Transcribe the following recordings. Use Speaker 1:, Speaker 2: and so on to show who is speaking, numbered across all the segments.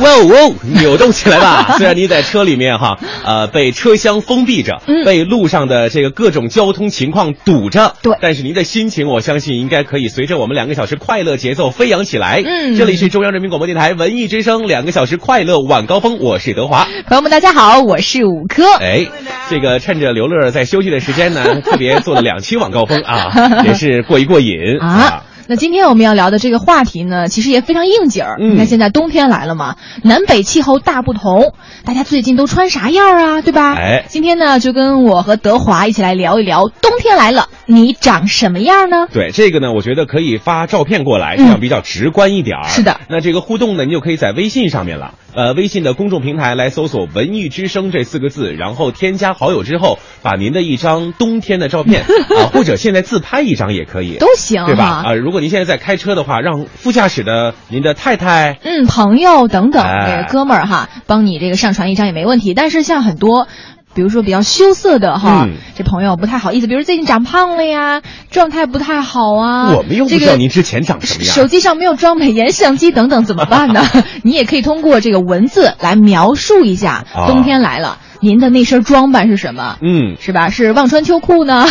Speaker 1: 哇哦哇哦，扭动起来吧！ 虽然你在车里面哈，呃，被车厢封闭着，
Speaker 2: 嗯
Speaker 1: 被路上的这个各种交通情况堵着，
Speaker 2: 对
Speaker 1: 但是您的心情，我相信应该可以随着我们两个小时快乐节奏飞扬起来。
Speaker 2: 嗯
Speaker 1: 这里是中央人民广播电台文艺之声，两个小时快乐晚高峰，我是德 华。
Speaker 2: 朋友们，大家好，我是五哥。
Speaker 1: 哎，这个趁着刘乐在休息的时间呢，特别做了两期晚高峰 啊，也是过一过瘾
Speaker 2: 啊。那今天我们要聊的这个话题呢，其实也非常应景儿。
Speaker 1: 嗯
Speaker 2: 你看现在冬天来了嘛，南北气候大不同，大家最近都穿啥样儿啊？对吧？
Speaker 1: 哎
Speaker 2: 今天呢，就跟我和德华一起来聊一聊，冬天来了，你长什么样呢？
Speaker 1: 对这个呢，我觉得可以发照片过来，这样比较直观一点儿、
Speaker 2: 嗯是的。
Speaker 1: 那这个互动呢，你就可以在微信上面了。呃，微信的公众平台来搜索“文艺之声”这四个字，然后添加好友之后，把您的一张冬天的照 片啊，或者现在自拍一张也可以
Speaker 2: 都。行
Speaker 1: 对吧？啊、
Speaker 2: 哈。
Speaker 1: 如果您现在在开车的话，让副驾驶的您的太太，
Speaker 2: 嗯，朋友等等，
Speaker 1: 哎
Speaker 2: 这哥们儿哈，帮你这个上传一张也没问题。但是像很多，比如说比较羞涩的哈，
Speaker 1: 嗯
Speaker 2: 这朋友不太好意思，比如最近长胖了呀，状态不太好啊。
Speaker 1: 我们又不
Speaker 2: 这
Speaker 1: 知道
Speaker 2: 个
Speaker 1: 您之前长什么样。
Speaker 2: 手机上没有装美颜相机等等怎么办 呢？你也可以通过这个文字来描述一下，
Speaker 1: 啊
Speaker 2: 冬天来了，您的那身装扮是什么？
Speaker 1: 嗯，
Speaker 2: 是吧？是忘穿秋裤呢？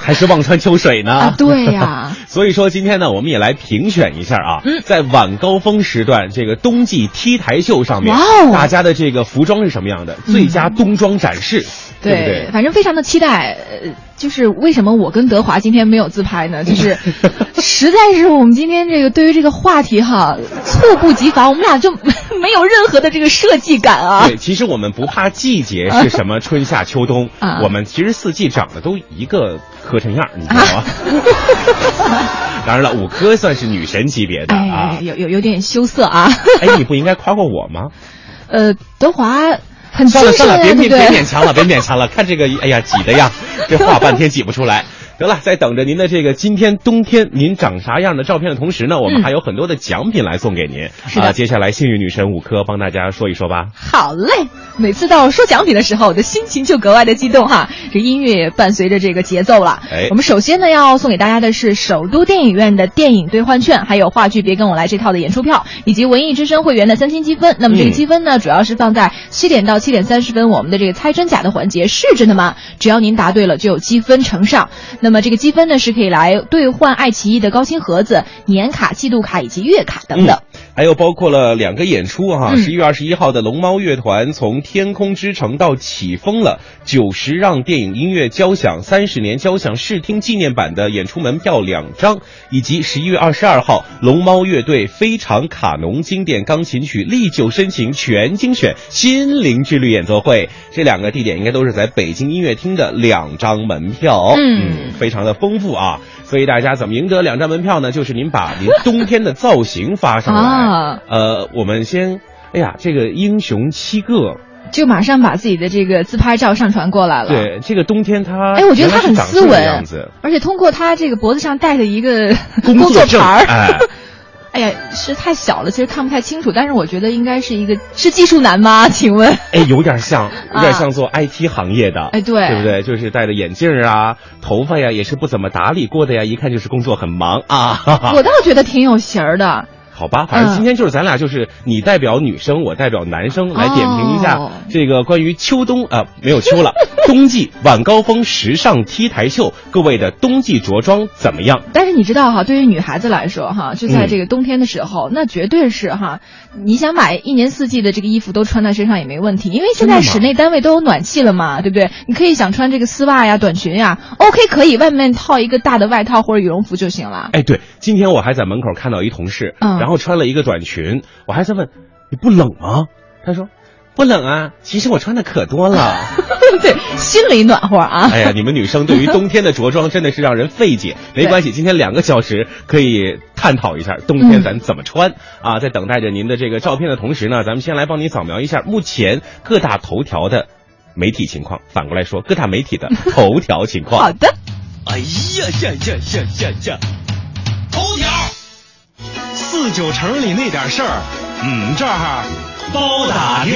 Speaker 1: 还是望穿秋水呢？
Speaker 2: 啊，对 呀、
Speaker 1: 所以说今天呢，我们也来评选一下啊，
Speaker 2: 嗯
Speaker 1: 在晚高峰时段这个冬季 T 台秀上面，
Speaker 2: 哇哦嗯
Speaker 1: 大家的这个服装是什么样的？最佳冬装展示，对不对？
Speaker 2: 反正非常的期待。呃，就是为什么我跟德华今天没有自 拍呢？就是实在是我们今天这个对于这个话题哈，猝不及防，我们俩就没有任何的这个设计感啊。
Speaker 1: 对，其实我们不怕季节是什么，春夏秋冬
Speaker 2: 啊，
Speaker 1: 我们其实四季长得都一个磕碜样儿，你知道吗？ 当然了，五哥算是女神级别的啊
Speaker 2: 啊哎，。有有有点羞涩啊。
Speaker 1: 哎，你不应该夸过我吗？
Speaker 2: 呃，德华很
Speaker 1: 算
Speaker 2: 精
Speaker 1: 了
Speaker 2: 神
Speaker 1: 算了，别
Speaker 2: 对
Speaker 1: 勉
Speaker 2: 不
Speaker 1: 别
Speaker 2: 对？
Speaker 1: 勉强了，别勉强了。看这个，哎呀，挤的呀，这话半天挤不出来。得了，在等着您的这个今天冬天您长啥样的照片的同时呢，我
Speaker 2: 嗯
Speaker 1: 们还有很多的奖品来送给您。
Speaker 2: 是的
Speaker 1: 啊接下来幸运女神五科帮大家说一说吧。
Speaker 2: 好嘞，每次到说奖品的时候，我的心情就格外的激动哈。这音乐伴随着这个节奏了。
Speaker 1: 哎
Speaker 2: 我们首先呢要送给大家的是首都电影院的电影兑换券，还有话剧《别跟我来》这套的演出票，以及文艺之声会员的三千积分。那么这个
Speaker 1: 嗯
Speaker 2: 积分呢，主要是放在七点到七点三十分我们的这个猜真假的环节，是真的吗？只要您答对了，就有积分乘上。那么这个积分呢是可以来兑换爱奇艺的高清盒子、年卡、季度卡以及月卡
Speaker 1: 嗯
Speaker 2: 等等。
Speaker 1: 还有包括了两个演出哈、
Speaker 2: 嗯
Speaker 1: 十一、月二十一号的龙猫乐团从《天空之城》到《起风了》，九十让电影音乐交响三十年交响视听纪念版的演出门票两张，以及十一月二十二号龙猫乐队《非常卡农经典钢琴曲历久深情全精选心灵之旅》演奏会，这两个地点应该都是在北京音乐厅的两张门票，
Speaker 2: 嗯
Speaker 1: 非常的丰富啊。所以大家怎么赢得两张门票呢？就是您把您冬天的造型发上来。
Speaker 2: 啊
Speaker 1: 呃，我们先，哎呀，这个英雄七个，
Speaker 2: 就马上把自己的这个自拍照上传过来了。，
Speaker 1: 对，这个冬天他，
Speaker 2: 啊哎，我觉得他很
Speaker 1: 长
Speaker 2: 斯
Speaker 1: 这个
Speaker 2: 文
Speaker 1: 样子，，
Speaker 2: 而且通过他这个脖子上戴的 一个
Speaker 1: 工
Speaker 2: 工作
Speaker 1: 证，
Speaker 2: 牌儿，
Speaker 1: 哎，
Speaker 2: 哎呀，是太小了，其实看不太清楚，但是我觉得应该是一个是技术男吗？ 请问？
Speaker 1: 哎，有点像，有
Speaker 2: 啊
Speaker 1: 点像做 IT 行业的，
Speaker 2: 哎对
Speaker 1: 对不对？就是戴着眼镜儿啊，头发呀也是不怎么打理过的呀，一看就是工作很忙啊，哈哈。
Speaker 2: 我倒觉得挺有型儿的。
Speaker 1: 好吧，反正
Speaker 2: 嗯
Speaker 1: 今天就是咱俩就是你代表女生，我代表男生来点评一下
Speaker 2: 哦
Speaker 1: 这个关于秋冬啊、没有秋了，冬季晚高峰时尚 T 台秀，各位的冬季着装怎么样？
Speaker 2: 但是你知道哈，对于女孩子来说哈，就
Speaker 1: 嗯
Speaker 2: 在这个冬天的时候，那绝对是哈，你想买一年四季的这个衣服都穿在身上也没问题，因为现在
Speaker 1: 真的吗
Speaker 2: 室内单位都有暖气了嘛，对不对？你可以想穿这个丝袜呀、短裙呀，OK 可以，外面套一个大的外套或者羽绒服就行了。
Speaker 1: 哎，对，今天我还在门口看到一同事，
Speaker 2: 嗯
Speaker 1: 然后穿了一个短裙，我还在问你不冷吗？他说不冷啊，其实我穿的可多 了。
Speaker 2: 对，心里暖和啊。
Speaker 1: 哎呀，你们女生对于冬天的着装真的是让人费解。没关系，今天两个小时可以探讨一下冬
Speaker 2: 嗯
Speaker 1: 天咱怎么穿、啊。在等待着您的这个照片的同时呢，咱们先来帮您扫描一下目前各大头条的媒体情况。反过来说，各大媒 体的头条情况。
Speaker 2: 好的，
Speaker 3: 哎呀呀呀呀呀呀！头条，四九城里那点事儿，嗯，这儿包打听。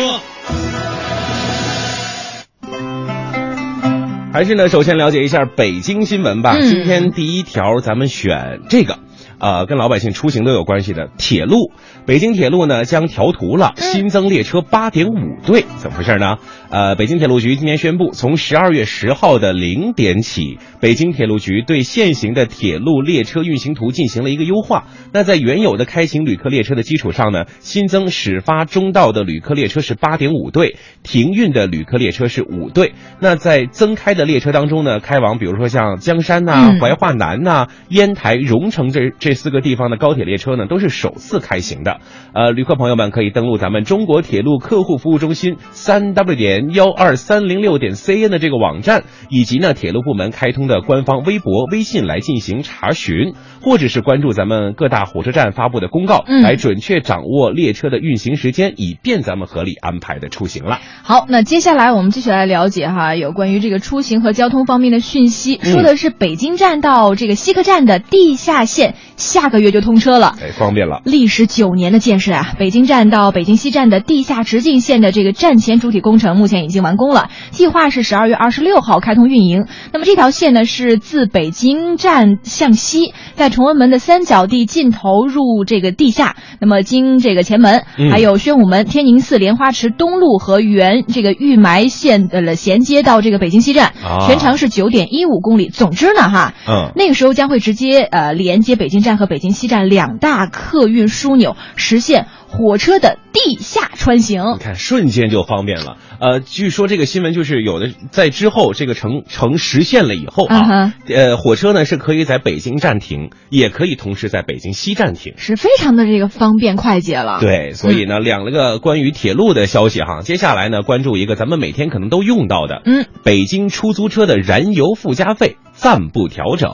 Speaker 1: 还是呢，首先了解一下北京新闻吧。
Speaker 2: 嗯
Speaker 1: 今天第一条，咱们选这个。呃，跟老百姓出行都有关系的铁路，北京铁路呢将调图了，新增列车八点五对，怎么回事呢？呃，北京铁路局今天宣布，从十二月十号的零点起，北京铁路局对现行的铁路列车运行图进行了一个优化。那在原有的开行旅客列车的基础上呢，新增始发中道的旅客列车是八点五对，停运的旅客列车是五对。那在增开的列车当中呢，开往比如说像江山呐、
Speaker 2: 嗯
Speaker 1: 怀化南呐、烟台、荣成这这四个地方的高铁列车呢，都是首次开行的。呃，旅客朋友们可以登录咱们中国铁路客户服务中心三 w 点幺二三零六点 cn 的这个网站，以及呢铁路部门开通的官方微博、微信来进行查询，或者是关注咱们各大火车站发布的公告，
Speaker 2: 嗯
Speaker 1: 来准确掌握列车的运行时间，以便咱们合理安排的出行了。
Speaker 2: 好，那接下来我们继续来了解哈，有关于这个出行和交通方面的讯息，
Speaker 1: 嗯
Speaker 2: 说的是北京站到这个西客站的地下线下个月就通车了。
Speaker 1: 哎，方便了。
Speaker 2: 历时九年的建设啊，北京站到北京西站的地下直径线的这个站前主体工程目前已经完工了，计划是十二月二十六号开通运营。那么这条线呢是自北京站向西，在崇文门的三角地尽头入这个地下，那么经这个前门，
Speaker 1: 嗯
Speaker 2: 还有宣武门、天宁寺、莲花池东路和原这个玉埋线呃衔接到这个北京西站，
Speaker 1: 啊
Speaker 2: 全长是九点一五公里。总之呢哈，
Speaker 1: 嗯
Speaker 2: 那个时候将会直接呃连接北京站和北京西站两大客运枢纽，实现火车的地下穿行
Speaker 1: 你。看，瞬间就方便了。呃，据说这个新闻就是有的在之后这个城城实现了以后
Speaker 2: 嗯
Speaker 1: 啊
Speaker 2: 哼，
Speaker 1: 呃，火车呢是可以在北京站停，也可以同时在北京西站停。
Speaker 2: 是非常的这个方便快捷了。，嗯
Speaker 1: 对，所以呢，两个关于铁路的消息哈，接下来呢，关注一个咱们每天可能都用到的，
Speaker 2: 嗯，
Speaker 1: 北京出租车的燃油附加费暂不调整，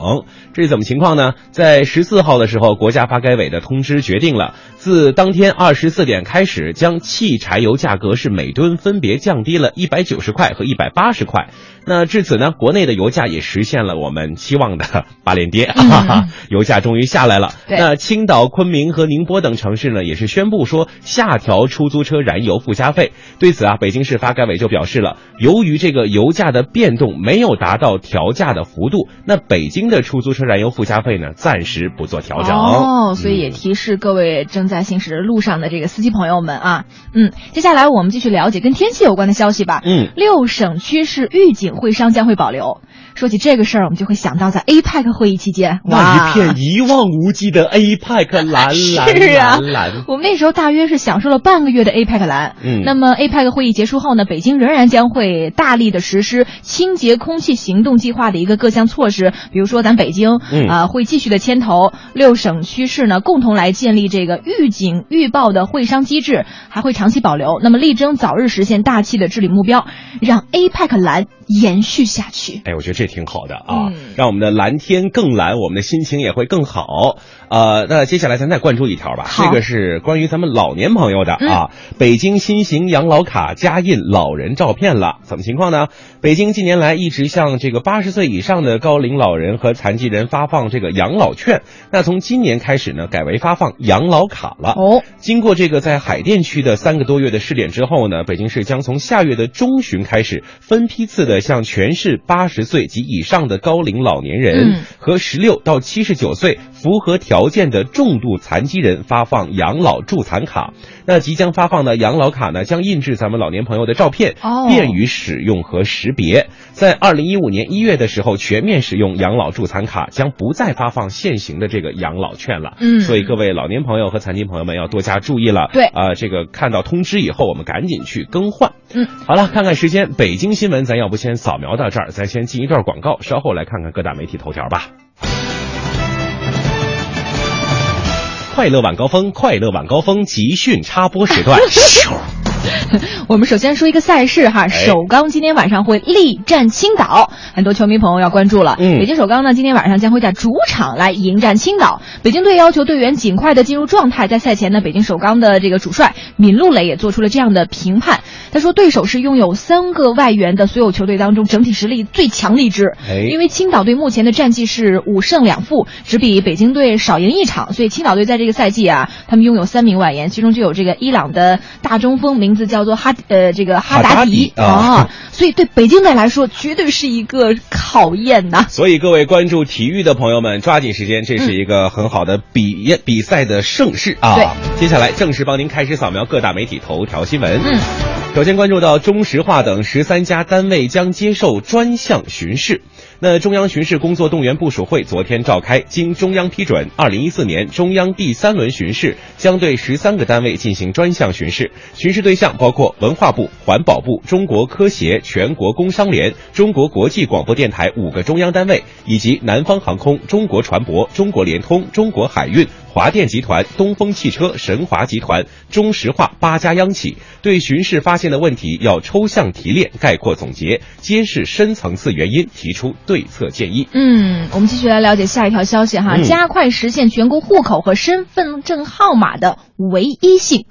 Speaker 1: 这是怎么情况呢？在十四号的时候，国家发改委的通知决定了，自当天二十四点开始，将汽柴油价格是每吨分别降低了一百九十块和一百八十块。那至此呢，国内的油价也实现了我们期望的八连跌，哈哈，啊油价终于下来了。
Speaker 2: 嗯对
Speaker 1: 那青岛、昆明和宁波等城市呢，也是宣布说下调出租车燃油附加费。对此啊，北京市发改委就表示了，由于这个油价的变动没有达到调价的幅度，那北京的出租车燃油附加费呢，暂时不做调整。
Speaker 2: 哦，所以也
Speaker 1: 嗯
Speaker 2: 提示各位正在行驶路上的这个司机朋友们啊，嗯，接下来我们继续了解跟天气有关的消息吧。
Speaker 1: 嗯
Speaker 2: 六省区市预警会商将会保留。说起这个事儿，我们就会想到在 APEC 会议期间，
Speaker 1: 那一
Speaker 2: 哇，
Speaker 1: 片一望无际的 APEC 蓝
Speaker 2: 是啊
Speaker 1: 蓝蓝蓝，
Speaker 2: 我们那时候大约是享受了半个月的 APEC 蓝。
Speaker 1: 嗯
Speaker 2: 那么 APEC 会议结束后呢，北京仍然将会大力的实施清洁空气行动计划的一个各项措施，比如说咱北京，
Speaker 1: 嗯
Speaker 2: 啊、会继续的牵头，六省区市呢共同来建立这个预警预报的会商机制，还会长期保留，那么力争早日实现大气的治理目标，让 APEC 蓝延续下去。
Speaker 1: 哎，我觉得这挺好的啊，
Speaker 2: 嗯
Speaker 1: 让我们的蓝天更蓝，我们的心情也会更好。呃，那接下来咱再关注一条吧，
Speaker 2: 好嗯
Speaker 1: 这个是关于咱们老年朋友的啊。北京新型养老卡加印老人照片了，怎么情况呢？北京近年来一直向这个八十岁以上的高龄老人和残疾人发放这个养老券，那从今年开始呢，改为发放养老卡了。
Speaker 2: 哦，
Speaker 1: 经过这个在海淀区的三个多月的试点之后呢，北京市将从下月的中旬开始，分批次的向全市八十岁及以上的高龄老年人
Speaker 2: 嗯
Speaker 1: 和十六到七十九岁符合条件的重度残疾人发放养老助残卡。那即将发放的养老卡呢，将印制咱们老年朋友的照片，
Speaker 2: 哦
Speaker 1: 便于使用和识别。在二零一五年一月的时候，全面使用养老助残卡，将不再发放现行的这个养老券了。
Speaker 2: 嗯
Speaker 1: 所以各位老年朋友和残疾朋友们要多加注意了。
Speaker 2: 对
Speaker 1: 啊、这个看到通知以后，我们赶紧去更换。
Speaker 2: 嗯，
Speaker 1: 好了，看看时间，北京新闻咱要不先扫描到这儿，咱先进一段广告，稍后来看看各大媒体头条吧。快乐晚高峰，快乐晚高峰集训插播时 段。
Speaker 2: 我们首先说一个赛事哈，首钢今天晚上会力战青岛，很多球迷朋友要关注了。
Speaker 1: 嗯
Speaker 2: 北京首钢呢，今天晚上将会在主场来迎战青岛。北京队要求队员尽快的进入状态，在赛前呢，北京首钢的这个主帅闵鹿蕾也做出了这样的评判。他说对手是拥有三个外援的所有球队当中整体实力最强的一支，
Speaker 1: 哎
Speaker 2: 因为青岛队目前的战绩是五胜两负，只比北京队少赢一场，所以青岛队在这个赛季啊，他们拥有三名外援，其中就有这个伊朗的大中锋，名字叫做哈呃这个哈
Speaker 1: 哈
Speaker 2: 达
Speaker 1: 达
Speaker 2: 迪
Speaker 1: 迪啊
Speaker 2: 所以对北京队来说绝对是一个考验呐、
Speaker 1: 所以各位关注体育的朋友们，抓紧时间，这是一个很好的比、比赛的盛世啊！
Speaker 2: 嗯对，
Speaker 1: 接下来正式帮您开始扫描各大媒体头条新闻。
Speaker 2: 嗯，
Speaker 1: 首先关注到中石化等十三家单位将接受专项巡视。那中央巡视工作动员部署会昨天召开，经中央批准，二零一四年中央第三轮巡视将对十三个单位进行专项巡视，巡视对象包括文化部、环保部、中国科协、全国工商联、中国国际广播电台五个中央单位，以及南方航空、中国船舶、中国联通、中国海运、华电集团、东风汽车、神华集团、中石化八家央企，对巡视发现的问题要抽象提炼、概括总结，揭示深层次原因，提出对策建议。
Speaker 2: 嗯，我们继续来了解下一条消息哈，
Speaker 1: 嗯
Speaker 2: 加快实现全国户口和身份证号码的唯一性。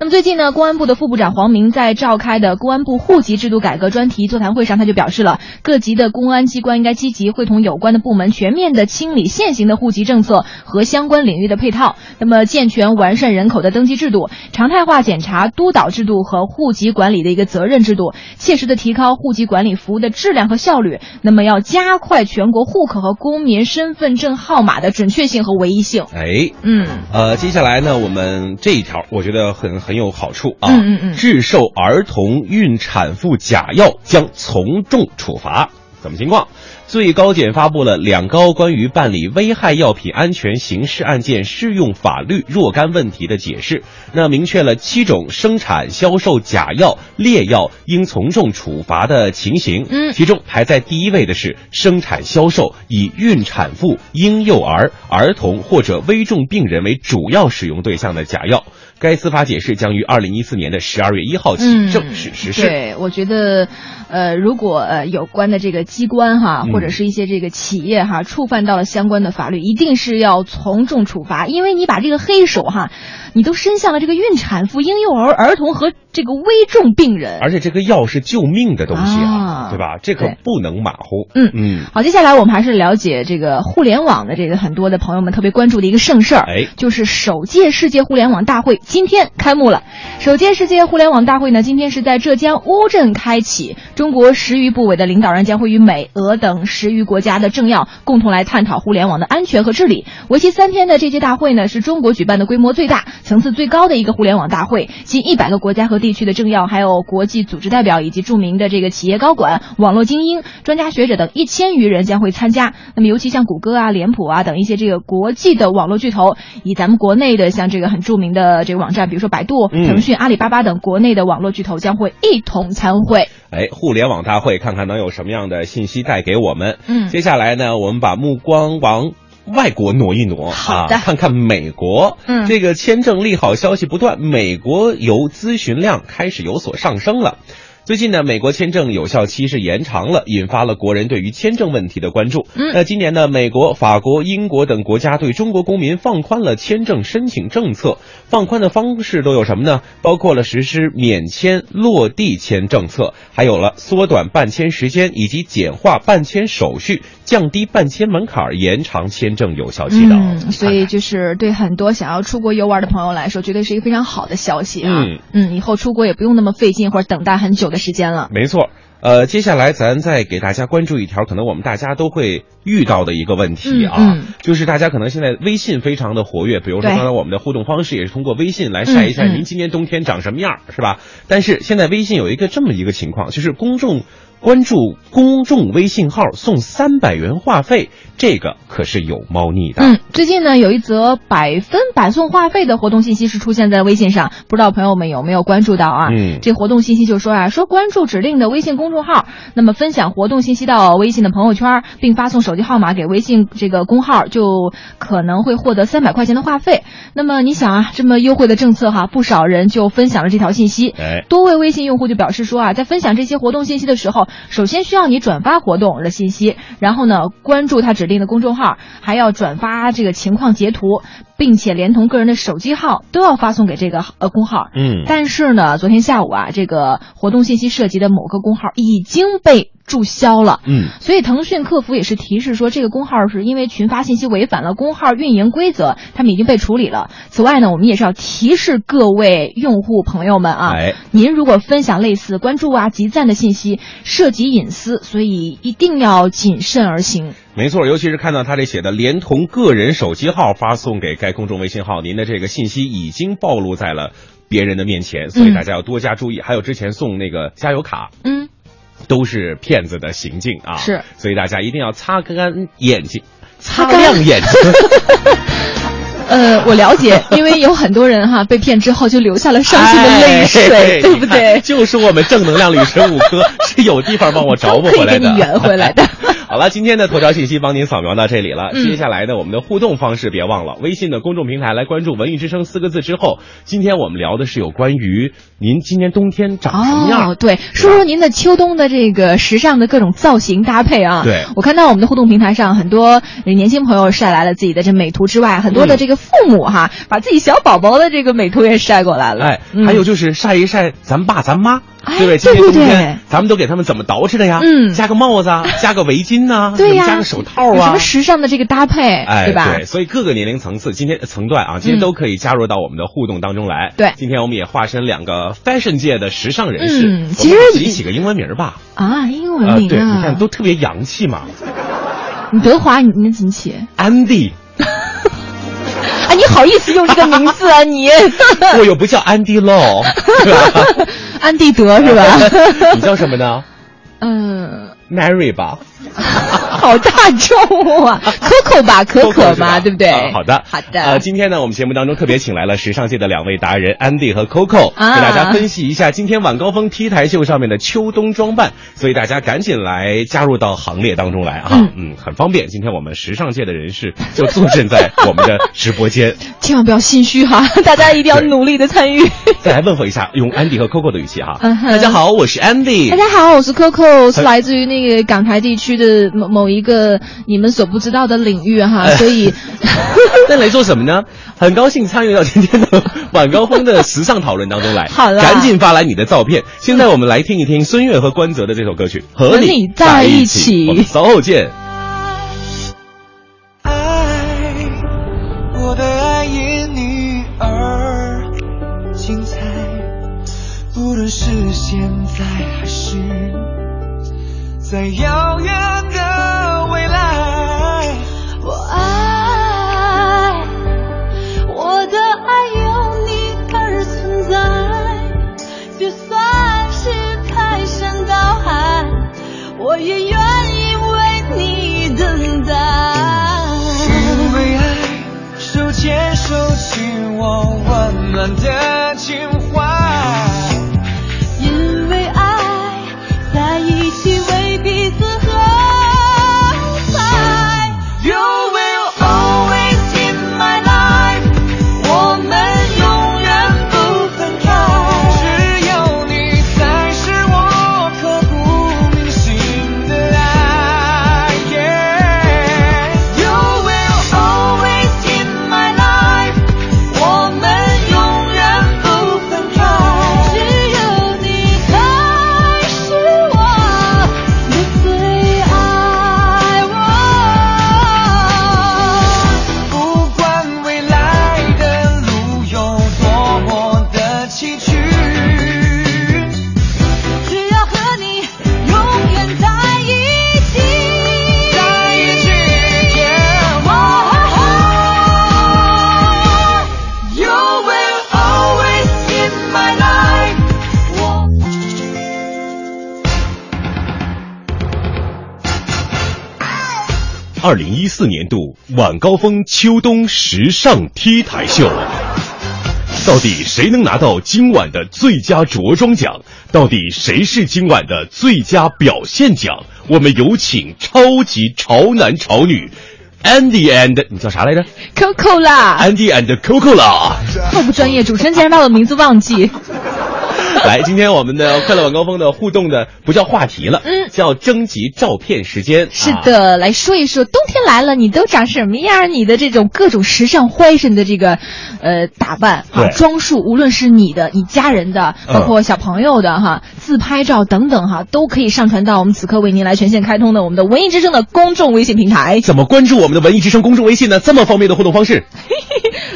Speaker 2: 那么最近呢，公安部的副部长黄明在召开的公安部户籍制度改革专题座谈会上，他就表示了，各级的公安机关应该积极会同有关的部门，全面的清理现行的户籍政策和相关领域的配套，那么健全完善人口的登记制度，常态化检查督导制度和户籍管理的一个责任制度，切实的提高户籍管理服务的质量和效率。那么要加快全国户口和公民身份证号码的准确性和唯一性。
Speaker 1: 哎，
Speaker 2: 嗯
Speaker 1: 呃，接下来呢，我们这一条我觉得很很有好处啊。
Speaker 2: 嗯嗯嗯
Speaker 1: 制售儿童孕产妇假药将从重处罚，怎么情况？最高检发布了两高关于办理危害药品安全刑事案件适用法律若干问题的解释，那明确了七种生产、销售假药、劣药应从重处罚的情形。
Speaker 2: 嗯
Speaker 1: 其中排在第一位的是生产销售以孕产妇、婴幼儿、儿童或者危重病人为主要使用对象的假药。该司法解释将于二零一四年的十二月一号起
Speaker 2: 嗯，
Speaker 1: 正式实施。
Speaker 2: 对，我觉得，呃，如果呃有关的这个机关哈，
Speaker 1: 嗯
Speaker 2: 或者是一些这个企业哈，触犯到了相关的法律，一定是要从重处罚，因为你把这个黑手哈，你都伸向了这个孕产妇、婴幼儿、儿童和这个危重病人。
Speaker 1: 而且这个药是救命的东西啊，
Speaker 2: 啊
Speaker 1: 对吧？这可
Speaker 2: 对
Speaker 1: 不能马虎。
Speaker 2: 嗯
Speaker 1: 嗯，
Speaker 2: 好，接下来我们还是了解这个互联网的这个很多的朋友们特别关注的一个盛事儿，
Speaker 1: 哎
Speaker 2: 就是首届世界互联网大会今天开幕了。首届世界互联网大会呢，今天是在浙江乌镇开启，中国十余部委的领导人将会与美、俄等十余国家的政要共同来探讨互联网的安全和治理。为期三天的这届大会呢，是中国举办的规模最大、层次最高的一个互联网大会，近一百个国家和地区的政要，还有国际组织代表以及著名的这个企业高管、网络精英、专家学者等一千余人将会参加。那么，尤其像谷歌啊、脸谱啊等一些这个国际的网络巨头，以咱们国内的像这个很著名的这个网站，比如说百度、
Speaker 1: 嗯
Speaker 2: 腾讯、阿里巴巴等国内的网络巨头将会一同参会。
Speaker 1: 哎，互联网大会看看能有什么样的信息带给我们。
Speaker 2: 嗯
Speaker 1: 接下来呢，我们把目光往。外国挪一挪啊
Speaker 2: 好，的
Speaker 1: 看看美国，
Speaker 2: 嗯
Speaker 1: 这个签证利好消息不断，美国游咨询量开始有所上升了。最近呢，美国签证有效期是延长了，引发了国人对于签证问题的关注。
Speaker 2: 嗯
Speaker 1: 那今年呢，美国、法国、英国等国家对中国公民放宽了签证申请政策，放宽的方式都有什么呢？包括了实施免签、落地签政策，还有了缩短办签时间以及简化办签手续、降低办签门槛儿、延长签证有效期等。哦
Speaker 2: 嗯，所以
Speaker 1: 看看
Speaker 2: 就是对很多想要出国游玩的朋友来说，绝对是一个非常好的消息啊。
Speaker 1: 嗯
Speaker 2: 以后出国也不用那么费劲或者等待很久的时间了。
Speaker 1: 没错。呃，接下来咱再给大家关注一条，可能我们大家都会遇到的一个问题啊，
Speaker 2: 嗯嗯
Speaker 1: 就是大家可能现在微信非常的活跃，比如说
Speaker 2: 对
Speaker 1: 刚才我们的互动方式也是通过微信来晒一晒
Speaker 2: 嗯嗯
Speaker 1: 您今年冬天长什么样儿，是吧？但是现在微信有一个这么一个情况，就是公众关注公众微信号送三百元话费，这个可是有猫腻的。
Speaker 2: 嗯，最近呢有一则百分百送话费的活动信息是出现在微信上，不知道朋友们有没有关注到啊？
Speaker 1: 嗯
Speaker 2: 这活动信息就说啊，说关注指令的微信公众号，那么分享活动信息到微信的朋友圈，并发送手机号码给微信这个公号，就可能会获得三百块钱的话费。那么你想啊，这么优惠的政策哈，不少人就分享了这条信息。
Speaker 1: 哎，
Speaker 2: 多位微信用户就表示说啊，在分享这些活动信息的时候，首先需要你转发活动的信息，然后呢关注他指定的公众号，还要转发这个情况截图，并且连同个人的手机号都要发送给这个呃公号。
Speaker 1: 嗯
Speaker 2: 但是呢，昨天下午啊，这个活动信息涉及的某个公号已经被注销了。
Speaker 1: 嗯
Speaker 2: 所以腾讯客服也是提示说，这个公号是因为群发信息违反了公号运营规则，他们已经被处理了。此外呢，我们也是要提示各位用户朋友们啊，
Speaker 1: 哎
Speaker 2: 您如果分享类似关注啊、集赞的信息，涉及隐私，所以一定要谨慎而行。
Speaker 1: 没错，尤其是看到他这写的，连同个人手机号发送给该公众微信号，您的这个信息已经暴露在了别人的面前，所以大家要多加注意。还有之前送那个加油卡，
Speaker 2: 嗯，
Speaker 1: 都是骗子的行径啊，
Speaker 2: 是，
Speaker 1: 所以大家一定要擦干眼睛，
Speaker 2: 擦
Speaker 1: 擦
Speaker 2: 干
Speaker 1: 亮眼 睛。
Speaker 2: 呃，我了解，因为有很多人哈被骗之后就流下了伤心的泪水，
Speaker 1: 哎
Speaker 2: 对不
Speaker 1: 你看
Speaker 2: 对？
Speaker 1: 就是我们正能量女神五哥是有地方帮我找补回来的，
Speaker 2: 都可以给你圆回来的。
Speaker 1: 好了，今天的头条信息帮您扫描到这里了。
Speaker 2: 嗯
Speaker 1: 接下来呢，我们的互动方式别忘了，微信的公众平台来关注“文艺之声”四个字之后，今天我们聊的是有关于您今年冬天长什么样。
Speaker 2: 哦，对，说说您的秋冬的这个时尚的各种造型搭配啊。
Speaker 1: 对
Speaker 2: 我看到我们的互动平台上很多呃年轻朋友晒来了自己的这美图之外，很多
Speaker 1: 嗯
Speaker 2: 的这个父母哈，把自己小宝宝的这个美图也晒过来了。
Speaker 1: 哎，
Speaker 2: 嗯
Speaker 1: 还有就是晒一晒咱爸咱妈，
Speaker 2: 哎
Speaker 1: 对不对？今
Speaker 2: 对
Speaker 1: 年冬
Speaker 2: 对对
Speaker 1: 天咱们都给他们怎么捯饬的呀？
Speaker 2: 嗯
Speaker 1: 加个帽子啊，加个围巾呐、
Speaker 2: 对呀、
Speaker 1: 加个手套啊，
Speaker 2: 有什么时尚的这个搭配，
Speaker 1: 哎，
Speaker 2: 吧？嗯
Speaker 1: 所以各个年龄层次，今天层段啊，今天都可以加入到我们的互动当中来。
Speaker 2: 对
Speaker 1: 今天我们也化身两个 fashion 界的时尚人士，
Speaker 2: 嗯
Speaker 1: 我们
Speaker 2: 其实
Speaker 1: 给自
Speaker 2: 你
Speaker 1: 己起个英文名儿吧。
Speaker 2: 啊，英文
Speaker 1: 呃，
Speaker 2: 名
Speaker 1: 对，
Speaker 2: 啊，
Speaker 1: 你看都特别洋气 嘛
Speaker 2: 你德华，你你怎么起？
Speaker 1: ，Andy，
Speaker 2: 啊，你好意思用这个名字 啊，你
Speaker 1: 我又不叫 Andy Lau，对
Speaker 2: 安迪德是吧？
Speaker 1: 吧？你叫什么呢
Speaker 2: 嗯。
Speaker 1: ？Mary 吧。
Speaker 2: 好大 众啊！可可吧，可可
Speaker 1: 是吧
Speaker 2: 嘛，对不对？
Speaker 1: 啊好的，
Speaker 2: 好的。
Speaker 1: 呃，今天呢，我们节目当中特别请来了时尚界的两位达人安迪和 Coco，给
Speaker 2: 啊
Speaker 1: 大家分析一下今天晚高峰 T 台秀上面的秋冬装扮，所以大家赶紧来加入到行列当中来啊！
Speaker 2: 嗯
Speaker 1: 嗯，很方便，今天我们时尚界的人士就坐镇在我们的直播 间。
Speaker 2: 千万不要心虚哈， 大家一定要
Speaker 1: 对
Speaker 2: 努力的参与。
Speaker 1: 再来问候一下，用安迪和 Coco 的语气哈，
Speaker 2: 嗯哼
Speaker 1: 大家好，我是安迪
Speaker 2: 大。家好，我是 Coco，是来自于那个港台地区的某某一个你们所不知道的领域哈， 所以
Speaker 1: 那来做什么呢？很高兴参与到今天的晚高峰的时尚讨论当中来。
Speaker 2: 好啦
Speaker 1: 赶紧发来你的照片。现在我们来听一听孙悦和关喆的这首歌曲《和
Speaker 2: 和你
Speaker 1: 你
Speaker 2: 在
Speaker 1: 在
Speaker 2: 一
Speaker 1: 一
Speaker 2: 起
Speaker 1: 起》。我们稍后见。
Speaker 4: 爱，我的爱因你而精彩，不论是现在还是在遥远的未来。
Speaker 5: 我爱，我的爱有你而存在，就算是排山倒海，我也愿意为你等待。
Speaker 4: 因为爱，手牵手紧握温暖的情怀。
Speaker 5: 因为爱，在一起为彼此喝彩。
Speaker 4: You will always in my life，我们永远不分开。只有你才是我刻骨铭心的爱。You will always in my life，我们永远不分开。
Speaker 5: 只有你才是我的最爱，我
Speaker 4: 不管未来的路有多么的崎岖。
Speaker 5: 只要和你永远在一起。
Speaker 4: 在一起，yeah，
Speaker 5: 哦
Speaker 4: You will always in my life。
Speaker 5: 我
Speaker 6: 二零一四年度晚高峰秋冬时尚 T 台秀，到底谁能拿到今晚的最佳着装奖？到底谁是今晚的最佳表现奖？我们有请超级潮男潮女 Andy and 你叫啥来着
Speaker 2: Coco 啦，
Speaker 6: ？Andy and Coco 啦。
Speaker 2: 太不专业，主持人竟然把我名字忘记。
Speaker 1: 来，今天我们的快乐晚高峰的互动的不叫话题了，
Speaker 2: 嗯
Speaker 1: 叫征集照片时间。
Speaker 2: 是
Speaker 1: 啊
Speaker 2: 的，来说一说冬天来了，你都长什么样儿？你的这种各种时尚欢神的这个，呃，打扮啊
Speaker 1: 对，
Speaker 2: 装束，无论是你的、你家人的，
Speaker 1: 嗯
Speaker 2: 包括小朋友的哈，自拍照等等哈，都可以上传到我们此刻为您来全线开通的我们的文艺之声的公众微信平台，
Speaker 1: 怎么关注我们的文艺之声公众微信呢？这么方便的互动方式，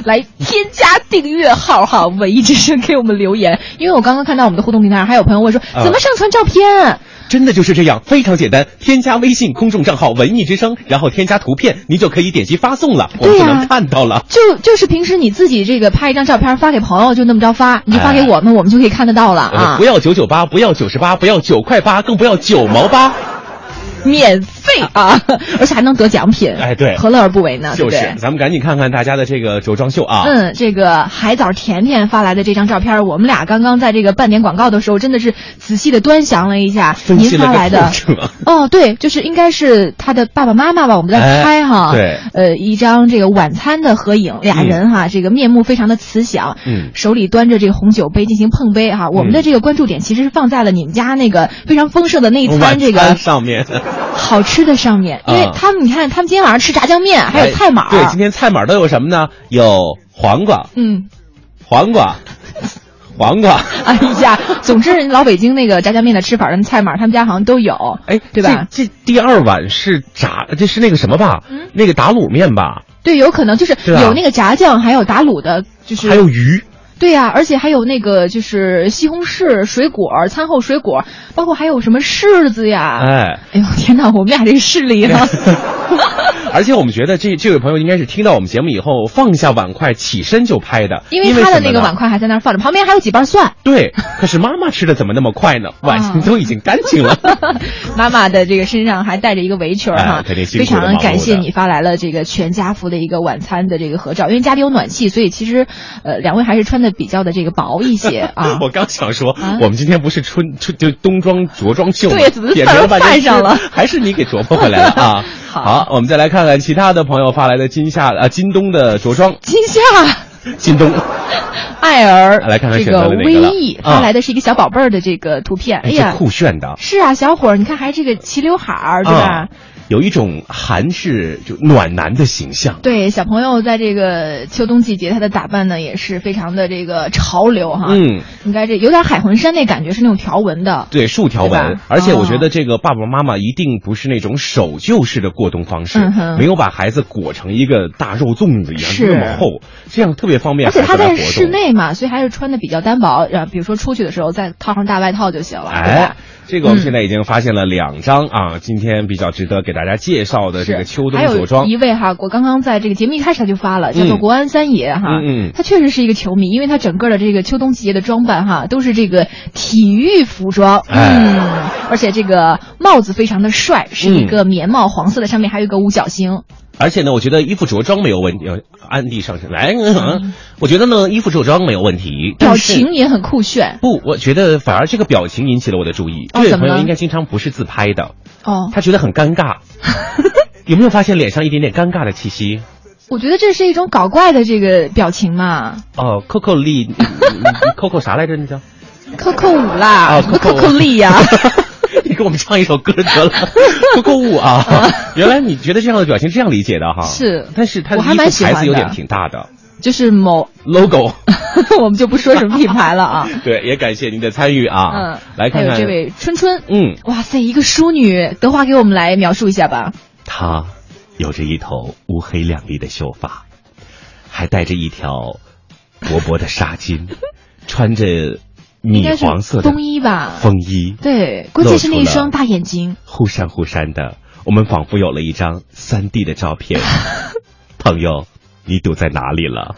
Speaker 2: 来添加订阅号哈，文艺之声给我们留言。因为我刚刚看到我们的互动平台上还有朋友问说，
Speaker 1: 啊
Speaker 2: 怎么上传照片？啊
Speaker 1: 真的就是这样，非常简单。添加微信公众账号“文艺之声”，然后添加图片，您就可以点击发送了，我们
Speaker 2: 对
Speaker 1: 就
Speaker 2: 呀
Speaker 1: 能看到了。
Speaker 2: 就就是平时你自己这个拍一张照片发给朋友，就那么着发，你就
Speaker 1: 哎
Speaker 2: 发给我们，我们就可以看得到了
Speaker 1: 我们
Speaker 2: 啊
Speaker 1: 呃不，要九九八，不要九十八，不要九块八，更不要九毛八。
Speaker 2: 啊免费啊， 而且还能得奖品，
Speaker 1: 哎对
Speaker 2: 何乐而不为呢？
Speaker 1: 就是
Speaker 2: 对不对，
Speaker 1: 咱们赶紧看看大家的这个着装秀啊。
Speaker 2: 嗯，这个海藻甜甜发来的这张照片，我们俩刚刚在这个半点广告的时候，真的是仔细的端详了一下
Speaker 1: 分析
Speaker 2: 您
Speaker 1: 了
Speaker 2: 发
Speaker 1: 个
Speaker 2: 来的
Speaker 1: 透彻。
Speaker 2: 哦，对，就是应该是他的爸爸妈妈吧，我们在
Speaker 1: 哎
Speaker 2: 猜哈。
Speaker 1: 对。
Speaker 2: 呃，一张这个晚餐的合影，俩
Speaker 1: 嗯
Speaker 2: 人哈，这个面目非常的慈祥，
Speaker 1: 嗯
Speaker 2: 手里端着这个红酒杯进行碰杯哈。我们的这个关注点其实是放在了你们家那个非常丰盛的那一餐
Speaker 1: 晚
Speaker 2: 这个
Speaker 1: 餐上面，
Speaker 2: 好吃的上面，因为
Speaker 1: 啊
Speaker 2: 他们你看，他们今天晚上吃炸酱面，还有
Speaker 1: 哎
Speaker 2: 菜码儿。啊
Speaker 1: 对，今天菜码都有什么呢？有黄瓜、
Speaker 2: 嗯。
Speaker 1: 黄瓜、黄瓜。
Speaker 2: 哎呀，总之人老北京那个炸酱面的吃法，他们菜码，他们家好像都有，
Speaker 1: 哎，
Speaker 2: 对吧？
Speaker 1: 这？这第二碗是炸，这是那个什么吧？
Speaker 2: 嗯
Speaker 1: 那个打卤面吧，
Speaker 2: 对，有可能就是
Speaker 1: 对啊
Speaker 2: 有那个炸酱，还有打卤的，就是
Speaker 1: 还有鱼。
Speaker 2: 对呀、而且还有那个就是西红柿、水果、餐后水果，包括还有什么柿子呀。
Speaker 1: 哎，
Speaker 2: 哎呦天哪，我们俩这视力 啊！
Speaker 1: 而且我们觉得这这位朋友应该是听到我们节目以后放下碗筷起身就拍的，
Speaker 2: 因
Speaker 1: 因
Speaker 2: 为他的
Speaker 1: 什么
Speaker 2: 那个
Speaker 1: 呢
Speaker 2: 碗。筷还在那儿放着，旁边还有几瓣蒜。
Speaker 1: 对，可是妈妈吃的怎么那么快呢？碗
Speaker 2: 啊
Speaker 1: 都已经干净 了。
Speaker 2: 妈妈的这个身上还带着一个围裙儿哈
Speaker 1: 哎，肯定辛
Speaker 2: 非
Speaker 1: 苦的
Speaker 2: 常感谢
Speaker 1: 忙碌的
Speaker 2: 你发来了这个全家福的一个晚餐的这个合照，因为家里有暖气，所以其实呃两位还是穿的比较的这个薄一些 啊。
Speaker 1: 我刚想说
Speaker 2: 啊，
Speaker 1: 我们今天不是春春就冬装着装秀吗？
Speaker 2: 对怎么
Speaker 1: 点评了半
Speaker 2: 犯
Speaker 1: 天
Speaker 2: 上了？
Speaker 1: 是还是你给琢磨回来了啊
Speaker 2: 好
Speaker 1: 我们再来看看其他的朋友发来的今夏啊今冬的着装，
Speaker 2: 今夏，
Speaker 1: 今冬。
Speaker 2: 艾尔
Speaker 1: 来看看
Speaker 2: 这
Speaker 1: 选择了哪
Speaker 2: 微
Speaker 1: 个了
Speaker 2: 翼
Speaker 1: 啊
Speaker 2: 发来的是一个小宝贝儿的这个图片，哎
Speaker 1: 哎，这
Speaker 2: 呀，
Speaker 1: 酷炫的，
Speaker 2: 是啊，小伙儿，你看还这个齐刘海儿对吧
Speaker 1: 啊？，有一种韩式就暖男的形象。
Speaker 2: 对，小朋友在这个秋冬季节，他的打扮呢也是非常的这个潮流哈，
Speaker 1: 嗯，
Speaker 2: 应该这有点海魂衫那感觉，是那种条纹的，
Speaker 1: 对，竖条
Speaker 2: 对
Speaker 1: 纹
Speaker 2: 吧，
Speaker 1: 而且我
Speaker 2: 哦
Speaker 1: 觉得这个爸爸妈妈一定不是那种守旧式的过冬方式，
Speaker 2: 嗯哼
Speaker 1: 没有把孩子裹成一个大肉粽子一样
Speaker 2: 是
Speaker 1: 那么厚，这样特别方便
Speaker 2: 而
Speaker 1: 孩
Speaker 2: 且
Speaker 1: 子
Speaker 2: 他
Speaker 1: 来活
Speaker 2: 在
Speaker 1: 动。
Speaker 2: 室内嘛，所以还是穿的比较单薄，呃，比如说出去的时候再套上大外套就行了，对
Speaker 1: 哎
Speaker 2: 吧？，
Speaker 1: 这个我们
Speaker 2: 嗯
Speaker 1: 现在已经发现了两张啊，今天比较值得给大家介绍呃的这个
Speaker 2: 是
Speaker 1: 秋冬
Speaker 2: 还有
Speaker 1: 着装
Speaker 2: 一。位哈，我刚刚在这个节目一开始他就发了，叫做
Speaker 1: 嗯
Speaker 2: 国安三爷哈，
Speaker 1: 嗯嗯
Speaker 2: 他确实是一个球迷，因为他整个的这个秋冬季节的装扮哈，都是这个体育服装，
Speaker 1: 哎
Speaker 2: 嗯，而且这个帽子非常的帅，是一
Speaker 1: 嗯
Speaker 2: 个棉帽，黄色的，上面还有一个五角星，
Speaker 1: 而且呢，我觉得衣服着装没有问题。呃安迪上身来，嗯我觉得呢，衣服着装没有问题，
Speaker 2: 表
Speaker 1: 但是
Speaker 2: 情也很酷炫
Speaker 1: 不，我觉得反而这个表情引起了我的注意。
Speaker 2: 哦
Speaker 1: 这位
Speaker 2: 怎么
Speaker 1: 朋友
Speaker 2: 了
Speaker 1: 应该经常不是自拍的，
Speaker 2: 哦。
Speaker 1: 他觉得很尴 尬。有没有发现脸上一点点尴尬的气息？
Speaker 2: 我觉得这是一种搞怪的这个表情嘛
Speaker 1: 哦，Coco 丽嗯，Coco 啥来着？那叫
Speaker 2: ，Coco 舞啦，
Speaker 1: 啊
Speaker 2: 什么
Speaker 1: ，Coco
Speaker 2: Coco 力呀，
Speaker 1: 你给我们唱一首歌得 了，Coco 舞啊！原来你觉得这样的表情这样理解的哈？
Speaker 2: 是
Speaker 1: 但是他
Speaker 2: 我还蛮喜欢
Speaker 1: 牌子有
Speaker 2: 的
Speaker 1: 点挺大的
Speaker 2: 就是某，
Speaker 1: logo。
Speaker 2: 我们就不说什么品牌了啊。
Speaker 1: 对，也感谢您的参与 啊！
Speaker 2: 嗯，
Speaker 1: 来看看
Speaker 2: 还有这位春春，
Speaker 1: 嗯，
Speaker 2: 哇塞，一个淑女，德华给我们来描述一下吧。
Speaker 1: 她有着一头乌黑亮丽的秀发，还带着一条薄薄的纱 巾，穿着
Speaker 2: 应
Speaker 1: 米
Speaker 2: 该是
Speaker 1: 黄色的
Speaker 2: 风衣吧
Speaker 1: 风衣。
Speaker 2: 对，关键是那一
Speaker 1: 露出了
Speaker 2: 双大眼睛，
Speaker 1: 忽闪忽闪的，我们仿佛有了一张三 D 的照 片。朋友，你堵在哪里了？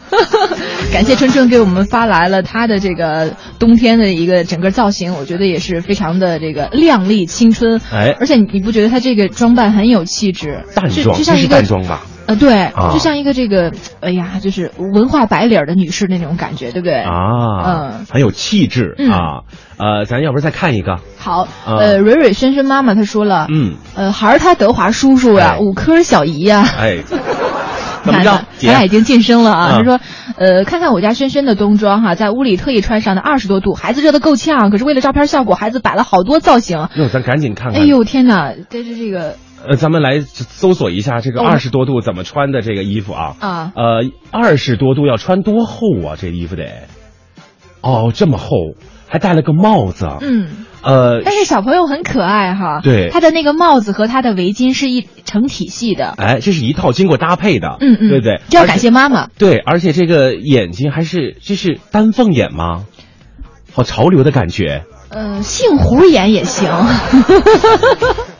Speaker 2: 感谢春春给我们发来了她的这个冬天的一个整个造型，我觉得也是非常的这个靓丽青春。
Speaker 1: 哎
Speaker 2: 而且你你不觉得她这个装扮很有气质？
Speaker 1: 淡
Speaker 2: 就
Speaker 1: 妆，这
Speaker 2: 就像一
Speaker 1: 是
Speaker 2: 个
Speaker 1: 淡妆吧？
Speaker 2: 呃，对，
Speaker 1: 啊
Speaker 2: 就像一个这个，哎呀，就是文化白领儿的女士那种感觉，对不对？
Speaker 1: 啊，
Speaker 2: 嗯
Speaker 1: 很有气质、
Speaker 2: 嗯
Speaker 1: 啊。呃，咱要不然再看一个？
Speaker 2: 好，
Speaker 1: 啊
Speaker 2: 呃，蕊蕊先生妈妈她说了，
Speaker 1: 嗯，
Speaker 2: 呃，还是她德华叔叔呀、
Speaker 1: 哎
Speaker 2: 五科小姨呀、
Speaker 1: 哎， 怎么
Speaker 2: 看
Speaker 1: 着
Speaker 2: 看，？
Speaker 1: 姐
Speaker 2: 咱，俩已经晋升了
Speaker 1: 嗯
Speaker 2: 啊。他说，呃，看看我家深深的冬装哈、在屋里特意穿上的二十多度，孩子热得够呛，可是为了照片效果，孩子摆了好多造型。
Speaker 1: 哟，咱赶紧看
Speaker 2: 哎
Speaker 1: 看。
Speaker 2: 呦天哪，这是这个
Speaker 1: 呃，咱们来搜索一下这个
Speaker 2: 哦
Speaker 1: 二十多度怎么穿的这个衣服啊。
Speaker 2: 啊
Speaker 1: 呃，二十多度要穿多厚啊？这衣服得，哦，这么厚，还戴了个帽子。。啊
Speaker 2: 嗯，
Speaker 1: 呃，
Speaker 2: 但是小朋友很可爱哈。
Speaker 1: 对
Speaker 2: 他的那个帽子和他的围巾是一成体系的。
Speaker 1: 哎，这是一套经过搭配的，
Speaker 2: 嗯嗯，
Speaker 1: 对不对？
Speaker 2: 这要
Speaker 1: 而且
Speaker 2: 感谢妈妈。
Speaker 1: 对，而且这个眼睛还是这是丹凤眼吗？好潮流的感觉。
Speaker 2: 呃，杏胡眼也行。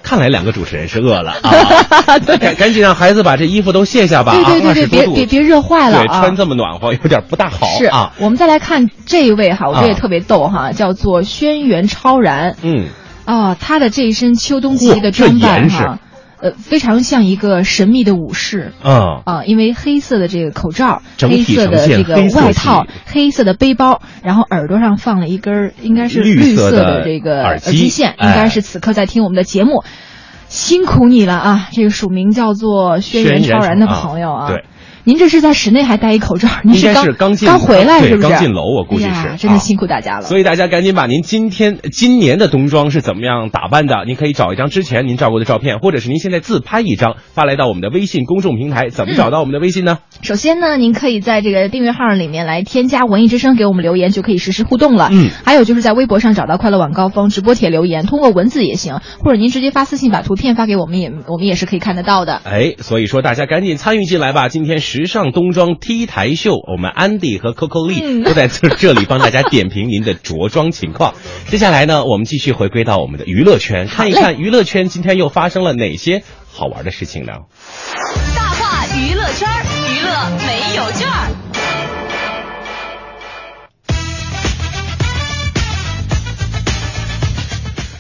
Speaker 1: 看来两个主持人是饿了 啊！赶赶紧让孩子把这衣服都卸下吧啊！
Speaker 2: 对对对对
Speaker 1: 20多
Speaker 2: 别
Speaker 1: 度
Speaker 2: 别别热坏了
Speaker 1: 对，
Speaker 2: 啊
Speaker 1: 穿这么暖和有点不大好
Speaker 2: 是
Speaker 1: 啊。
Speaker 2: 我们再来看这一位哈，我觉得也
Speaker 1: 啊
Speaker 2: 特别逗哈，叫做轩辕超然。
Speaker 1: 嗯，
Speaker 2: 哦，他的这一身秋冬季的装
Speaker 1: 嚯这
Speaker 2: 扮
Speaker 1: 严实
Speaker 2: 哈，呃，非常像一个神秘的武士。
Speaker 1: 嗯，
Speaker 2: 啊，因为黑色的这个口罩，
Speaker 1: 整
Speaker 2: 黑
Speaker 1: 体
Speaker 2: 色的
Speaker 1: 呈现
Speaker 2: 这个
Speaker 1: 黑色
Speaker 2: 外
Speaker 1: 系
Speaker 2: 套，黑色的背包，然后耳朵上放了一根儿应该是
Speaker 1: 绿
Speaker 2: 绿
Speaker 1: 色
Speaker 2: 色
Speaker 1: 的
Speaker 2: 的这个
Speaker 1: 耳
Speaker 2: 耳
Speaker 1: 机
Speaker 2: 机线，应
Speaker 1: 哎
Speaker 2: 该是此刻在听我们的节目，辛苦你了啊！这个署名叫做轩
Speaker 1: 轩
Speaker 2: 辕
Speaker 1: 辕
Speaker 2: 超然的
Speaker 1: 啊
Speaker 2: 朋友啊，
Speaker 1: 对。
Speaker 2: 您这是在室内还戴一口罩？您
Speaker 1: 应该
Speaker 2: 刚
Speaker 1: 是刚进
Speaker 2: 刚回来
Speaker 1: 对
Speaker 2: 是不是？
Speaker 1: 刚进楼我估计
Speaker 2: 哎呀
Speaker 1: 是
Speaker 2: 真
Speaker 1: 啊
Speaker 2: 的辛苦大家了。
Speaker 1: 所以大家赶紧把您今天今年的冬装是怎么样打扮的，您可以找一张之前您照过的照片，或者是您现在自拍一张发来到我们的微信公众平台。怎么找到我们的微信呢？
Speaker 2: 首先呢，您可以在这个订阅号里面来添加“文艺之声”，给我们留言，就可以实时互动了。
Speaker 1: 嗯，
Speaker 2: 还有就是在微博上找到“快乐晚高峰”直播帖留言，通过文字也行，或者您直接发私信把图片发给我们也，我们也是可以看得到的。
Speaker 1: 哎，所以说大家赶紧参与进来吧！今天时尚冬装 T 台秀，我们安迪和 Coco Lee
Speaker 2: 嗯
Speaker 1: 都在这这里帮大家点评您的着装情况。接下来呢，我们继续回归到我们的娱乐圈，看一看娱乐圈今天又发生了哪些好玩的事情呢？
Speaker 5: 大话娱乐圈儿，娱乐没有券儿。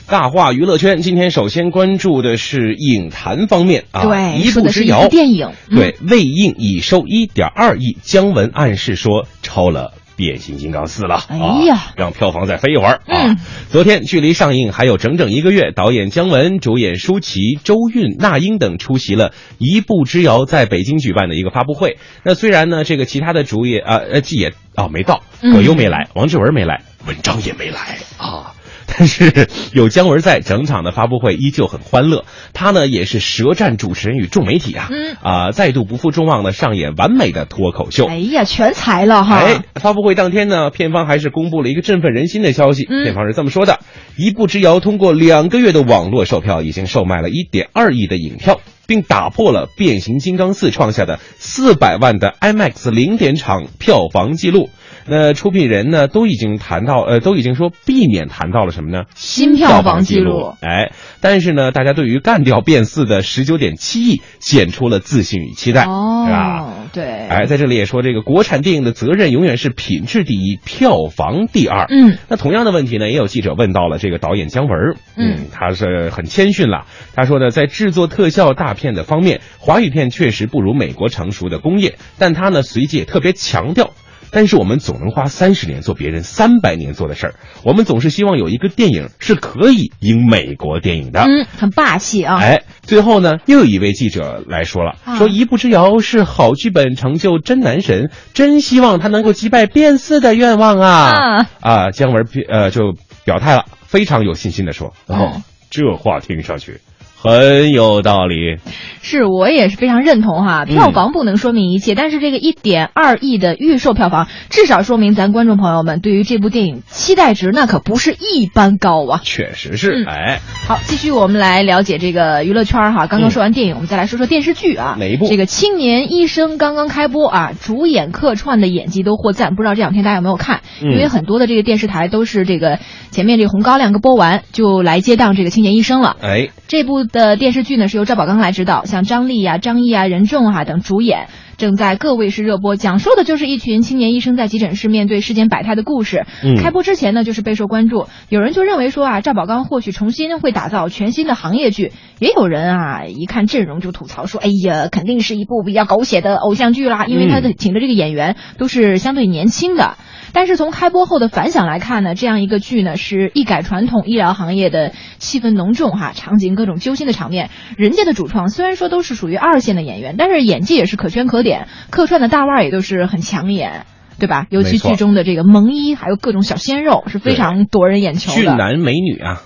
Speaker 1: 大话娱乐圈今天首先关注的是影坛方面啊，
Speaker 2: 对
Speaker 1: 一
Speaker 2: 说
Speaker 1: 步
Speaker 2: 的是
Speaker 1: 之
Speaker 2: 一
Speaker 1: 遥
Speaker 2: 部电影嗯
Speaker 1: 对，魏映已收一点二亿，姜文暗示说超了。变形金刚四了，啊
Speaker 2: 哎呀
Speaker 1: 让票房再飞一会儿啊！
Speaker 2: 嗯
Speaker 1: 昨天距离上映还有整整一个月，导演姜文、主演舒淇、周韵、那英等出席了《一步之遥》在北京举办的一个发布会。那虽然呢，这个其他的主演啊呃既也啊没到，
Speaker 2: 嗯
Speaker 1: 葛优没来，王志文没来，文章也没来啊。但是有姜文在，整场的发布会依旧很欢乐。他呢也是舌战主持人与众媒体啊，
Speaker 2: 嗯
Speaker 1: 啊、再度不负众望的上演完美的脱口秀。
Speaker 2: 哎呀，全才了哈！
Speaker 1: 哦哎，发布会当天呢，片方还是公布了一个振奋人心的消息。
Speaker 2: 嗯
Speaker 1: 片方是这么说的：《一步之遥》通过两个月的网络售票，已经售卖了1.2亿的影票，并打破了《变形金刚四》创下的400万的 IMAX 零点场票房记录。那出品人呢，都已经谈到，呃，都已经说避免谈到了什么呢？
Speaker 2: 新票房记录。
Speaker 1: 哎，但是呢，大家对于干掉变四的19.7亿显出了自信与期待，是吧？
Speaker 2: 哦，对，
Speaker 1: 哎，在这里也说，这个国产电影的责任永远是品质第一，票房第二。
Speaker 2: 嗯，
Speaker 1: 那同样的问题呢，也有记者问到了这个导演姜文儿，
Speaker 2: 嗯，
Speaker 1: 他是很谦逊了。他说呢，在制作特效大片的方面，华语片确实不如美国成熟的工业，但他呢随即也特别强调。但是我们总能花三十年做别人三百年做的事儿，我们总是希望有一个电影是可以赢美国电影的。
Speaker 2: 嗯，很霸气啊！
Speaker 1: 哎，最后呢，又有一位记者来说了，
Speaker 2: 啊
Speaker 1: 说《一步之遥》是好剧本成就真男神，真希望他能够击败变四的愿望啊！啊，姜文呃就表态了，非常有信心的说，
Speaker 2: 嗯
Speaker 1: 哦，这话听上去很有道理。
Speaker 2: 是我也是非常认同哈，
Speaker 1: 嗯
Speaker 2: 票房不能说明一切，但是这个一点二亿的预售票房，至少说明咱观众朋友们对于这部电影期待值那可不是一般高啊。
Speaker 1: 确实是，
Speaker 2: 嗯
Speaker 1: 哎，
Speaker 2: 好，继续我们来了解这个娱乐圈儿哈。刚刚说完电影，我们再来说说电视剧啊。
Speaker 1: 嗯哪一部
Speaker 2: 这个《青年医生》刚刚开播啊，主演客串的演技都获赞。不知道这两天大家有没有看？
Speaker 1: 嗯
Speaker 2: 因为很多的这个电视台都是这个前面这个红高粱刚播完，就来接档这个《青年医生》了。
Speaker 1: 哎，
Speaker 2: 这部的电视剧呢是由赵宝刚来执导，像张丽呀、张译啊、任重啊等主演，正在各卫视热播。讲述的就是一群青年医生在急诊室面对世间百态的故事。
Speaker 1: 嗯
Speaker 2: 开播之前呢，就是备受关注。有人就认为说啊，赵宝刚或许重新会打造全新的行业剧，也有人啊一看阵容就吐槽说，哎呀，肯
Speaker 1: 嗯
Speaker 2: 定是一部比较狗血的偶像剧啦，因为他的请的这个演员都是相对年轻的。但是从开播后的反响来看呢，这样一个剧呢是一改传统医疗行业的气氛浓重哈、场景各种揪心的场面。人家的主创虽然说都是属于二线的演员，但是演技也是可圈可点，客串的大腕儿也都是很抢眼。对吧？尤其
Speaker 1: 没错
Speaker 2: 剧中的这个蒙医，还有各种小鲜肉，是非常夺人眼球的。
Speaker 1: 俊男美女啊，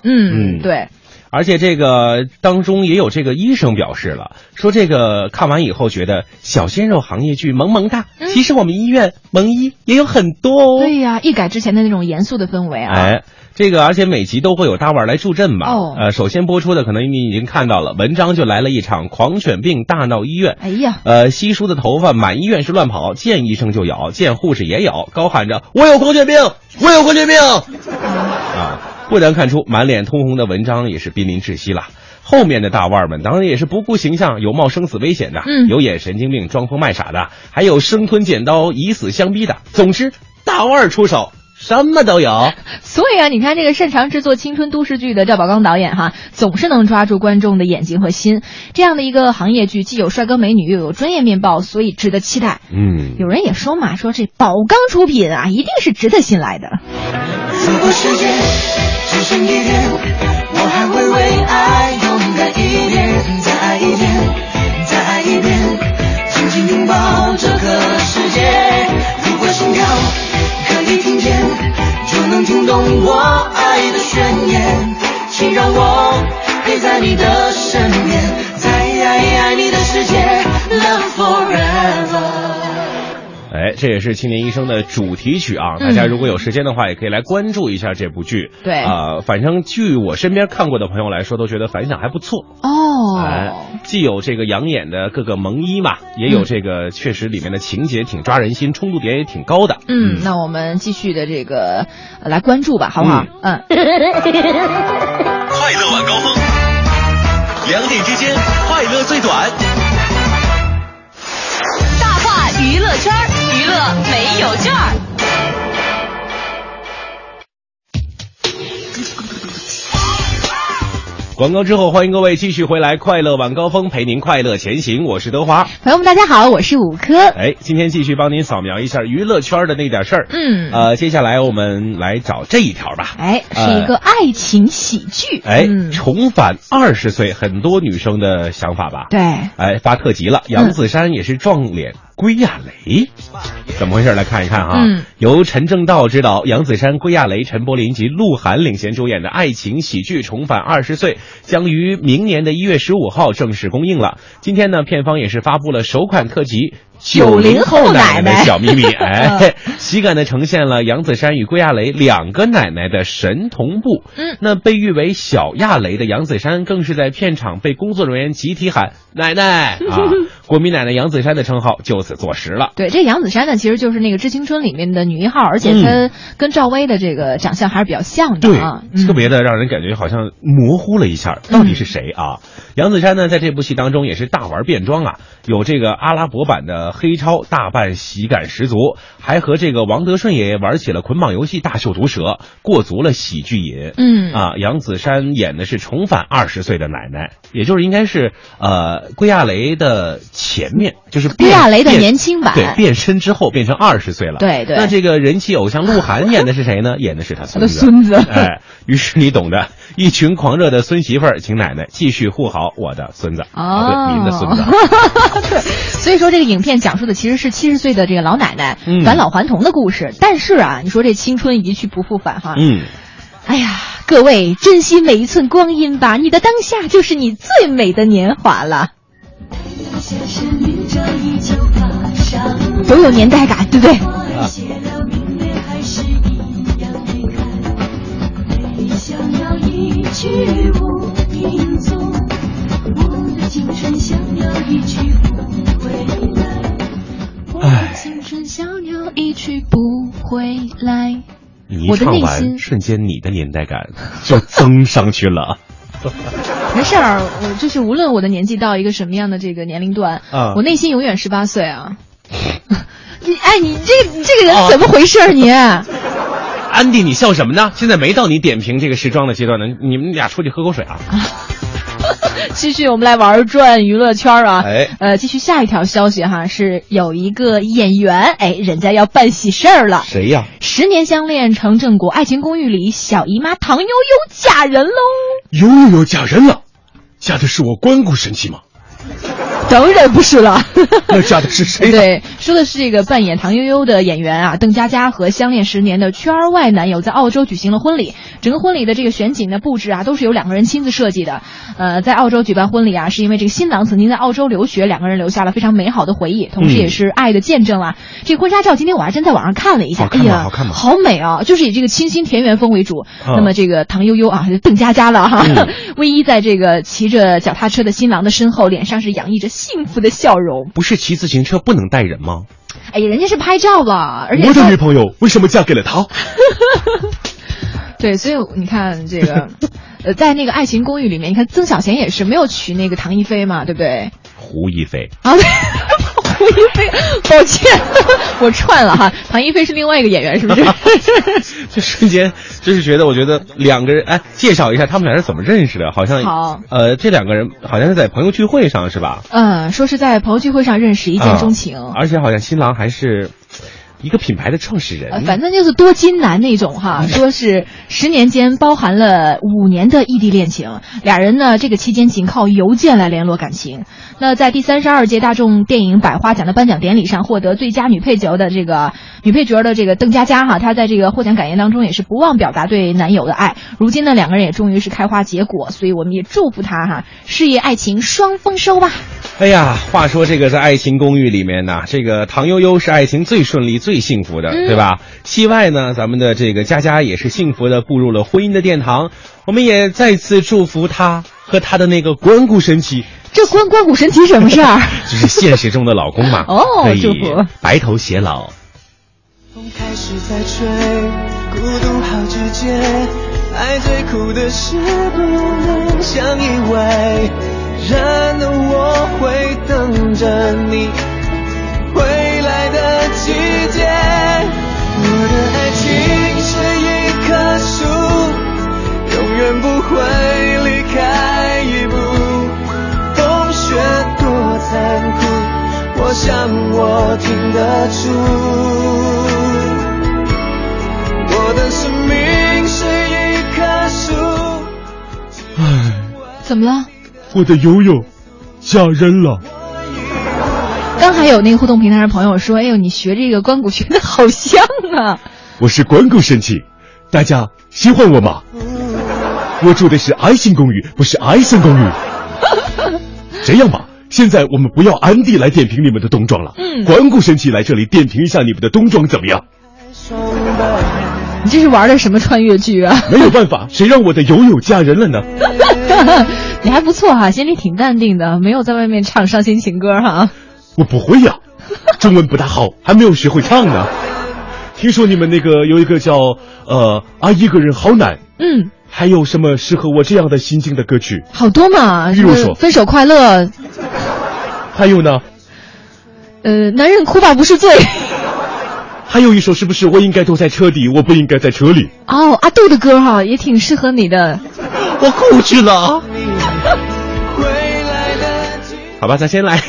Speaker 1: 嗯
Speaker 2: 嗯，对，
Speaker 1: 而且这个当中也有这个医生表示了，说这个看完以后觉得小鲜肉行业剧萌萌哒。
Speaker 2: 嗯
Speaker 1: 其实我们医院萌医也有很多哦。
Speaker 2: 对呀、一改之前的那种严肃的氛围啊。
Speaker 1: 哎，这个而且每集都会有大腕儿来助阵吧？
Speaker 2: 哦
Speaker 1: 呃，首先播出的可能你已经看到了，文章就来了一场狂犬病大闹医院。
Speaker 2: 哎呀，
Speaker 1: 呃，稀疏的头发满医院是乱跑，见医生就咬，见护士也咬，高喊着“我有狂犬病，我有狂犬 病”，啊，不难看出满脸通红的文章也是濒临窒息了。后面的大腕儿们当然也是不顾形象，有冒生死危险的，
Speaker 2: 嗯
Speaker 1: 有演神经病装疯卖傻的，还有生吞剪刀以死相逼的。总之，大腕儿出手，什么都有。
Speaker 2: 所以啊，你看这个擅长制作青春都市剧的赵宝刚导演哈，总是能抓住观众的眼睛和心。这样的一个行业剧，既有帅哥美女，又有专业面貌，所以值得期待。
Speaker 1: 嗯，
Speaker 2: 有人也说嘛，说这宝刚出品啊，一定是值得信赖的。
Speaker 4: 如果世界只剩一天，我还会为爱勇敢一点，再爱一天，再爱一遍，紧紧拥抱这个世界。如果心跳可以听见，就能听懂我爱的宣言。请让我陪在你的身边，在爱爱你的世界，Love forever。
Speaker 1: 哎，这也是《青年医生》的主题曲啊！大家如果有时间的话，也可以来关注一下这部剧。
Speaker 2: 嗯对
Speaker 1: 啊、反正据我身边看过的朋友来说，都觉得反响还不错。
Speaker 2: 哦，
Speaker 1: 哎，既有这个养眼的各个萌医嘛，也
Speaker 2: 嗯
Speaker 1: 有这个确实里面的情节挺抓人心，冲突点也挺高的。
Speaker 2: 嗯，那我们继续的这个呃来关注吧，好不好？嗯
Speaker 3: 快乐晚高峰，两点之间快乐最短。
Speaker 5: 大话娱乐圈，娱乐没有券儿。
Speaker 1: 广告之后，欢迎各位继续回来，快乐晚高峰陪您快乐前行，我是德华。
Speaker 2: 朋友们，大家好，我是五科。
Speaker 1: 哎，今天继续帮您扫描一下娱乐圈的那点事儿。
Speaker 2: 嗯
Speaker 1: 呃，接下来我们来找这一条吧。
Speaker 2: 哎，是一个爱情喜剧。
Speaker 1: 哎，
Speaker 2: 嗯，
Speaker 1: 重返二十岁，很多女生的想法吧？，
Speaker 2: 对，
Speaker 1: 哎，发特辑了，杨子姗也是撞脸归亚蕾，怎么回事？来看一看啊。
Speaker 2: 嗯
Speaker 1: 由陈正道执导，杨子姗、归亚蕾、陈柏霖及鹿晗领衔主演的爱情喜剧《重返二十岁》将于明年的一月十五号正式公映了。今天呢，片方也是发布了首款特辑。
Speaker 2: 90后
Speaker 1: 奶
Speaker 2: 奶奶
Speaker 1: 的小秘密，哎，喜感的呈现了杨子姗与归亚蕾两个奶奶的神同步。
Speaker 2: 嗯
Speaker 1: 那被誉为小亚雷的杨子姗更是在片场被工作人员集体喊“奶奶”啊！国民奶奶杨子姗的称号就此坐实了。
Speaker 2: 对，这杨子姗呢，其实就是那个《致青春》里面的女一号，
Speaker 1: 嗯
Speaker 2: 而且她跟赵薇的这个长相还是比较像的啊，嗯
Speaker 1: 特别的让人感觉好像模糊了一下，到底是谁啊？杨子姗呢，在这部戏当中也是大玩变装啊，有这个阿拉伯版的黑超，大扮喜感十足，还和这个王德顺也玩起了捆绑游戏，大秀毒舌，过足了喜剧瘾。
Speaker 2: 嗯
Speaker 1: 啊，杨子姗演的是重返二十岁的奶奶，也就是应该是呃归亚蕾的前面，就是
Speaker 2: 归亚蕾的
Speaker 1: 变
Speaker 2: 年轻版
Speaker 1: 对，变身之后变成二十岁了。
Speaker 2: 对对
Speaker 1: 那这个人气偶像鹿晗演的是谁呢？演的是他
Speaker 2: 她
Speaker 1: 孙
Speaker 2: 的
Speaker 1: 子。
Speaker 2: 孙子。
Speaker 1: 哎，于是你懂的，一群狂热的孙媳妇儿，请奶奶继续护好我的孙子啊，
Speaker 2: 哦，
Speaker 1: 对，您的孙 子啊。
Speaker 2: 对，所以说这个影片讲述的其实是七十岁的这个老奶奶
Speaker 1: 嗯
Speaker 2: 返老还童的故事。但是啊，你说这青春一去不复返哈，
Speaker 1: 嗯，
Speaker 2: 哎呀，各位珍惜每一寸光阴吧，你的当下就是你最美的年华了。
Speaker 5: 像是明朝依旧发上
Speaker 2: 多有年代感，对不对？
Speaker 5: 花，写到明月还是一样美看。没想到一去无影踪，我的青春想要一去不回来。我的
Speaker 1: 哎
Speaker 5: 青春想要一去不回来。
Speaker 1: 你
Speaker 2: 我
Speaker 1: 一
Speaker 2: 的
Speaker 1: 唱
Speaker 2: 内心
Speaker 1: 完，瞬间你的年代感就增上去 了。
Speaker 2: 没事儿，我就是无论我的年纪到一个什么样的这个年龄段，
Speaker 1: 啊
Speaker 2: 我内心永远十八岁啊。 你哎，你这你这个人怎么回事儿？你、
Speaker 1: 安迪，你笑什么呢？现在没到你点评这个时装的阶段呢，你们俩出去喝口水啊。
Speaker 2: 继续，我们来玩转娱乐圈啊。
Speaker 1: 哎
Speaker 2: 呃，继续下一条消息哈，是有一个演员，哎，人家要办喜事儿了。
Speaker 1: 谁呀？
Speaker 2: 十年相恋成正果，《爱情公寓》里小姨妈唐悠悠嫁人喽？
Speaker 6: 呦呦呦，嫁人了，嫁的是我关谷神 器吗？
Speaker 2: 当然不是了。
Speaker 6: 那嫁的是谁、啊？
Speaker 2: 对，说的是这个扮演唐悠悠的演员啊，邓家佳和相恋十年的圈外男友在澳洲举行了婚礼。整个婚礼的这个选景的布置啊，都是由两个人亲自设计的。呃，在澳洲举办婚礼啊，是因为这个新郎曾经在澳洲留学，两个人留下了非常美好的回忆，同时
Speaker 1: 嗯
Speaker 2: 也是爱的见证啊。这个婚纱照今天我还真在网上看了一下，
Speaker 1: 好看
Speaker 2: 哎
Speaker 1: 吗
Speaker 2: 呀，
Speaker 1: 好看吗
Speaker 2: 好美啊！就是以这个清新田园风为主。
Speaker 1: 嗯
Speaker 2: 那么这个唐悠悠啊，还是邓家佳了哈、 偎依在这个骑着脚踏车的新郎的身后，脸上是洋溢着幸福的笑容。
Speaker 1: 不是骑自行车不能带人吗？
Speaker 2: 哎呀，人家是拍照了，而且
Speaker 6: 我的
Speaker 2: 说
Speaker 6: 女朋友为什么嫁给了 他？
Speaker 2: 对，所以你看这个，呃，在那个《爱情公寓》里面，你看曾小贤也是没有娶那个唐一菲嘛，对不对？
Speaker 1: 胡一菲，
Speaker 2: 啊，对， 唐一菲，抱歉， 我串了哈，唐一菲是另外一个演员，是不是？
Speaker 1: 这瞬间就是觉得，我觉得两个人，哎，介绍一下他们俩是怎么认识的？好像
Speaker 2: 好
Speaker 1: 呃，这两个人好像是在朋友聚会上是吧？
Speaker 2: 嗯，说是在朋友聚会上认识，一见钟情。
Speaker 1: 啊而且好像新郎还是一个品牌的创始人。
Speaker 2: 呃，反正就是多金男那种哈， 说是十年间包含了五年的异地恋情，俩人呢这个期间仅靠邮件来联络感情。那在第三十二届大众电影百花奖的颁奖典礼上获得最佳女配角的这个女配角的这个邓家佳哈，她在这个获奖感言当中也是不忘表达对男友的爱。如今呢，两个人也终于是开花结果，所以我们也祝福她哈，事业爱情双丰收吧。
Speaker 1: 哎呀，话说这个在《爱情公寓》里面呢，这个唐悠悠是爱情最顺利、最幸福的，
Speaker 2: 嗯
Speaker 1: 对吧？戏外呢，咱们的这个佳佳也是幸福的步入了婚姻的殿堂。我们也再次祝福她和她的那个关谷神奇，
Speaker 2: 这关关谷神奇什么事儿？，
Speaker 1: 就是现实中的老公嘛
Speaker 2: 哦
Speaker 1: 可以
Speaker 2: 祝福
Speaker 1: 白头偕老。
Speaker 4: 风开始在吹，孤独好直接。爱最苦的是不能相依偎，然而我会等着你回来的季节。我的爱情是一棵树，永远不会离开一步。冬雪多残酷，我想我听得出。我的生命是一棵树。
Speaker 2: 怎么了？
Speaker 6: 我的悠悠嫁人了。
Speaker 2: 刚还有那个互动平台上朋友说：“哎呦，你学这个关谷学的好像啊
Speaker 6: 我是关谷神器，大家喜欢我吗？我住的是爱情公寓，不是爱森 公寓。这样吧，现在我们不要安迪来点评你们的冬装了，
Speaker 2: 嗯
Speaker 6: 关谷神器来这里点评一下你们的冬装怎么样？
Speaker 4: 双臂！”
Speaker 2: 你这是玩的什么穿越剧啊？
Speaker 6: 没有办法，谁让我的友友嫁人了呢？
Speaker 2: 你还不错哈、心里挺淡定的，没有在外面唱伤心情歌哈、
Speaker 6: 我不会呀、中文不大好，还没有学会唱呢。听说你们那个有一个叫呃啊一个人好难，
Speaker 2: 嗯，
Speaker 6: 还有什么适合我这样的心境的歌曲？
Speaker 2: 好多嘛，
Speaker 6: 比如
Speaker 2: 什么
Speaker 6: 说
Speaker 2: 分手快乐，
Speaker 6: 还有呢？
Speaker 2: 呃，男人哭吧不是罪。
Speaker 6: 还有一首是不是我应该都在车底，我不应该在车里？
Speaker 2: 哦，阿杜的歌哈、也挺适合你的。
Speaker 6: 我过去了。
Speaker 4: 回来的季节。
Speaker 1: 好吧，咱先 来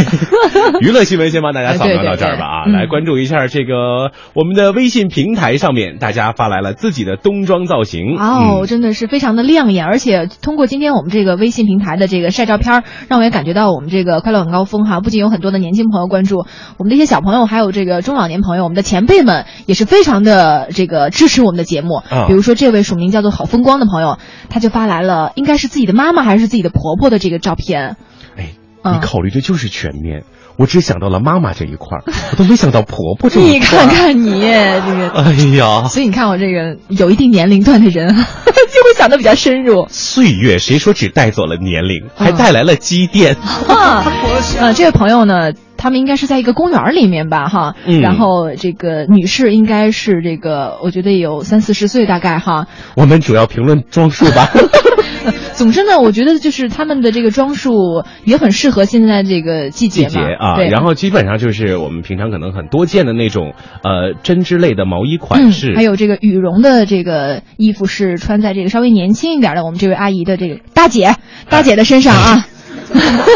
Speaker 1: 娱乐新闻，先帮大家扫描
Speaker 2: 哎对对
Speaker 1: 到这儿吧啊，
Speaker 2: 对嗯
Speaker 1: 来关注一下这个我们的微信平台上面，大家发来了自己的冬装造型
Speaker 2: 哦，
Speaker 1: 嗯
Speaker 2: 真的是非常的亮眼，而且通过今天我们这个微信平台的这个晒照片儿，让我也感觉到我们这个快乐晚高峰哈，不仅有很多的年轻朋友关注，我们的一些小朋友，还有这个中老年朋友，我们的前辈们也是非常的这个支持我们的节目。
Speaker 1: 啊
Speaker 2: 比如说这位署名叫做好风光的朋友，他就发来了应该是自己的妈妈还是自己的婆婆的这个照片。
Speaker 1: 哎，你
Speaker 2: 嗯
Speaker 1: 考虑的就是全面，我只想到了妈妈这一 块儿，我都没想到婆婆这
Speaker 2: 你
Speaker 1: 一块儿。
Speaker 2: 看看你这个，
Speaker 1: 哎呀，
Speaker 2: 所以你看我这个有一定年龄段的人，就 会想的比较深 入。
Speaker 1: 岁月谁说只带走了年龄，
Speaker 2: 嗯
Speaker 1: 还带来了积淀？
Speaker 2: 啊，呃，这位朋友呢，他们应该是在一个公园里面吧，哈，
Speaker 1: 嗯
Speaker 2: 然后这个女士应该是这个，我觉得有三四十岁大概哈，
Speaker 1: 我们主要评论装束吧。
Speaker 2: 总之呢，我觉得就是他们的这个装束也很适合现在这个季节
Speaker 1: 季
Speaker 2: 嘛。
Speaker 1: 节啊，
Speaker 2: 对，嗯
Speaker 1: 然后基本上就是我们平常可能很多见的那种呃针织类的毛衣款
Speaker 2: 嗯
Speaker 1: 式，，
Speaker 2: 还有这个羽绒的这个衣服是穿在这个稍微年轻一点的我们这位阿姨的这个大姐大姐的身上啊。
Speaker 1: 哎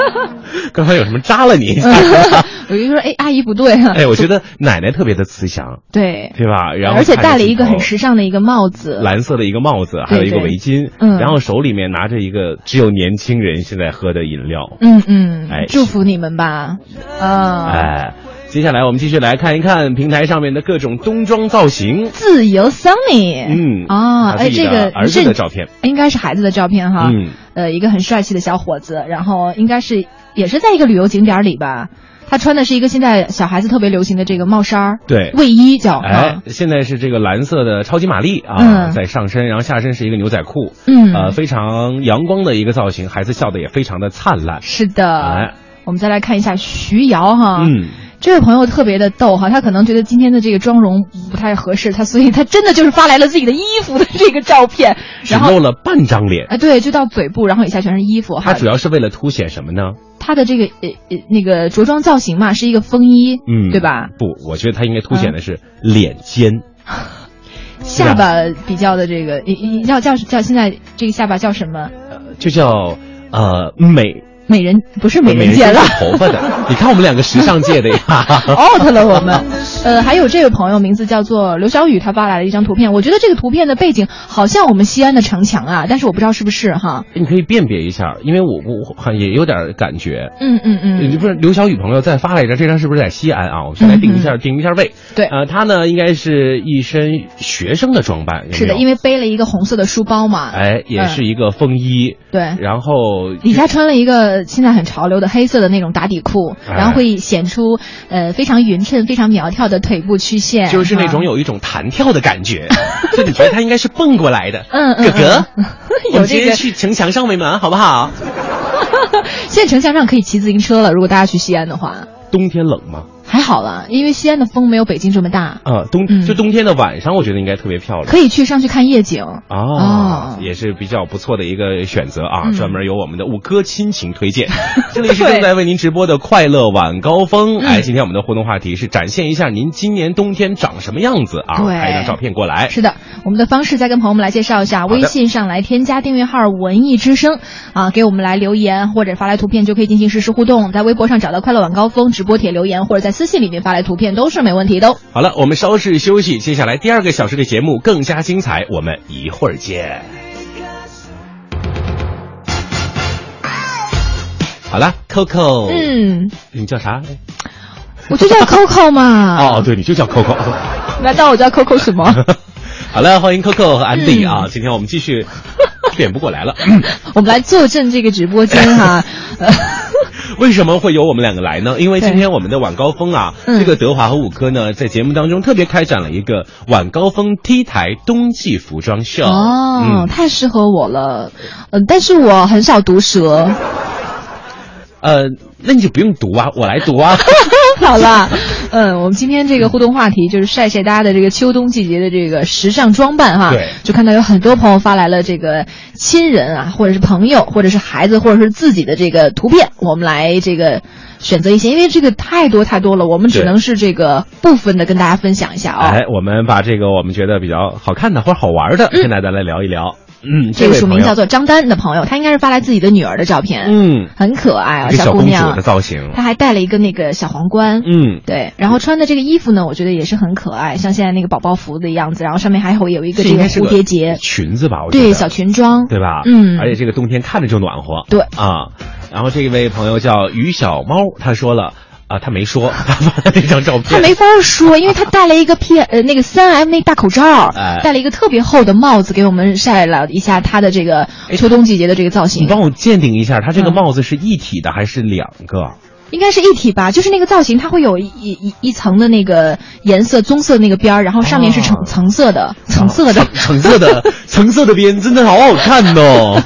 Speaker 1: 刚才有什么扎了你 一下？
Speaker 2: 我就说，哎，阿姨不对啊，
Speaker 1: 哎，我觉得奶奶特别的慈祥，
Speaker 2: 对，
Speaker 1: 对吧？然后
Speaker 2: 而且戴
Speaker 1: 看
Speaker 2: 了
Speaker 1: 着
Speaker 2: 一
Speaker 1: 镜
Speaker 2: 个
Speaker 1: 头
Speaker 2: 很时尚的一个帽子，
Speaker 1: 蓝色的一个帽子，还有一个
Speaker 2: 对对
Speaker 1: 围巾，
Speaker 2: 嗯
Speaker 1: 然后手里面拿着一个只有年轻人现在喝的饮料，
Speaker 2: 嗯嗯
Speaker 1: 哎，
Speaker 2: 祝福你们吧，啊，
Speaker 1: 哎。接下来我们继续来看一看平台上面的各种冬装造型。
Speaker 2: 自由 Sunny，
Speaker 1: 嗯
Speaker 2: 啊，
Speaker 1: 他
Speaker 2: 哎，
Speaker 1: 自己
Speaker 2: 这
Speaker 1: 的
Speaker 2: 个哎
Speaker 1: 儿子的照片，
Speaker 2: 应该是孩子的照片哈，
Speaker 1: 嗯，
Speaker 2: 呃，一个很帅气的小伙子，然后应该是也是在一个旅游景点里吧，他穿的是一个现在小孩子特别流行的这个帽衫儿，
Speaker 1: 对
Speaker 2: 卫衣叫，
Speaker 1: 哎
Speaker 2: 啊，
Speaker 1: 现在是这个蓝色的超级玛丽啊，
Speaker 2: 嗯
Speaker 1: 在上身，然后下身是一个牛仔裤，
Speaker 2: 嗯
Speaker 1: 呃，非常阳光的一个造型，孩子笑的也非常的灿烂。
Speaker 2: 是的，
Speaker 1: 哎
Speaker 2: 我们再来看一下徐瑶哈，
Speaker 1: 嗯，
Speaker 2: 这位朋友特别的逗哈，他可能觉得今天的这个妆容不太合适，他所以他真的就是发来了自己的衣服的这个照片，
Speaker 1: 只
Speaker 2: 然后
Speaker 1: 露了半张脸，
Speaker 2: 啊对，就到嘴部，然后以下全是衣服
Speaker 1: 它
Speaker 2: 哈。
Speaker 1: 主要是为了凸显什么呢？
Speaker 2: 他的这个呃呃那个着装造型嘛，是一个风衣，
Speaker 1: 嗯，
Speaker 2: 对吧？？
Speaker 1: 不，我觉得它应该凸显的是脸尖，啊
Speaker 2: 下巴比较的这个，呃叫叫叫现在这个下巴叫什么？
Speaker 1: 呃就叫呃美
Speaker 2: 美人不是美
Speaker 1: 美
Speaker 2: 人
Speaker 1: 人
Speaker 2: 尖
Speaker 1: 尖
Speaker 2: 了
Speaker 1: 是头发的。你看我们两个时尚界的呀。
Speaker 2: ，out 了我们。呃，还有这位朋友名字叫做刘小雨，他发来了一张图片，我觉得这个图片的背景好像我们西安的城墙啊，但是我不知道是不是哈。
Speaker 1: 你可以辨别一下，因为我我我也有点感觉。
Speaker 2: 嗯嗯嗯，
Speaker 1: 不是刘小雨朋友再发来一张，这张是不是在西安啊？我们先来定一下，定一下位。
Speaker 2: 嗯对
Speaker 1: 呃，他呢应该是一身学生的装扮，有没有
Speaker 2: 是的，因为嗯背了一个红色的书包嘛。
Speaker 1: 哎也是一个风衣，
Speaker 2: 对。
Speaker 1: 然后
Speaker 2: 底下穿了一个现在很潮流的黑色的那种打底裤，
Speaker 1: 哎
Speaker 2: 然后会显出呃非常匀称、非常苗条的腿部曲线，
Speaker 1: 就是那种
Speaker 2: 有
Speaker 1: 有一种弹跳的感 觉，就你觉得他应该是蹦过来的。
Speaker 2: 嗯嗯
Speaker 1: 哥哥
Speaker 2: 嗯，
Speaker 1: 我
Speaker 2: 有
Speaker 1: 们今
Speaker 2: 这
Speaker 1: 天
Speaker 2: 个。
Speaker 1: 去城墙上面玩好不好？
Speaker 2: 现在城墙上可以骑自行车了，如果大家去西安的话，
Speaker 1: 冬天冷吗？
Speaker 2: 还好啦，因为西安的风没有北京这么大，
Speaker 1: 啊，冬
Speaker 2: 嗯
Speaker 1: 就冬天的晚上，我觉得应该特别漂亮。
Speaker 2: 可以去上去看夜景。
Speaker 1: 啊
Speaker 2: 哦，
Speaker 1: 也是比较不错的一个选择啊，
Speaker 2: 嗯
Speaker 1: 专门由我们的五哥亲情推 荐。这里是正在为您直播的快乐晚高峰。哎，今天我们的互动话题是展现一下您今年冬天长什么样子啊？
Speaker 2: 对
Speaker 1: 拍一张照片过来。
Speaker 2: 是的，我们的方式再跟朋友们来介绍一
Speaker 1: 的
Speaker 2: 下，微信上来添加订阅号“文艺之声”，啊，给我们来留言或者发来图片，就可以进行实时互动。在微博上找到“快乐晚高峰”直播帖留言，或者在私信里面发来图片都是没问题的哦。
Speaker 1: 好了，我们稍事休息，接下来第二个小时的节目更加精彩，我们一会儿见。好了，Coco，，
Speaker 2: 嗯，
Speaker 1: 你叫啥？
Speaker 2: 我就叫 Coco 嘛。
Speaker 1: 哦，对，你就叫 Coco。
Speaker 2: 难道我叫 Coco 什么？
Speaker 1: 好了，欢迎 Coco 和安迪
Speaker 2: 嗯
Speaker 1: 啊！今天我们继续点不过来了，嗯
Speaker 2: 我们来坐镇这个直播间哈、呃
Speaker 1: 为什么会由我们两个来呢？因为今天我们的晚高峰啊，
Speaker 2: 嗯
Speaker 1: 这个德华和五科呢，在节目当中特别开展了一个晚高峰 T 台冬季服装秀。
Speaker 2: 哦，
Speaker 1: 嗯，
Speaker 2: 太适合我了，嗯、但是我很少毒舌。
Speaker 1: 呃，那你就不用读 啊，我来读啊。
Speaker 2: 好啦，嗯，我们今天这个互动话题就是晒晒大家的这个秋冬季节的这个时尚装扮哈。
Speaker 1: 对
Speaker 2: 就看到有很多朋友发来了这个亲人啊，或者是朋友，或者是孩子，或者是自己的这个图片，我们来这个选择一些，因为这个太多太多了，我们只
Speaker 1: 对
Speaker 2: 能是这个部分的跟大家分享一下啊、
Speaker 1: 哎，我们把这个我们觉得比较好看的或者好玩的，跟大家来聊一聊。嗯，
Speaker 2: 这
Speaker 1: 位朋
Speaker 2: 个署名
Speaker 1: 友
Speaker 2: 叫做张丹的朋友，他应该是发来自己的女儿的照片，
Speaker 1: 嗯，
Speaker 2: 很可爱啊，
Speaker 1: 一个小
Speaker 2: 姑
Speaker 1: 公主
Speaker 2: 娘
Speaker 1: 的，造型。
Speaker 2: 她还戴了一个那个小皇冠，
Speaker 1: 嗯，
Speaker 2: 对，然后穿的这个衣服呢，我觉得也是很可爱，像现在那个宝宝服的样子，然后上面还会有一个
Speaker 1: 这
Speaker 2: 这
Speaker 1: 应
Speaker 2: 个
Speaker 1: 该是
Speaker 2: 蝴
Speaker 1: 个
Speaker 2: 蝶结，
Speaker 1: 裙子吧？我觉得
Speaker 2: 对，小裙装，
Speaker 1: 对吧？
Speaker 2: 嗯
Speaker 1: 而且这个冬天看着就暖和。
Speaker 2: 对
Speaker 1: 啊，然后这位朋友叫于小猫，他说了啊，他没说， 他发了一张照片，
Speaker 2: 他没法说，因为他戴了一个 P 呃那个三 M 那大口罩
Speaker 1: 哎，
Speaker 2: 戴了一个特别厚的帽子，给我们晒了一下他的这个秋冬季节的这个造
Speaker 1: 哎你
Speaker 2: 型，
Speaker 1: 帮我鉴定一下，他这
Speaker 2: 嗯
Speaker 1: 个帽子是一体的还是两个？
Speaker 2: 应该是一体吧，就是那个造型，它会有一一一一层的那个颜色棕色那个边儿，然后上面是
Speaker 1: 哦
Speaker 2: 橙橙色的，橙色的，
Speaker 1: 橙色的，橙色的边真的好好看哦。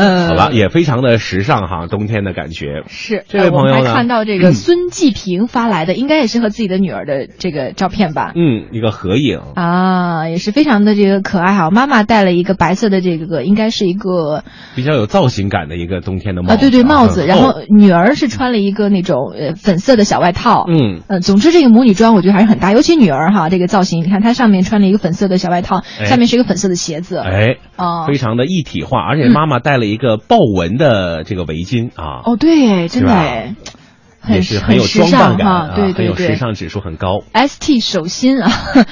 Speaker 2: 呃，
Speaker 1: 好了，也非常的时尚哈，冬天的感觉。
Speaker 2: 是
Speaker 1: 这位
Speaker 2: 呃我们
Speaker 1: 朋友
Speaker 2: 还
Speaker 1: 呢
Speaker 2: 看到这个孙继平发来的，应该也是和自己的女儿的这个照片吧？
Speaker 1: 嗯，一个合影。
Speaker 2: 啊，也是非常的这个可爱哈。妈妈戴了一个白色的这个，应该是一个
Speaker 1: 比较有造型感的一个冬天的帽子
Speaker 2: 啊，对对，帽子。
Speaker 1: 嗯
Speaker 2: 然
Speaker 1: 哦
Speaker 2: 后女儿是穿了一个那种呃粉色的小外套。
Speaker 1: 嗯，
Speaker 2: 呃，总之这个母女装我觉得还是很搭，尤其女儿哈，这个造型，你看她上面穿了一个粉色的小外套，
Speaker 1: 哎
Speaker 2: 下面是一个粉色的鞋子。
Speaker 1: 哎，
Speaker 2: 哦嗯
Speaker 1: 非常的一体化，而且妈妈戴了一个豹纹的这个围巾啊，
Speaker 2: 哦，对，真
Speaker 1: 是
Speaker 2: 的
Speaker 1: 吧
Speaker 2: 哎，很
Speaker 1: 也是很有
Speaker 2: 时
Speaker 1: 装
Speaker 2: 尚
Speaker 1: 扮感
Speaker 2: 哈
Speaker 1: 啊，
Speaker 2: 对
Speaker 1: 很
Speaker 2: 对
Speaker 1: 有时
Speaker 2: 对。
Speaker 1: 尚指数很高。
Speaker 2: ST 手心啊，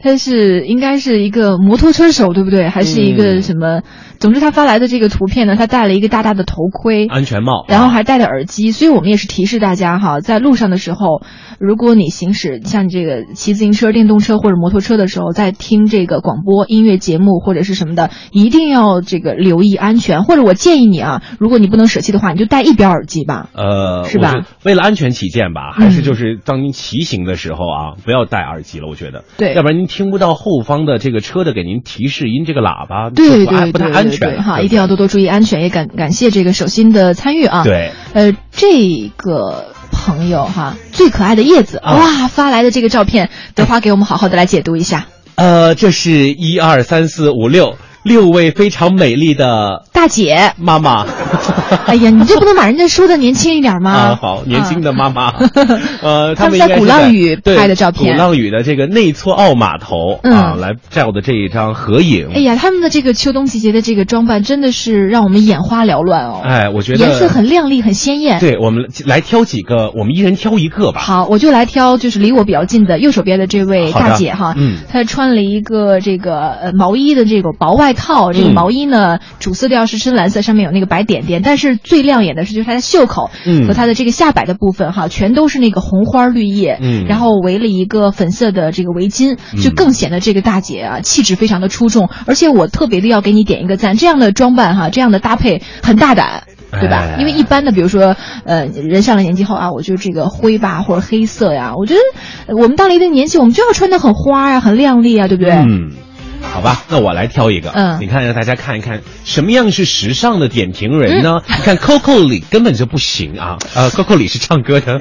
Speaker 2: 他是应该是一个摩托车手，对不对？还是一个
Speaker 1: 嗯
Speaker 2: 什么？总之，他发来的这个图片呢，他戴了一个大大的头盔，
Speaker 1: 安全帽啊
Speaker 2: 然后还戴着耳机，所以我们也是提示大家哈，在路上的时候，如果你行驶像你这个骑自行车、电动车或者摩托车的时候，在听这个广播音乐节目或者是什么的，一定要这个留意安全。或者我建议你啊，如果你不能舍弃的话，你就戴一边耳机吧。
Speaker 1: 呃，
Speaker 2: 是
Speaker 1: 我
Speaker 2: 吧
Speaker 1: 觉得为了安全起见吧，还是
Speaker 2: 嗯
Speaker 1: 就是当您骑行的时候啊，不要戴耳机了。我觉得，
Speaker 2: 对
Speaker 1: 要不然您听不到后方的这个车的给您提示音，这个喇叭
Speaker 2: 对对
Speaker 1: 就不安
Speaker 2: 对
Speaker 1: 不太
Speaker 2: 对
Speaker 1: 安
Speaker 2: 对
Speaker 1: 全了
Speaker 2: 哈，
Speaker 1: 对不
Speaker 2: 一定要多多注意安全，也感感谢这个手心的参与啊。。
Speaker 1: 对。
Speaker 2: 呃，这个朋友哈，最可爱的叶子、
Speaker 1: 啊
Speaker 2: 哇发来的这个照片，德华给我们好好的来解读一下。
Speaker 1: 呃，这是一二三四五六六位非常美丽的
Speaker 2: 大姐，
Speaker 1: 妈妈。
Speaker 2: 哎呀，你这不能把人家说的年轻一点吗？
Speaker 1: 啊，好，年轻的妈妈，呃，
Speaker 2: 他们
Speaker 1: 应该
Speaker 2: 在鼓
Speaker 1: 是
Speaker 2: 浪屿
Speaker 1: 对
Speaker 2: 拍的照片
Speaker 1: 鼓浪屿的这个内错澳码头、啊，
Speaker 2: 嗯
Speaker 1: 来照的这一张合影。
Speaker 2: 哎呀，他们的这个秋冬季节的这个装扮真的是让我们眼花缭乱哦。
Speaker 1: 哎我觉得
Speaker 2: 颜色很亮丽，很鲜艳。
Speaker 1: 对，我们来挑几个，我们一人挑一个吧。嗯
Speaker 2: 好，我就来挑，就是离我比较近的右手边的这位
Speaker 1: 好的
Speaker 2: 大姐哈，
Speaker 1: 嗯
Speaker 2: 她穿了一个这个呃毛衣的这个薄外套，这个
Speaker 1: 嗯
Speaker 2: 毛衣呢、主色调是深蓝色，上面有那个白点点，但是最亮眼的是就是她的袖口
Speaker 1: 嗯
Speaker 2: 和她的这个下摆的部分哈，全都是那个红花绿叶，
Speaker 1: 嗯
Speaker 2: 然后围了一个粉色的这个围巾，就
Speaker 1: 嗯
Speaker 2: 更显得这个大姐啊气质非常的出众，而且我特别的要给你点一个赞，这样的装扮哈，这样的搭配很大胆。对吧
Speaker 1: 哎？
Speaker 2: 因为一般的，比如说，呃，人上了年纪后啊，我就这个灰吧或者黑色呀，我觉得呃我们到了一定年纪，我们就要穿的很花呀、很靓丽啊，对不对？
Speaker 1: 嗯，好吧，那我来挑一个。
Speaker 2: 嗯
Speaker 1: 你看让大家看一看什么样是时尚的点评人呢？
Speaker 2: 嗯
Speaker 1: 你看 Coco 李根本就不行啊，呃，Coco 李是唱歌的。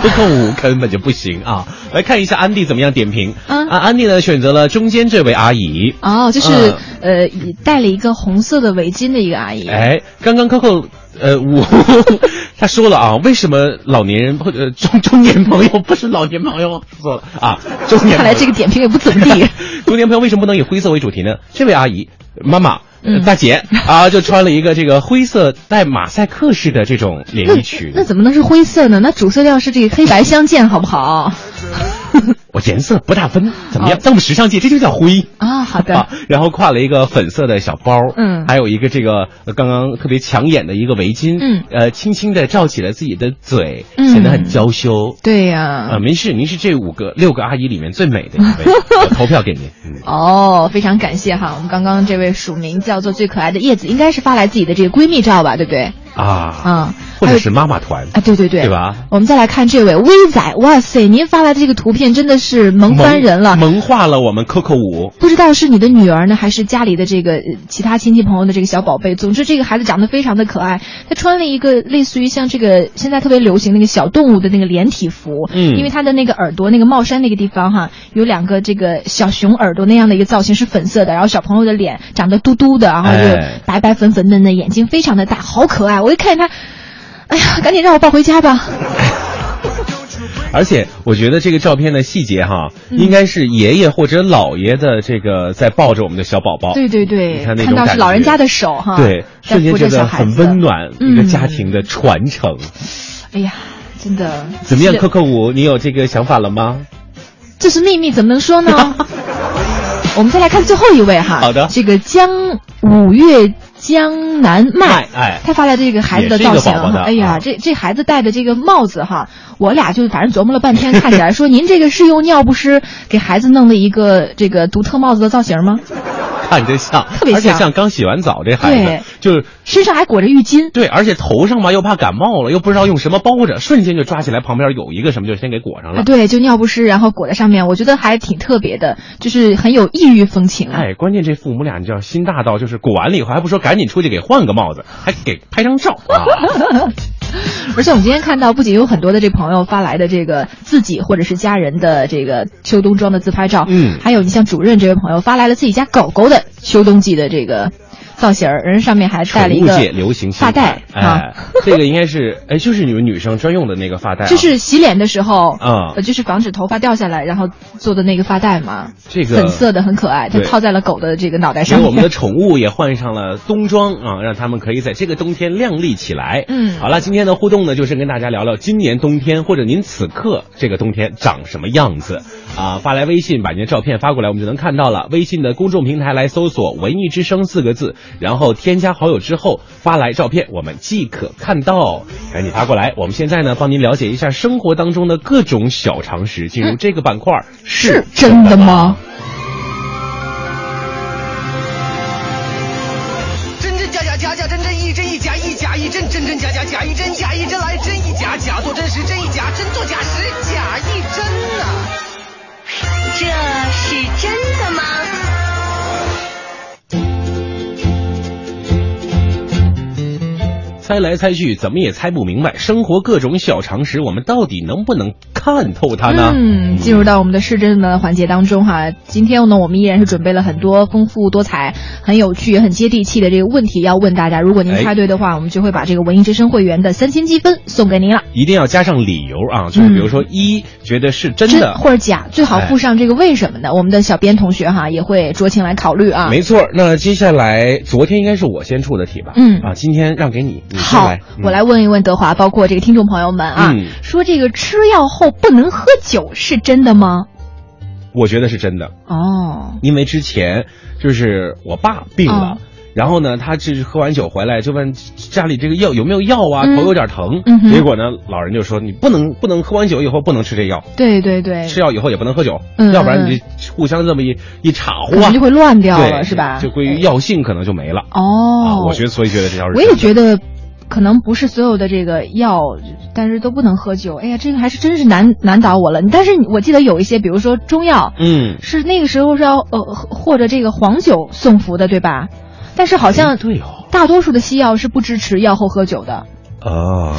Speaker 1: Coco 五根本就不行啊！来看一下安迪怎么样点评。
Speaker 2: 嗯
Speaker 1: 啊，安迪呢选择了中间这位阿姨。
Speaker 2: 哦，就是、呃，以戴了一个红色的围巾的一个阿姨，
Speaker 1: 嗯哎，刚刚 Coco 呃 五，他说了啊，为什么老年人或者中中年朋友不是老年朋友？错了啊，中年朋友。
Speaker 2: 看来这个点评也不怎么 地。
Speaker 1: 中年朋友为什么不能以灰色为主题呢？这位阿姨、妈妈、呃
Speaker 2: 嗯
Speaker 1: 大姐啊，就穿了一个这个灰色带马赛克式的这种连衣裙。
Speaker 2: 那怎么能是灰色呢？那主色调是这个黑白相间，好不好？
Speaker 1: 我颜色不大分，怎么样
Speaker 2: 哦？
Speaker 1: 在我们时尚界，这就叫灰。
Speaker 2: 啊，好的
Speaker 1: 啊，，然后挎了一个粉色的小包，
Speaker 2: 嗯
Speaker 1: 还有一个这个呃刚刚特别抢眼的一个围巾，
Speaker 2: 嗯
Speaker 1: 呃，轻轻的罩起了自己的嘴，
Speaker 2: 嗯
Speaker 1: 显得很娇羞。
Speaker 2: 对呀、
Speaker 1: 啊，没事，您是这五个六个阿姨里面最美的一 位，我投票给您。嗯
Speaker 2: 哦，非常感谢哈！我们刚刚这位署名叫做最可爱的叶子，应该是发来自己的这个闺蜜照吧，对不对？
Speaker 1: 啊，
Speaker 2: 啊、
Speaker 1: 或
Speaker 2: 还
Speaker 1: 者
Speaker 2: 有
Speaker 1: 是妈妈团
Speaker 2: 啊，对对对，
Speaker 1: 对吧？
Speaker 2: 我们再来看这位威仔，哇塞，您发来的这个图片真的是萌翻人了。
Speaker 1: 萌萌化了我们 Coco 五。
Speaker 2: 不知道是你的女儿呢，还是家里的这个呃其他亲戚朋友的这个小宝贝。总之，这个孩子长得非常的可爱。他穿了一个类似于像这个现在特别流行那个小动物的那个连体服，
Speaker 1: 嗯
Speaker 2: 因为他的那个耳朵那个帽衫那个地方哈，有两个这个小熊耳朵那样的一个造型是粉色的，然后小朋友的脸长得嘟嘟的，然后就
Speaker 1: 哎
Speaker 2: 白白粉粉嫩嫩，眼睛非常的大，好可爱。我一看见他，哎呀，赶紧让我抱回家吧。
Speaker 1: 而且我觉得这个照片的细节哈，
Speaker 2: 嗯
Speaker 1: 应该是爷爷或者姥爷的这个在抱着我们的小宝宝。
Speaker 2: 对对对，
Speaker 1: 你看那种
Speaker 2: 到
Speaker 1: 感觉
Speaker 2: 是老人家的手哈，
Speaker 1: 对，
Speaker 2: 在
Speaker 1: 瞬间
Speaker 2: 扶
Speaker 1: 觉
Speaker 2: 着小
Speaker 1: 得
Speaker 2: 孩
Speaker 1: 很
Speaker 2: 子，
Speaker 1: 温。暖，一个
Speaker 2: 嗯
Speaker 1: 家庭的传承。
Speaker 2: 哎呀，真的
Speaker 1: 怎么样
Speaker 2: 这是
Speaker 1: ，Coco 五，你有这个想法了吗？
Speaker 2: 这是秘密，怎么能说呢？我们再来看最后一位哈，
Speaker 1: 好的
Speaker 2: 这个江五月江南麦
Speaker 1: 麦，哎
Speaker 2: 他发来这个孩子的造
Speaker 1: 也是
Speaker 2: 型
Speaker 1: 一个宝宝的
Speaker 2: 哈，哎呀，
Speaker 1: 啊
Speaker 2: 这这孩子戴的这个帽子哈，我俩就反正琢磨了半 天，看起来说您这个是用尿不湿给孩子弄的一个这个独特帽子的造型吗？
Speaker 1: 看着像，
Speaker 2: 特别
Speaker 1: 而且
Speaker 2: 像
Speaker 1: 像刚洗完澡这孩
Speaker 2: 对
Speaker 1: 子，就是
Speaker 2: 身上还裹着浴巾，
Speaker 1: 对，而且头上嘛又怕感冒了，又不知道用什么包着，瞬间就抓起来旁边有一个什么就先给裹上
Speaker 2: 啊，
Speaker 1: 了。
Speaker 2: 对，就尿不湿，然后裹在上面，我觉得还挺特别的，就是很有异域风情。啊
Speaker 1: 哎，关键这父母俩你知道心大到就是裹完了以后还不说赶紧出去给换个帽子，还给拍张照 啊！
Speaker 2: 而且我们今天看到，不仅有很多的这朋友发来的这个自己或者是家人的这个秋冬装的自拍照，
Speaker 1: 嗯
Speaker 2: 还有你像主任这位朋友发来了自己家狗狗的秋冬季的这个造型儿，人上面还带了一
Speaker 1: 宠物
Speaker 2: 个
Speaker 1: 界流行新
Speaker 2: 发带
Speaker 1: 款
Speaker 2: 啊
Speaker 1: 哎，，这个应该是哎，就是你们女生专用的那个发带、啊，
Speaker 2: 就是洗脸的时候
Speaker 1: 啊
Speaker 2: 呃就是防止头发掉下来，然后做的那个发带嘛，
Speaker 1: 这个
Speaker 2: 粉色的很可爱，它
Speaker 1: 对
Speaker 2: 套在了狗的这个脑袋
Speaker 1: 给
Speaker 2: 上
Speaker 1: 我们的
Speaker 2: 面。
Speaker 1: 宠物也换上了冬装啊，让他们可以在这个冬天靓丽起来。
Speaker 2: 嗯
Speaker 1: 好了，今天的互动呢，就是跟大家聊聊今年冬天或者您此刻这个冬天长什么样子啊。发来微信把您的照片发过来，我们就能看到了。微信的公众平台来搜索“文艺之声”四个字，然后添加好友之后发来照片，我们即可看到。赶紧发过来，我们现在呢帮您了解一下生活当中的各种小常识，进
Speaker 2: 嗯
Speaker 1: 入这个板块儿
Speaker 2: 是真的吗？
Speaker 4: 真真假假假假真真一真一假一假一真真真假假假一真假一真来真一假假做真实真一假真做假实假一真呐、
Speaker 5: 这是真的吗？
Speaker 1: 猜来猜去，怎么也猜不明白，生活各种小常识，我们到底能不能看透它呢？
Speaker 2: 嗯，进入到我们的市政的环节当中哈。今天呢，我们依然是准备了很多丰富多彩、很有趣、也很接地气的这个问题要问大家。如果您
Speaker 1: 哎
Speaker 2: 猜对的话，我们就会把这个文艺之声会员的三千积分送给您了。
Speaker 1: 一定要加上理由啊，就是比如说一、觉得是真的。
Speaker 2: 嗯
Speaker 1: 哎
Speaker 2: 或者假，最好附上这个为什么呢？我们的小编同学哈也会酌情来考虑啊。
Speaker 1: 没错，那接下来昨天应该是我先出的题吧？
Speaker 2: 嗯
Speaker 1: 啊，今天让给你，你先
Speaker 2: 好
Speaker 1: 来。，
Speaker 2: 我来
Speaker 1: 嗯。
Speaker 2: 问一问德华，包括这个听众朋友们啊，
Speaker 1: 嗯
Speaker 2: 说这个吃药后不能喝酒是真的吗？
Speaker 1: 我觉得是真的，
Speaker 2: 哦，
Speaker 1: 因为之前就是我爸病了，
Speaker 2: 哦
Speaker 1: 然后呢，他就是喝完酒回来就问家里这个药有没有药啊，
Speaker 2: 嗯
Speaker 1: 头有点疼。
Speaker 2: 嗯哼
Speaker 1: 结果呢，老人就说你不能不能喝完酒以后不能吃这药。
Speaker 2: 对对对，
Speaker 1: 吃药以后也不能喝酒，
Speaker 2: 哎嗯
Speaker 1: 要不然你这互相这么一一岔呼
Speaker 2: 可
Speaker 1: 啊
Speaker 2: 能，就会乱掉了，
Speaker 1: 对
Speaker 2: 是吧？
Speaker 1: 就归于药性可能就没了。啊，
Speaker 2: 哦，
Speaker 1: 我觉得所以觉得这条是
Speaker 2: 我
Speaker 1: 真的
Speaker 2: 也觉得，可能不是所有的这个药，但是都不能喝酒。哎呀，这个还是真是难难倒我了。但是我记得有一些，比如说中药，
Speaker 1: 嗯，
Speaker 2: 是那个时候是要呃或者这个黄酒送服的，对吧？但是好像
Speaker 1: 哎对哦
Speaker 2: 大多数的西药是不支持药后喝酒的。
Speaker 1: 啊，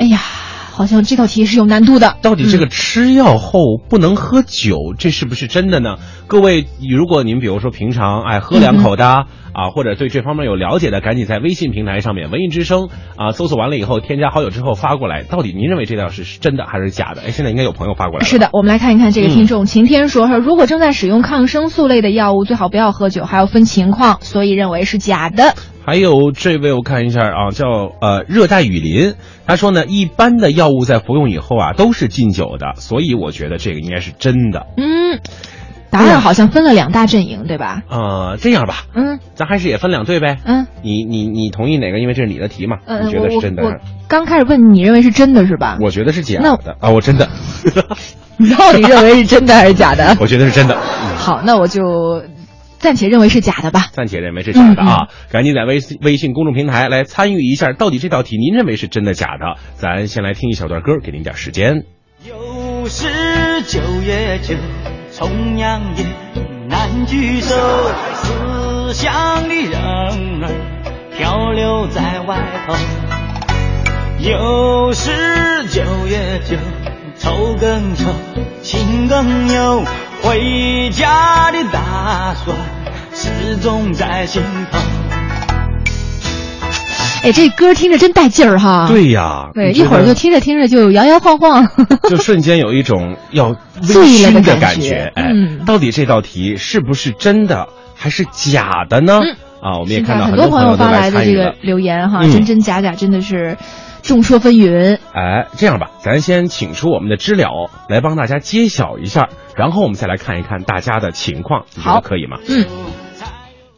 Speaker 2: 哎呀，好像这道题是有难度的。
Speaker 1: 到底这个吃药后不能喝酒，这是不是真的呢？各位，如果您比如说平常哎喝两口的
Speaker 2: 嗯
Speaker 1: 啊，或者对这方面有了解的，赶紧在微信平台上面“文艺之声”啊搜索完了以后，添加好友之后发过来，到底您认为这道是是真的还是假的？哎，现在应该有朋友发过来了。
Speaker 2: 是的，我们来看一看这个
Speaker 1: 嗯
Speaker 2: 听众晴天说说，如果正在使用抗生素类的药物，最好不要喝酒，还要分情况，所以认为是假的。
Speaker 1: 还有这位我看一下啊，叫呃热带雨林，他说呢，一般的药物在服用以后啊都是禁酒的，所以我觉得这个应该是真的。
Speaker 2: 嗯，答案好像分了两大阵营，对吧？
Speaker 1: 呃，这样吧，
Speaker 2: 嗯
Speaker 1: 咱还是也分两队呗。
Speaker 2: 嗯
Speaker 1: 你你你同意哪个？因为这是你的题嘛，
Speaker 2: 嗯，
Speaker 1: 你觉
Speaker 2: 我
Speaker 1: 得是
Speaker 2: 我
Speaker 1: 真的？
Speaker 2: 我刚开始问你，你认为是真的是吧？
Speaker 1: 我觉得是假
Speaker 2: 那
Speaker 1: 的啊，我真 的，
Speaker 2: 你到底认为是真的还是假 的？
Speaker 1: 我觉得是真的。嗯
Speaker 2: 好，那我就暂且认为是假的吧。
Speaker 1: 暂且认为是假的
Speaker 2: 嗯
Speaker 1: 啊，赶紧在微信微信公众平台来参与一下，到底这道题您认为是真的假的？咱先来听一小段歌，给您点时间。
Speaker 3: 又是九月九，重阳夜难聚首，思乡的人啊儿漂流在外头。又是九月九，愁更愁，情更忧，回家的打算始终在心头。
Speaker 2: 哎，这歌听着真带劲儿哈。
Speaker 1: 对呀，
Speaker 2: 啊对，
Speaker 1: 你觉
Speaker 2: 一会儿
Speaker 1: 得
Speaker 2: 就听着听着就摇摇 晃晃。
Speaker 1: 就瞬间有一种要
Speaker 2: 醉
Speaker 1: 微
Speaker 2: 了的
Speaker 1: 醺的
Speaker 2: 感
Speaker 1: 感
Speaker 2: 觉
Speaker 1: 觉。哎，
Speaker 2: 嗯
Speaker 1: 到底这道题是不是真的还是假的呢？
Speaker 2: 嗯
Speaker 1: 啊，我们也
Speaker 2: 现在
Speaker 1: 看 到
Speaker 2: 很
Speaker 1: 多
Speaker 2: 朋
Speaker 1: 友都
Speaker 2: 发来
Speaker 1: 来
Speaker 2: 的
Speaker 1: 参
Speaker 2: 这
Speaker 1: 与
Speaker 2: 个
Speaker 1: 了。
Speaker 2: 留言哈，
Speaker 1: 嗯
Speaker 2: 真真假假，真的是众说纷纭。
Speaker 1: 哎，这样吧，咱先请出我们的知了来帮大家揭晓一下，然后我们再来看一看大家的情况，你觉得
Speaker 2: 好
Speaker 1: 可以吗？
Speaker 2: 嗯，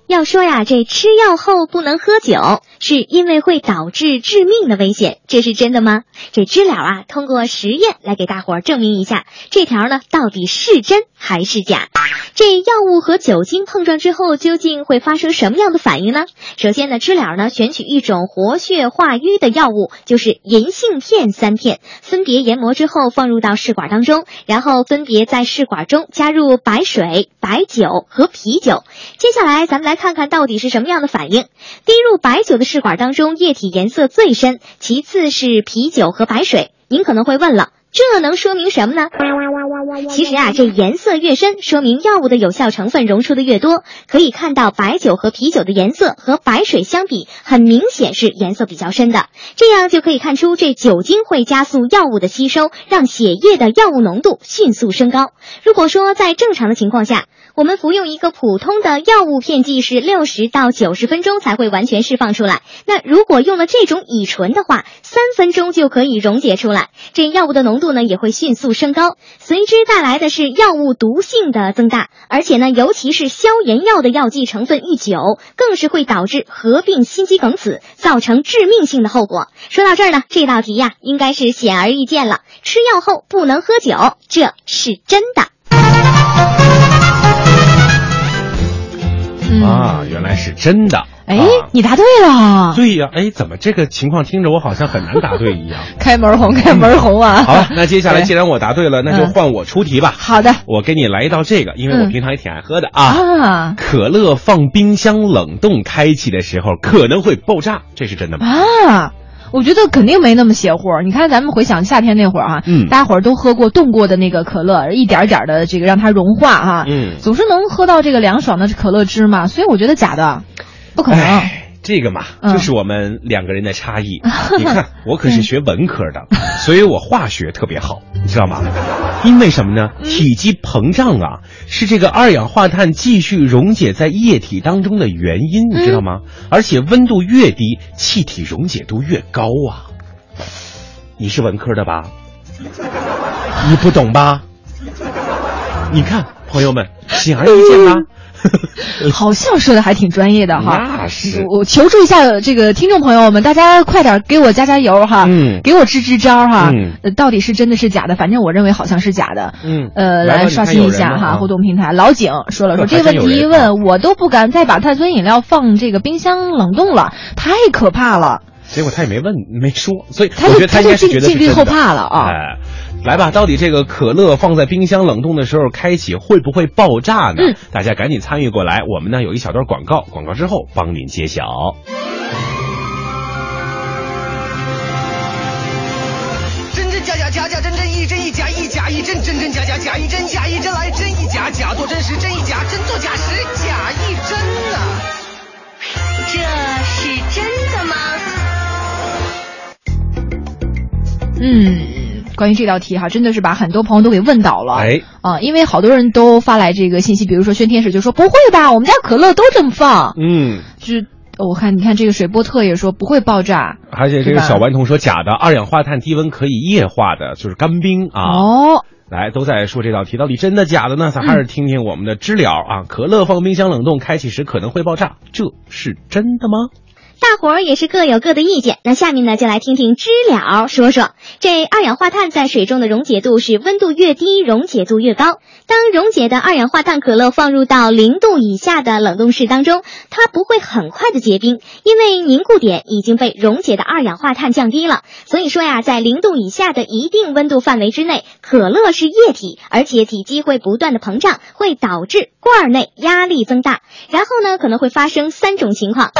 Speaker 7: 要说呀，这吃药后不能喝酒，是因为会导致致命的危险，这是真的吗？这知了啊，通过实验来给大伙儿证明一下，这条呢到底是真还是假。这药物和酒精碰撞之后，究竟会发生什么样的反应呢？首先呢，知了呢选取一种活血化瘀的药物，就是银杏片三片，分别研磨之后放入到试管当中，然后分别在试管中加入白水、白酒和啤酒。接下来咱们来看看到底是什么样的反应。滴入白酒的试管当中，液体颜色最深，其次是啤酒和白水。您可能会问了。这能说明什么呢？其实啊，这颜色越深，说明药物的有效成分溶出的越多。可以看到，白酒和啤酒的颜色和白水相比，很明显是颜色比较深的。这样就可以看出，这酒精会加速药物的吸收，让血液的药物浓度迅速升高。如果说在正常的情况下，我们服用一个普通的药物片剂是六十到九十分钟才会完全释放出来。那如果用了这种乙醇的话，三分钟就可以溶解出来，这药物的浓度呢也会迅速升高，随之带来的是药物毒性的增大，而且呢，尤其是消炎药的药剂成分一久，更是会导致合并心肌梗死，造成致命性的后果。说到这儿呢，这道题呀、应该是显而易见了，吃药后不能喝酒，这是真的。
Speaker 2: 嗯，
Speaker 1: 啊，原来是真的。
Speaker 2: 哎
Speaker 1: 啊，
Speaker 2: 你答对了，
Speaker 1: 对呀、哎，怎么这个情况听着我好像很难答对 一样？
Speaker 2: 开门红，开门红啊！
Speaker 1: 好了，那接 下来
Speaker 2: 对
Speaker 1: 既然我答对了，那就
Speaker 2: 嗯
Speaker 1: 换我出题吧。
Speaker 2: 好的
Speaker 1: 我给你来一道这个，因为我
Speaker 2: 嗯
Speaker 1: 平常也挺爱喝的啊。
Speaker 2: 啊
Speaker 1: 可乐放冰箱冷冻开启的时候可能会爆炸，这是真的吗？
Speaker 2: 啊！我觉得肯定没那么邪乎儿。你看，咱们回想夏天那会儿啊，
Speaker 1: 嗯
Speaker 2: 大伙儿都喝过冻过的那个可乐，一点儿点的这个让它融化啊，
Speaker 1: 嗯
Speaker 2: 总是能喝到这个凉爽的可乐汁嘛。所以我觉得假的，不可能。
Speaker 1: 哎，这个嘛，
Speaker 2: 嗯
Speaker 1: 就是我们两个人的差 异。你看，我可是学文科的，所以我化学特别好，你知道吗？因为什么呢？
Speaker 2: 嗯
Speaker 1: 体积膨胀啊，是这个二氧化碳继续溶解在液体当中的原因，
Speaker 2: 嗯
Speaker 1: 你知道吗？而且温度越低，气体溶解度越高啊。你是文科的 吧？你不懂吧？你看，朋友们，显而易 见吧？
Speaker 2: 好像说的还挺专业的哈。
Speaker 1: 呃那是。
Speaker 2: 我求助一下这个听众朋友们，大家快点给我加加油哈，
Speaker 1: 嗯
Speaker 2: 给我支支招哈、
Speaker 1: 嗯
Speaker 2: 呃到底是真的是假的？反正我认为好像是假的。
Speaker 1: 嗯
Speaker 2: 呃，
Speaker 1: 来吧
Speaker 2: 来
Speaker 1: 你
Speaker 2: 刷
Speaker 1: 看
Speaker 2: 新
Speaker 1: 有
Speaker 2: 一
Speaker 1: 人
Speaker 2: 下
Speaker 1: 吗
Speaker 2: 哈，
Speaker 1: 啊
Speaker 2: 互动平台老井说了说
Speaker 1: 还
Speaker 2: 这个问
Speaker 1: 真有
Speaker 2: 题一
Speaker 1: 人啊
Speaker 2: 问，我都不敢再把碳酸饮料放这个冰箱冷冻了，太可怕了。
Speaker 1: 结果他也没问，没说，所以
Speaker 2: 他
Speaker 1: 我
Speaker 2: 就
Speaker 1: 觉得
Speaker 2: 他
Speaker 1: 应
Speaker 2: 就
Speaker 1: 该是
Speaker 2: 进
Speaker 1: 觉得
Speaker 2: 进
Speaker 1: 是
Speaker 2: 去
Speaker 1: 真
Speaker 2: 后
Speaker 1: 的
Speaker 2: 怕了啊
Speaker 1: 哎，来吧，到底这个可乐放在冰箱冷冻的时候开启会不会爆炸呢？
Speaker 2: 嗯
Speaker 1: 大家赶紧参与过来，我们呢有一小段广告，广告之后帮您揭晓。
Speaker 4: 真真假假，假假真真，一真一假，一假一真，真真假假，假一真，假一真来，真一假，假做真实，真一假，真做假实，假一真呐、
Speaker 5: 这是真的吗？
Speaker 2: 嗯，关于这道题哈，真的是把很多朋友都给问倒了。
Speaker 1: 哎，
Speaker 2: 啊，因为好多人都发来这个信息，比如说轩天使就说不会吧，我们家可乐都这么放。
Speaker 1: 嗯，
Speaker 2: 就是我看你看这个水波特也说不会爆炸。
Speaker 1: 而且这
Speaker 2: 是
Speaker 1: 个
Speaker 2: 吧
Speaker 1: 小顽童说假的，二氧化碳低温可以液化的，就是干冰啊。
Speaker 2: 哦，
Speaker 1: 来，都在说这道题到底真的假的呢？咱还是听听我们的知了啊，可乐放冰箱冷冻开启时可能会爆炸，这是真的吗？
Speaker 7: 大伙儿也是各有各的意见。那下面呢，就来听听知了说说这二氧化碳在水中的溶解度是温度越低，溶解度越高。当溶解的二氧化碳可乐放入到零度以下的冷冻室当中，它不会很快的结冰，因为凝固点已经被溶解的二氧化碳降低了。所以说呀，在零度以下的一定温度范围之内，可乐是液体，而且体积会不断的膨胀，会导致罐儿内压力增大。然后呢，可能会发生三种情况。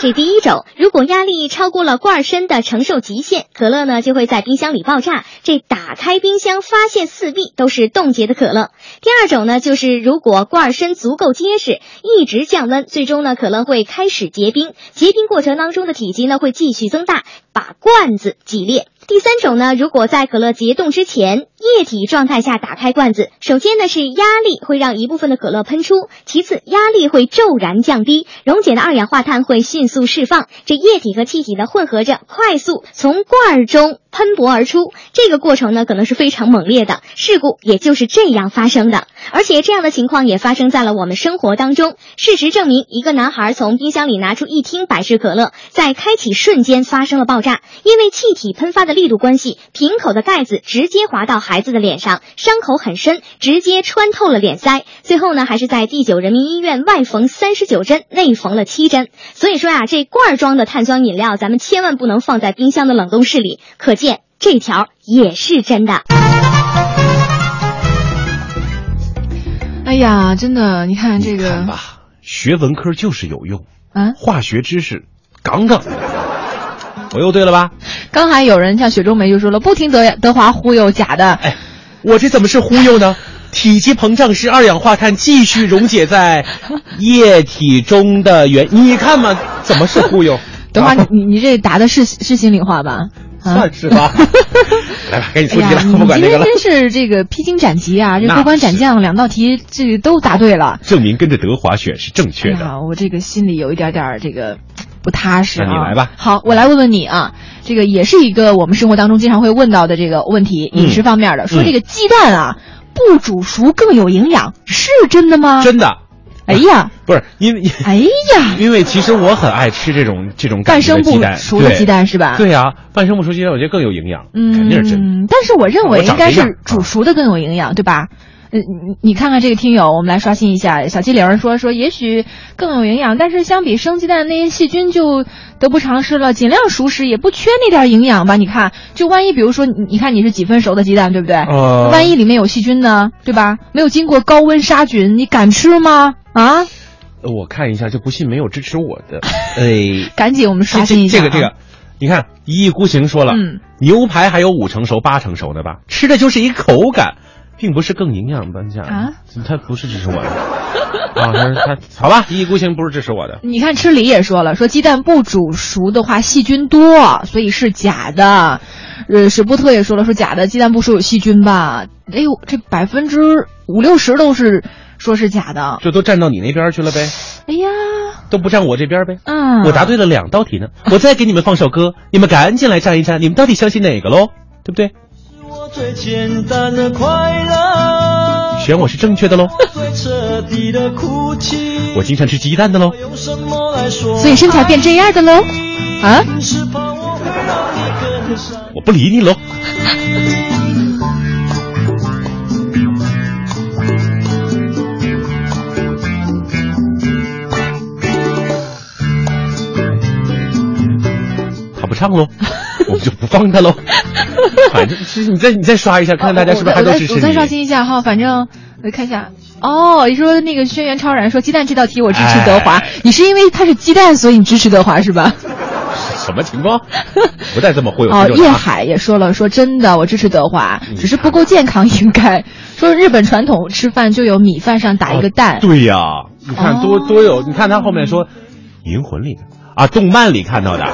Speaker 7: 这第一种，如果压力超过了罐儿身的承受极限，可乐呢就会在冰箱里爆炸。这打开冰箱发现四壁都是冻结的可乐。第二种呢，就是如果罐儿身足够结实，一直降温，最终呢可乐会开始结冰。结冰过程当中的体积呢会继续增大，把罐子挤裂。第三种呢，如果在可乐结冻之前，液体状态下打开罐子，首先呢是压力会让一部分的可乐喷出，其次压力会骤然降低，溶解的二氧化碳会迅速释放，这液体和气体呢混合着快速从罐儿中喷薄而出。这个过程呢，可能是非常猛烈的，事故也就是这样发生的。而且这样的情况也发生在了我们生活当中。事实证明，一个男孩从冰箱里拿出一听百事可乐，在开启瞬间发生了爆炸，因为气体喷发的力度关系，瓶口的盖子直接滑到孩子的脸上，伤口很深，直接穿透了脸腮。最后呢，还是在第九人民医院外缝三十九针，内缝了七针。所以说呀、这罐儿装的碳酸饮料，咱们千万不能放在冰箱的冷冻室里。可见这条也是真的。
Speaker 2: 哎呀，真的，你看这个
Speaker 1: 看吧，学文科就是有用，
Speaker 2: 啊，
Speaker 1: 化学知识杠杠的。我又对了吧？
Speaker 2: 刚还有人像雪中梅就说了，不听德德华忽悠，假的。
Speaker 1: 哎，我这怎么是忽悠呢？体积膨胀时，二氧化碳继续溶解在液体中的原，你看嘛，怎么是忽 悠？
Speaker 2: 德华，
Speaker 1: 啊
Speaker 2: 你你你这答的是是心里话吧？啊
Speaker 1: 算是吧。 来吧，赶紧
Speaker 2: 哎
Speaker 1: 出题了，
Speaker 2: 呀，你
Speaker 1: 不
Speaker 2: 今
Speaker 1: 管这个
Speaker 2: 天
Speaker 1: 了。
Speaker 2: 真是这个披荆斩 棘啊！这
Speaker 1: 那
Speaker 2: 过关斩
Speaker 1: 是
Speaker 2: 将两道题，这个都答对了。
Speaker 6: 证明跟着德华选是正
Speaker 2: 哎
Speaker 6: 确的。
Speaker 2: 呀，我这个心里有一点点儿这个不踏实啊。
Speaker 1: 那你来吧。
Speaker 2: 好，我来问问你啊，这个也是一个我们生活当中经常会问到的这个问题，
Speaker 1: 嗯
Speaker 2: 饮食方面的，说这个鸡蛋啊不煮熟更有营养，是真的吗？
Speaker 1: 真的
Speaker 2: 哎呀，
Speaker 1: 不是因为，
Speaker 2: 哎 呀，
Speaker 1: 因为其实我很爱吃这种这种
Speaker 2: 半
Speaker 1: 感觉
Speaker 2: 生
Speaker 1: 的
Speaker 2: 不
Speaker 1: 鸡蛋，
Speaker 2: 熟的
Speaker 1: 对
Speaker 2: 鸡蛋是吧？。
Speaker 1: 对啊，半生不熟鸡蛋我觉得更有营养，
Speaker 2: 嗯，
Speaker 1: 肯定是真的。
Speaker 2: 但是我认
Speaker 1: 我
Speaker 2: 为应
Speaker 1: 长
Speaker 2: 该
Speaker 1: 这样啊
Speaker 2: 是煮熟的更有营养，对吧？呃，你你看看这个听友，我们来刷新一下。小机灵说说，也许更有营养，但是相比生鸡蛋那些细菌就得不偿失了。尽量熟食，也不缺那点营养吧？你看，就万一比如说，你你看你是几分熟的鸡蛋，对不对？
Speaker 1: 呃
Speaker 2: 嗯万一里面有细菌呢，对吧？没有经过高温杀菌，你敢吃吗？啊，
Speaker 1: 呃我看一下，就不信没有支持我 的。哎，
Speaker 2: 赶紧我们刷
Speaker 1: 这
Speaker 2: 新一
Speaker 1: 这
Speaker 2: 下、啊
Speaker 1: 这个这个，，你看一意孤行说了，
Speaker 2: 嗯
Speaker 1: 牛排还有五成熟、八成熟的吧，吃的就是一口感，并不是更营养吧？你想
Speaker 2: 啊，
Speaker 1: 他不是支持我的啊，他他好吧，一意孤行不是支持我的。
Speaker 2: 你看，吃梨也说了，说鸡蛋不煮熟的话，细菌多，所以是假的。呃，史波特也说了，说假的，鸡蛋不熟有细菌吧？哎呦，这百分之五六十都是说是假的。
Speaker 1: 这都站到你那边去了呗，
Speaker 2: 哎呀，
Speaker 1: 都不站我这边呗。
Speaker 2: 嗯，
Speaker 1: 我答对了两道题呢，我再给你们放首歌，你们赶紧来站一站，你们到底相信哪个喽？对不对？
Speaker 3: 是我最简单的快乐，
Speaker 1: 选我是正确的喽。
Speaker 3: 我最彻底的哭泣。
Speaker 1: 我经常吃鸡蛋的喽
Speaker 3: 我。用什么来说？
Speaker 2: 所以身材变这样的喽？啊，
Speaker 3: 是怕我会让你更伤。
Speaker 1: 我不理你喽。他不唱 喽，我们就不放他喽。反正其实你再你再刷一下，看看大家是不是还
Speaker 2: 哦我
Speaker 1: 都
Speaker 2: 再
Speaker 1: 支持
Speaker 2: 我
Speaker 1: 你。
Speaker 2: 再刷新一下哈，反正我看一下。哦，你说那个轩辕超然说鸡蛋这道题我支持德华，
Speaker 1: 哎
Speaker 2: 你是因为它是鸡蛋所以你支持德华是吧？
Speaker 1: 什么情况？不带这么忽悠
Speaker 2: 哦，
Speaker 1: 听众
Speaker 2: 叶
Speaker 1: 的啊
Speaker 2: 海也说了，说真的，我支持德华，
Speaker 1: 嗯
Speaker 2: 只是不够健康，应该 说日本传统吃饭就有米饭上打一个
Speaker 1: 啊
Speaker 2: 蛋，
Speaker 6: 对呀、
Speaker 1: 哦你看多
Speaker 2: 哦
Speaker 1: 多有，你看他后面说，银魂里的啊，动漫里看到 的。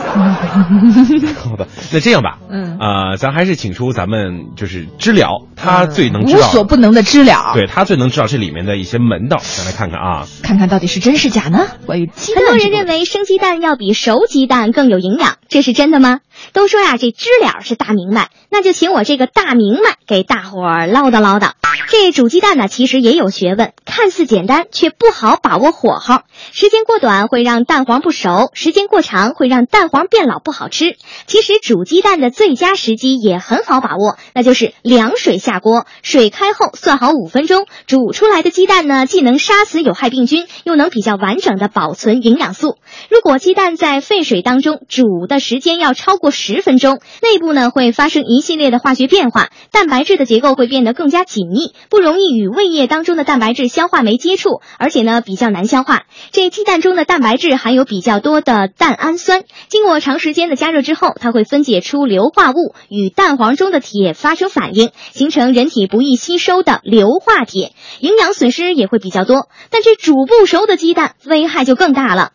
Speaker 1: 好的，那这样吧，
Speaker 2: 嗯
Speaker 1: 啊、咱还是请出咱们就是知了，他最能知
Speaker 2: 嗯无
Speaker 1: 道，
Speaker 2: 所不能的知了，
Speaker 1: 对他最能知道这里面的一些门道，咱来看看啊。
Speaker 2: 看看到底是真是假呢？关于鸡蛋
Speaker 7: 很多
Speaker 2: 这
Speaker 7: 人
Speaker 2: 个
Speaker 7: 认为生鸡蛋要比熟鸡蛋更有营养，这是真的吗？都说呀、这知了是大明白，那就请我这个大明白给大伙儿唠叨唠叨。这煮鸡蛋呢，其实也有学问，看似简单，却不好把握火候。时间过短会让蛋黄不熟，时间过长会让蛋黄变老不好吃。其实煮鸡蛋的最佳时机也很好把握，那就是凉水下锅，水开后算好五分钟，煮出来的鸡蛋呢，既能杀死有害病菌，又能比较完整的保存营养素。如果鸡蛋在沸水当中煮的时间要超过十分钟，内部呢会发生一系列的化学变化，蛋白质的结构会变得更加紧密，不容易与胃液当中的蛋白质消化酶接触，而且呢比较难消化。这鸡蛋中的蛋白质含有比较多的蛋氨酸，经过长时间的加热之后，它会分解出硫化物，与蛋黄中的铁发生反应，形成人体不易吸收的硫化铁，营养损失也会比较多。但这煮不熟的鸡蛋危害就更大了。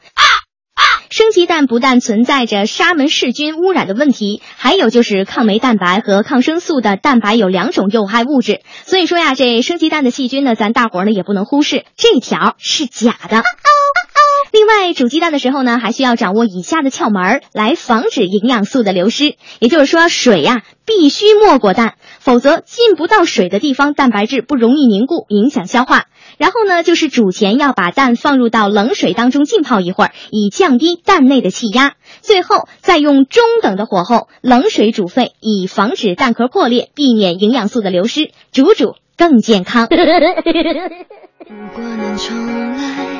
Speaker 7: 生鸡蛋不但存在着沙门氏菌污染的问题，还有就是抗酶蛋白和抗生素的蛋白有两种有害物质。所以说呀，这生鸡蛋的细菌呢，咱大伙儿呢也不能忽视，这条是假的。另外，煮鸡蛋的时候呢，还需要掌握以下的窍门儿来防止营养素的流失。也就是说，水呀、必须没过蛋，否则进不到水的地方，蛋白质不容易凝固，影响消化。然后呢，就是煮前要把蛋放入到冷水当中浸泡一会儿，以降低蛋内的气压。最后再用中等的火候冷水煮沸，以防止蛋壳破裂，避免营养素的流失。煮煮更健康。
Speaker 5: 如果能重来。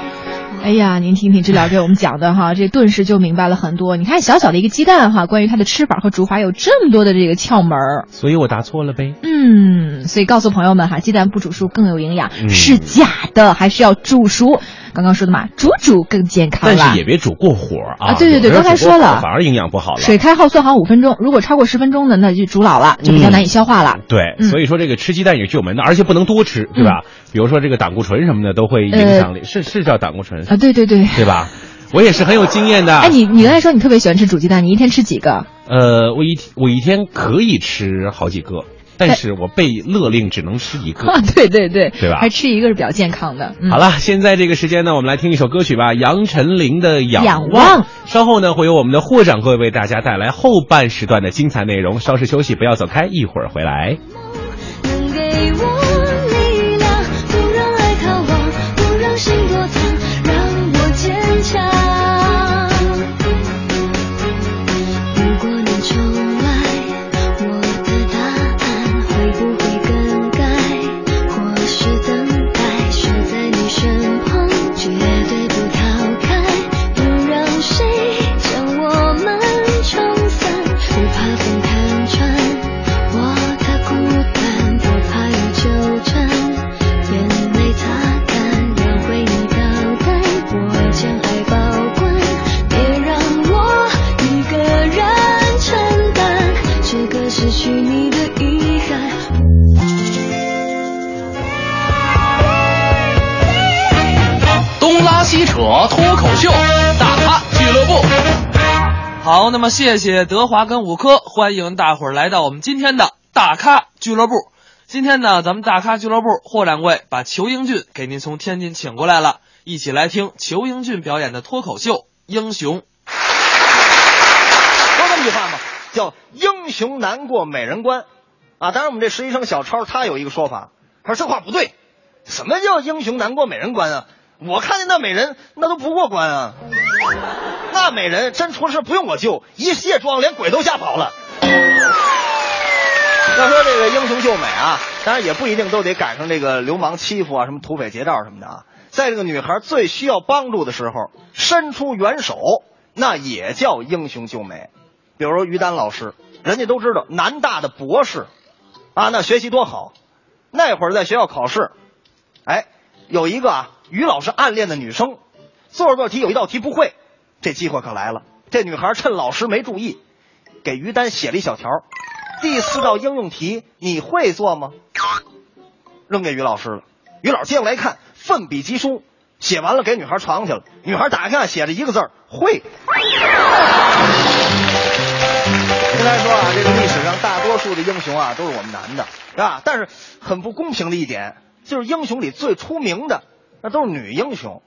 Speaker 2: 哎呀，您听听知了给我们 讲的哈，这顿时就明白了很多。你看小小的一个鸡蛋哈，关于它的吃法和煮法有这么多的这个窍门儿。
Speaker 1: 所以我答错了呗。
Speaker 2: 嗯，所以告诉朋友们哈，鸡蛋不煮熟更有营养、
Speaker 1: 嗯
Speaker 2: 是假的，还是要煮熟。刚刚说的嘛，煮煮更健康
Speaker 1: 但
Speaker 2: 啦。
Speaker 1: 是也别煮过火啊！
Speaker 2: 啊对对
Speaker 1: 有
Speaker 2: 对
Speaker 1: 的人
Speaker 2: 刚才
Speaker 1: 煮过火
Speaker 2: 说了
Speaker 1: 反而营养不好了。
Speaker 2: 水开后算好五分钟，如果超过十分钟呢，那就煮老了，
Speaker 1: 嗯
Speaker 2: 就比较难以消化了。
Speaker 1: 对，
Speaker 2: 嗯
Speaker 1: 所以说这个吃鸡蛋也是有门的，而且不能多吃，对吧？比如说这个胆固醇什么的都会影响，
Speaker 2: 呃
Speaker 1: 是是叫胆固醇，
Speaker 2: 啊，对对对。
Speaker 1: 对吧？我也是很有经验的。
Speaker 2: 哎，你你刚才说你特别喜欢吃煮鸡蛋，你一天吃几个？
Speaker 1: 呃，我一我一天可以吃好几个，但是我被勒令只能吃一个。
Speaker 2: 啊，对对对，
Speaker 1: 嗯对吧
Speaker 2: 还吃一个是比较健康的。嗯、
Speaker 1: 好了，现在这个时间呢，我们来听一首歌曲吧，杨丞琳的《
Speaker 2: 仰
Speaker 1: 仰
Speaker 2: 望
Speaker 1: 望》。稍后呢，会有我们的霍掌柜为大家带来后半时段的精彩内容。稍事休息，不要走开，一会儿回来。
Speaker 5: 能给我力量，不让爱逃亡，不让心躲藏，让我坚强。如果能重来，我的答案会不会更改？或是等待，守在你身旁，绝对不逃开，不让谁将我们冲散，不怕风看穿。我的孤单，不怕有纠缠，眼泪擦干，让回忆倒带，我将爱保管，别让我一个人承担这个失去你的遗憾。
Speaker 3: 东拉西扯脱口秀，大咖俱乐部。好，那么谢谢德华跟五科，欢迎大伙儿来到我们今天的大咖俱乐部。今天呢，咱们大咖俱乐部霍掌柜把裘英俊给您从天津请过来了，一起来听裘英俊表演的脱口秀《英雄》。
Speaker 8: 说这么句话嘛，叫“英雄难过美人关”，啊，当然我们这实习生小超他有一个说法，他说这话不对，什么叫英雄难过美人关啊？我看见那美人那都不过关啊，那美人真出了事不用我救，一卸妆连鬼都吓跑了。要说这个英雄救美啊，当然也不一定都得赶上这个流氓欺负啊，什么土匪劫道什么的啊。在这个女孩最需要帮助的时候，伸出援手，那也叫英雄救美。比如说于丹老师，人家都知道南大的博士，啊，那学习多好。那会儿在学校考试，哎，有一个啊，于老师暗恋的女生，做着做着题有一道题不会，这机会可来了。这女孩趁老师没注意，给于丹写了一小条儿，第四道应用题你会做吗？扔给于老师了。于老师接过来一看，奋笔疾书，写完了给女孩传过去了。女孩打开看，写着一个字儿会。跟大家说啊，这个历史上大多数的英雄啊，都是我们男的，是吧？但是很不公平的一点，就是英雄里最出名的，那都是女英雄，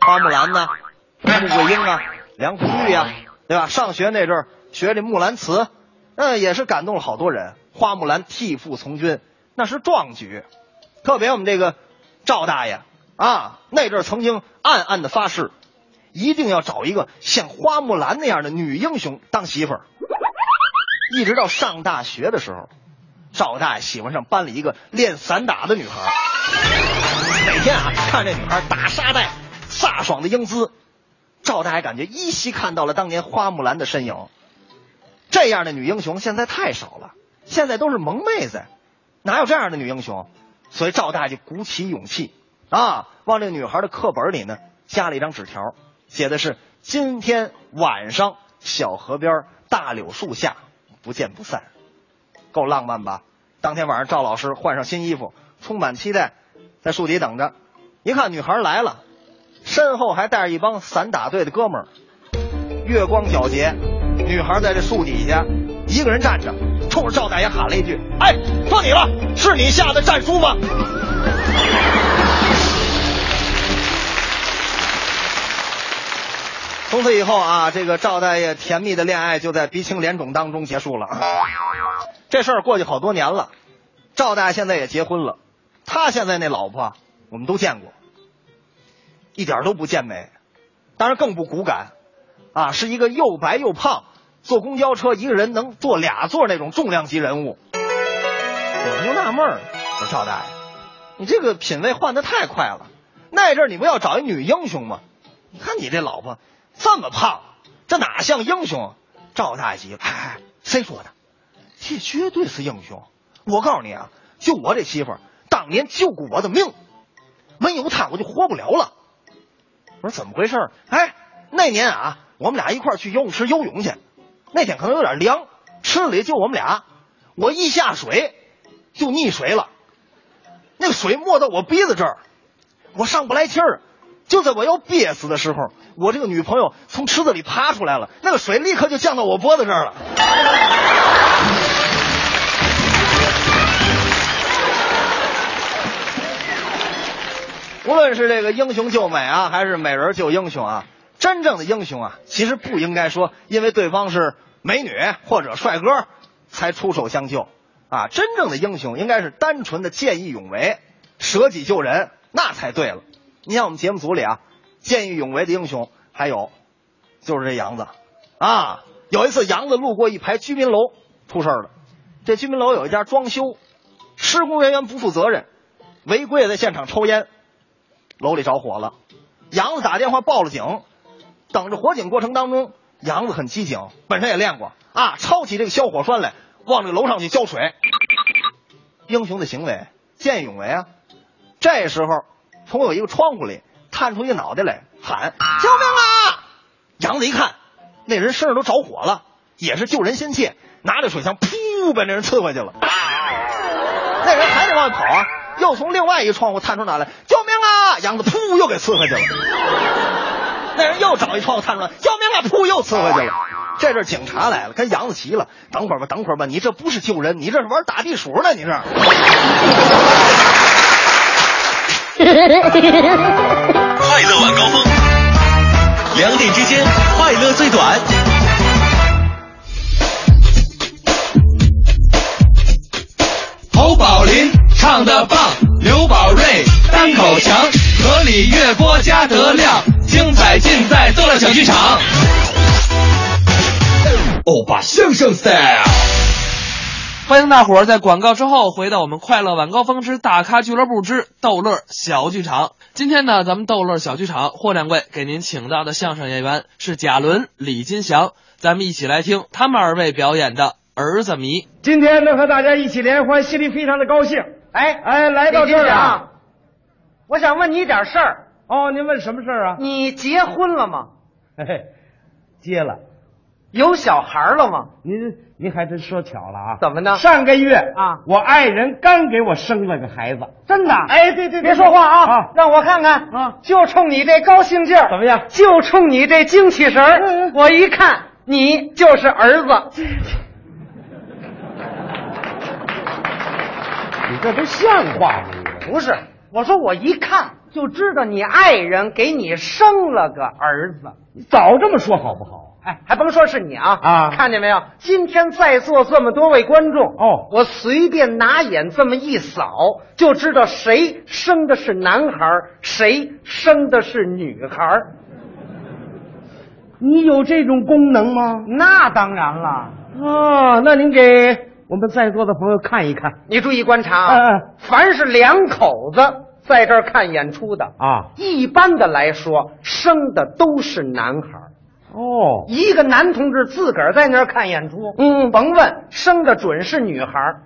Speaker 8: 花木兰呐、穆桂英啊，梁红玉啊，对吧？上学那阵儿学这《木兰辞》，那也是感动了好多人。花木兰替父从军，那是壮举。特别我们这个赵大爷啊，那阵儿曾经暗暗的发誓，一定要找一个像花木兰那样的女英雄当媳妇儿。一直到上大学的时候，赵大爷喜欢上班里一个练散打的女孩儿。每天啊，看这女孩打沙袋，飒爽的英姿，赵大爷感觉依稀看到了当年花木兰的身影。这样的女英雄现在太少了，现在都是萌妹子，哪有这样的女英雄？所以赵大爷就鼓起勇气啊，往这女孩的课本里呢加了一张纸条，写的是“今天晚上小河边大柳树下不见不散”，够浪漫吧？当天晚上，赵老师换上新衣服，充满期待，在树底等着。一看女孩来了，身后还带着一帮散打队的哥们儿。月光皎洁，女孩在这树底下一个人站着，冲着赵大爷喊了一句：“哎，到你了，是你下的战书吗？”从此以后啊，这个赵大爷甜蜜的恋爱就在鼻青脸肿当中结束了。这事儿过去好多年了，赵大爷现在也结婚了，他现在那老婆我们都见过，一点都不健美，当然更不骨感，啊，是一个又白又胖，坐公交车一个人能坐俩座那种重量级人物。我们就纳闷儿，我说赵大爷，你这个品味换的太快了，那阵儿你不要找一女英雄吗？你看你这老婆这么胖，这哪像英雄啊？赵大爷急了，哎，谁说的？这绝对是英雄！我告诉你啊，就我这媳妇儿，当年救过我的命，没有她我就活不了了。我说怎么回事儿？哎，那年啊，我们俩一块儿去游泳池游泳去，那天可能有点凉，池里就我们俩，我一下水就溺水了，那个水没到我鼻子这儿，我上不来气儿。就在我要憋死的时候，我这个女朋友从池子里爬出来了，那个水立刻就降到我脖子这儿了。无论是这个英雄救美啊，还是美人救英雄啊，真正的英雄啊，其实不应该说因为对方是美女或者帅哥才出手相救啊，真正的英雄应该是单纯的见义勇为、舍己救人，那才对了。你像我们节目组里啊，见义勇为的英雄还有就是这杨子啊，有一次杨子路过一排居民楼出事儿了，这居民楼有一家装修，施工人员不负责任，违规在现场抽烟。楼里着火了，杨子打电话报了警。等着火警过程当中，杨子很机警，本身也练过啊，抄起这个消火栓来，往这个楼上去浇水。英雄的行为，见义勇为啊！这时候，从有一个窗户里探出一个脑袋来，喊：“救命啊！”杨子一看，那人身上都着火了，也是救人心切，拿着水枪，噗，把那人刺回去了。那人还得往外跑啊，又从另外一个窗户探出脑来，救命啊！杨子噗又给刺回去了。那人又找一窗户探出来，救命啊！噗又刺回去了。这阵儿警察来了，跟杨子急了，等会儿吧，等会儿吧，你这不是救人，你这是玩打地鼠呢，你这。
Speaker 6: 快乐晚高峰，两点之间快乐最短。
Speaker 3: 侯宝林唱的棒，刘宝瑞单口强，河里月波加德亮，精彩尽在逗乐小剧场。
Speaker 6: 欧巴相声 style，
Speaker 3: 欢迎大伙儿在广告之后回到我们快乐晚高峰之大咖俱乐部之逗乐小剧场。今天呢，咱们逗乐小剧场霍掌柜给您请到的相声演员是贾伦、李金祥，咱们一起来听他们二位表演的《儿子迷》。
Speaker 9: 今天能和大家一起联欢，心里非常的高兴。
Speaker 10: 哎
Speaker 9: 哎，来到这儿啊，
Speaker 10: 我想问你一点事儿，
Speaker 9: 哦，您问什么事儿啊？
Speaker 10: 你结婚了吗？
Speaker 9: 嘿嘿，接了，
Speaker 10: 有小孩了吗？
Speaker 9: 您您还真说巧了啊？
Speaker 10: 怎么呢
Speaker 9: 上个月
Speaker 10: 啊
Speaker 9: 我爱人刚给我生了个孩子，
Speaker 10: 真的？啊
Speaker 9: 哎对对对
Speaker 10: 别说话啊，
Speaker 9: 啊
Speaker 10: 让我看看
Speaker 9: 啊
Speaker 10: 就冲你这高兴劲儿，
Speaker 9: 怎么样
Speaker 10: 就冲你这精气神儿，
Speaker 9: 嗯嗯
Speaker 10: 我一看你就是儿子，
Speaker 9: 你这都像话吗？
Speaker 10: 不是？我说我一看就知道你爱人给你生了个儿子。
Speaker 9: 你早这么说好不好？
Speaker 10: 哎，还甭说是你啊
Speaker 9: 啊
Speaker 10: 看见没有？今天在座这么多位观众
Speaker 9: 哦
Speaker 10: 我随便拿眼这么一扫，就知道谁哎生的是男孩儿，谁生的是女孩儿。
Speaker 9: 你有这种功能吗？
Speaker 10: 那当然了，
Speaker 9: 啊，那您给我们在座的朋友看一看
Speaker 10: 你注意观察啊，
Speaker 9: 嗯嗯
Speaker 10: 凡是两口子在这儿看演出的，
Speaker 9: 啊。
Speaker 10: 一般的来说生的都是男孩儿。
Speaker 9: 哦，
Speaker 10: 一个男同志自个儿在那儿看演出，
Speaker 9: 嗯
Speaker 10: 甭问，生的准是女孩儿。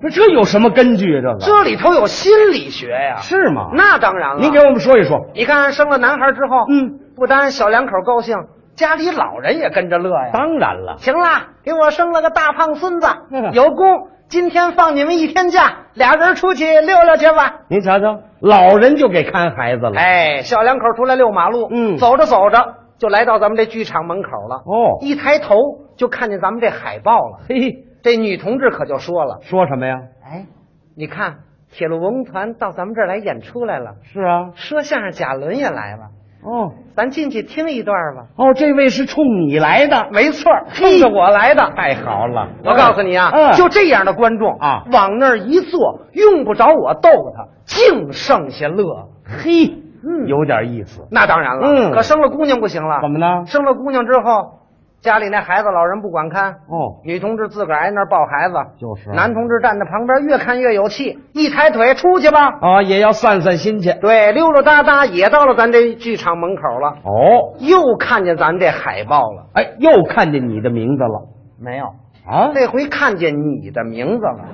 Speaker 9: 那这有什么根据啊？这
Speaker 10: 这
Speaker 9: 个
Speaker 10: 里头有心理学呀、
Speaker 9: 是吗
Speaker 10: 那当然了。
Speaker 9: 您给我们说一说。
Speaker 10: 你看生了男孩之后，
Speaker 9: 嗯，
Speaker 10: 不单小两口高兴，家里老人也跟着乐哎呀。
Speaker 9: 当然了，
Speaker 10: 行啦，给我生了个大胖孙子
Speaker 9: 嗯，
Speaker 10: 有功。今天放你们一天假，俩人出去溜溜去吧。
Speaker 9: 您瞧瞧，老人就给看孩子了。
Speaker 10: 哎，小两口出来溜马路，
Speaker 9: 嗯
Speaker 10: 走着走着就来到咱们这剧场门口了。
Speaker 9: 哦
Speaker 10: 一抬头就看见咱们这海报了。
Speaker 9: 嘿，
Speaker 10: 这女同志可就说了
Speaker 9: 说什么呀？：“
Speaker 10: 哎， 你看铁路文工团到咱们这儿来演出来了。”
Speaker 9: 是啊，
Speaker 10: 说相声贾伦也来了，
Speaker 9: 哦
Speaker 10: 咱进去听一段吧。
Speaker 9: 哦，这位是冲你来的，
Speaker 10: 没错，冲着我来的。
Speaker 9: 太好了！
Speaker 10: 我告诉你啊，
Speaker 9: 嗯
Speaker 10: 就这样的观众
Speaker 9: 啊
Speaker 10: 往那儿一坐，用不着我逗他，净剩下乐。
Speaker 9: 嘿，有点意思。
Speaker 10: 嗯那当然了，
Speaker 9: 嗯
Speaker 10: 可啊生了姑娘不行了。
Speaker 9: 怎么呢？
Speaker 10: 生了姑娘之后，家里那孩子老人不管看，
Speaker 9: 哦，
Speaker 10: 女同志自个儿挨那儿抱孩子，
Speaker 9: 就是啊
Speaker 10: 男同志站在旁边，越看越有气，一抬腿出去吧。
Speaker 9: 啊，也要散散心去。
Speaker 10: 对，溜溜达达也到了咱这剧场门口了，
Speaker 9: 哦，
Speaker 10: 又看见咱这海报了。
Speaker 9: 哎，又看见你的名字了
Speaker 10: 没有，
Speaker 9: 啊！
Speaker 10: 这回看见你的名字了，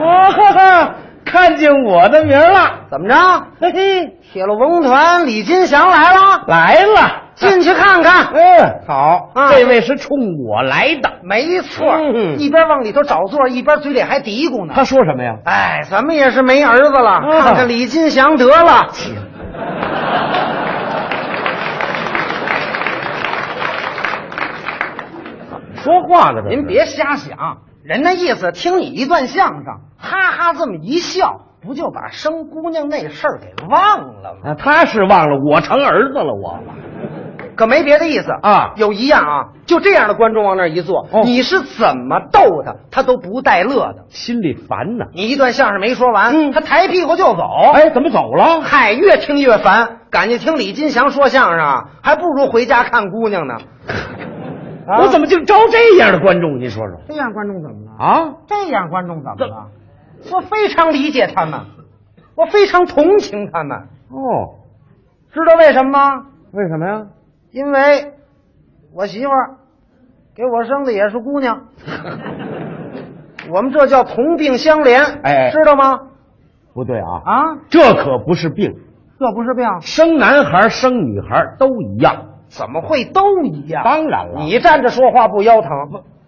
Speaker 9: 哦，哈哈，看见我的名儿了，
Speaker 10: 怎么着？
Speaker 9: 嘿嘿，
Speaker 10: 铁路文工团李金祥来了，
Speaker 9: 来了。
Speaker 10: 进去看看。
Speaker 9: 嗯，好，
Speaker 10: 啊
Speaker 9: 这位是冲我来的。
Speaker 10: 没错，
Speaker 9: 嗯
Speaker 10: 一边往里头找座，一边嘴里还嘀咕呢
Speaker 9: 他。说什么呀？
Speaker 10: 哎，咱们也是没儿子了，
Speaker 9: 啊
Speaker 10: 看看李金祥得了。
Speaker 9: 说话呢？这是
Speaker 10: 您别瞎想，人那意思，听你一段相声，哈哈这么一笑，不就把生姑娘那事儿给忘了吗？
Speaker 9: 啊，他是忘了我成儿子了，我
Speaker 10: 可没别的意思
Speaker 9: 啊
Speaker 10: 有一样啊，就这样的观众往那儿一坐，
Speaker 9: 哦
Speaker 10: 你是怎么逗他，他都不带乐的。
Speaker 9: 心里烦呢。
Speaker 10: 你一段相声没说完，
Speaker 9: 嗯
Speaker 10: 他抬屁股就走。
Speaker 9: 哎，怎么走了？
Speaker 10: 嗨，越听越烦，赶紧听李金祥说相声啊，还不如回家看姑娘呢。 啊
Speaker 9: 我怎么就招这样的观众？您说说
Speaker 10: 这样观众怎么了？
Speaker 9: 啊？
Speaker 10: 这样观众怎么了？我非常理解他们，我非常同情他们，
Speaker 9: 哦，
Speaker 10: 知道为什么吗？
Speaker 9: 为什么呀？
Speaker 10: 因为我媳妇儿给我生的也是 姑娘，我们这叫同病相怜，
Speaker 9: 哎哎
Speaker 10: 知道吗？
Speaker 9: 不对啊，
Speaker 10: 啊，
Speaker 9: 这可不是病，
Speaker 10: 这不是病，
Speaker 9: 生男孩生女孩都一样。
Speaker 10: 怎么会都一样？
Speaker 9: 当然了，
Speaker 10: 你站着说话不腰疼，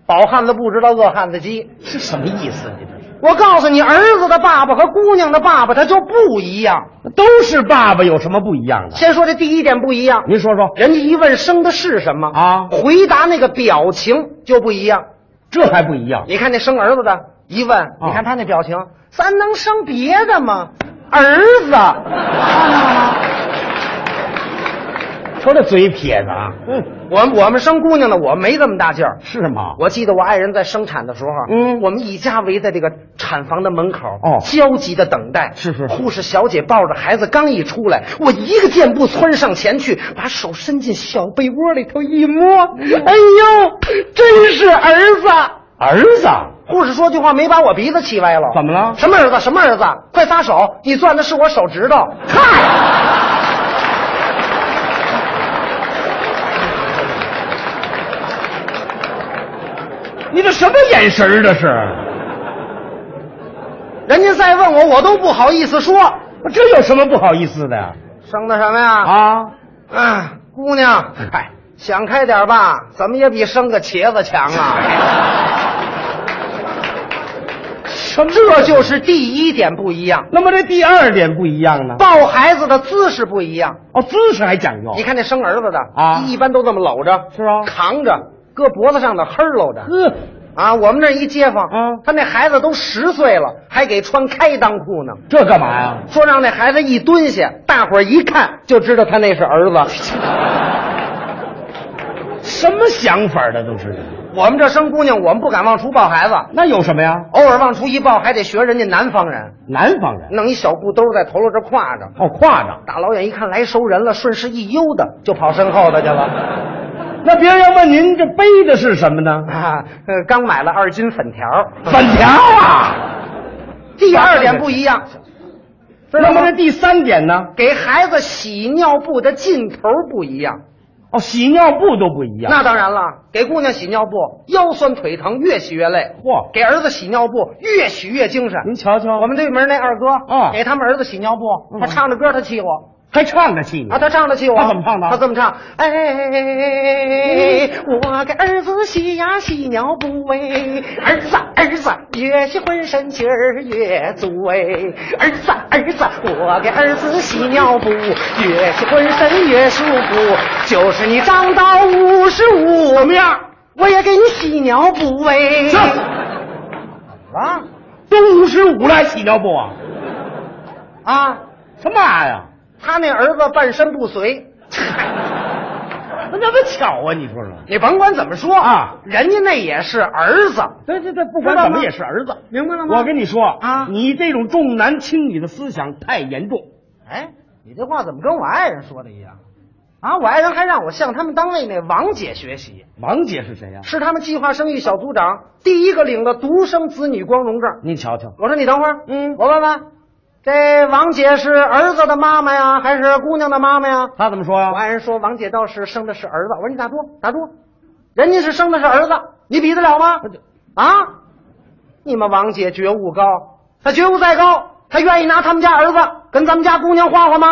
Speaker 10: 饱汉子不知道饿汉子饥。
Speaker 9: 是什么意思？啊你这是
Speaker 10: 我告诉你，儿子的爸爸和姑娘的爸爸他就不一样。
Speaker 9: 都是爸爸，有什么不一样的？
Speaker 10: 先说这第一点不一样，
Speaker 9: 您说说，
Speaker 10: 人家一问生的是什么
Speaker 9: 啊
Speaker 10: 回答那个表情就不一样。
Speaker 9: 这还不一样？啊
Speaker 10: 你看那生儿子的，一问，你看他那表情，咱能生别的吗？儿子，
Speaker 9: 瞅这嘴撇的啊！嗯，
Speaker 10: 我们我们生姑娘的，我没这么大劲儿。
Speaker 9: 是吗？
Speaker 10: 我记得我爱人在生产的时候，啊
Speaker 9: 嗯
Speaker 10: 我们一家围在这个产房的门口，
Speaker 9: 哦
Speaker 10: 焦急的等待。
Speaker 9: 是是
Speaker 10: 护士小姐抱着孩子刚一出来，我一个箭步窜上前去，把手伸进小被窝里头一摸，哎呦，真是儿子！
Speaker 9: 儿子
Speaker 10: 护士说句话没把我鼻子气歪了。
Speaker 9: 怎么了
Speaker 10: 什么儿子？什么儿子？快撒手！你攥的是我手指头。嗨，
Speaker 9: 你这什么眼神儿？这是？
Speaker 10: 人家再问我，我都不好意思说。
Speaker 9: 我这有什么不好意思的呀？
Speaker 10: 生的什么呀？
Speaker 9: 啊，哎
Speaker 10: 啊，姑娘，
Speaker 9: 嗨，
Speaker 10: 想开点吧，怎么也比生个茄子强啊！
Speaker 9: 什么？
Speaker 10: 这就是第一点不一样，
Speaker 9: 那么这第二点不一样呢？
Speaker 10: 抱孩子的姿势不一样。
Speaker 9: 哦，姿势还讲究。
Speaker 10: 你看那生儿子的
Speaker 9: 啊
Speaker 10: 一般都这么搂着，
Speaker 9: 是啊
Speaker 10: 扛着，搁脖子上的呵搂着。
Speaker 9: 呵，
Speaker 10: 啊，我们这一街坊，
Speaker 9: 啊
Speaker 10: 他那孩子都十岁了，还给穿开裆裤呢。
Speaker 9: 这干嘛呀？
Speaker 10: 说让那孩子一蹲下，大伙儿一看就知道他那是儿子。
Speaker 9: 什么想法的都是？
Speaker 10: 我们这生姑娘，我们不敢往出抱孩子，
Speaker 9: 那有什么呀？
Speaker 10: 偶尔往出一抱，还得学人家南方人，
Speaker 9: 南方人
Speaker 10: 弄一小布兜在头颅这挎着。
Speaker 9: 哦，挎着。
Speaker 10: 大老远一看来熟人了，顺势一悠的就跑身后头去了。
Speaker 9: 那别人要问您这背的是什么呢？
Speaker 10: 啊，呃刚买了二斤粉条。
Speaker 9: 粉条啊。
Speaker 10: 第二点不一样，知
Speaker 9: 那
Speaker 10: 道
Speaker 9: 么
Speaker 10: 吗
Speaker 9: 这？第三点呢？
Speaker 10: 给孩子洗尿布的劲头不一样。
Speaker 9: 哦，洗尿布都不一样。
Speaker 10: 那当然了，给姑娘洗尿布腰酸腿疼，越洗越累；
Speaker 9: 嚯
Speaker 10: 给儿子洗尿布越洗越精神。
Speaker 9: 您瞧瞧，
Speaker 10: 我们对门那二哥，
Speaker 9: 啊
Speaker 10: 给他们儿子洗尿布，他唱着歌，他气我。
Speaker 9: 还唱得起呢
Speaker 10: 啊，他唱的气我，
Speaker 9: 他怎么唱的
Speaker 10: 他这么唱，哎，我给儿子洗呀洗尿布哎，儿子儿子越洗浑身劲儿越足哎，儿子儿子我给儿子洗尿布，越洗浑身越舒服，就是你长到五十五面儿，我也给你洗尿布哎。
Speaker 9: 这
Speaker 10: 啊
Speaker 9: 都五十五了还洗尿布啊？
Speaker 10: 啊，
Speaker 5: 啊
Speaker 9: 什么玩意儿呀？
Speaker 10: 他那儿子半身不遂，
Speaker 5: 那怎么巧啊？你说说，
Speaker 10: 你甭管怎么说
Speaker 5: 啊
Speaker 10: 人家那也是儿子。
Speaker 5: 对对对，不
Speaker 10: 知
Speaker 5: 管
Speaker 10: 道
Speaker 5: 怎么
Speaker 10: 吗
Speaker 5: 也是儿子，
Speaker 10: 明白了吗
Speaker 5: 我跟你说
Speaker 10: 啊
Speaker 5: 你这种重男轻女的思想太严重。
Speaker 10: 哎，你这话怎么跟我爱人说的一样？啊，我爱人还让我向他们单位那王姐学习，
Speaker 5: 王姐是谁呀、
Speaker 10: 是他们计划生育小组长第一个领的独生子女光荣证。
Speaker 5: 你瞧瞧，
Speaker 10: 我说你等会儿，
Speaker 5: 嗯
Speaker 10: 我问问，这王姐是儿子的妈妈呀，还是姑娘的妈妈呀？
Speaker 5: 他怎么说呀、
Speaker 10: 我爱人说王姐倒是生的是儿子。我说你打住，打住，人家是生的是儿子，你比得了吗？啊，你们王姐觉悟高，她觉悟再高，她愿意拿他们家儿子跟咱们家姑娘换换吗？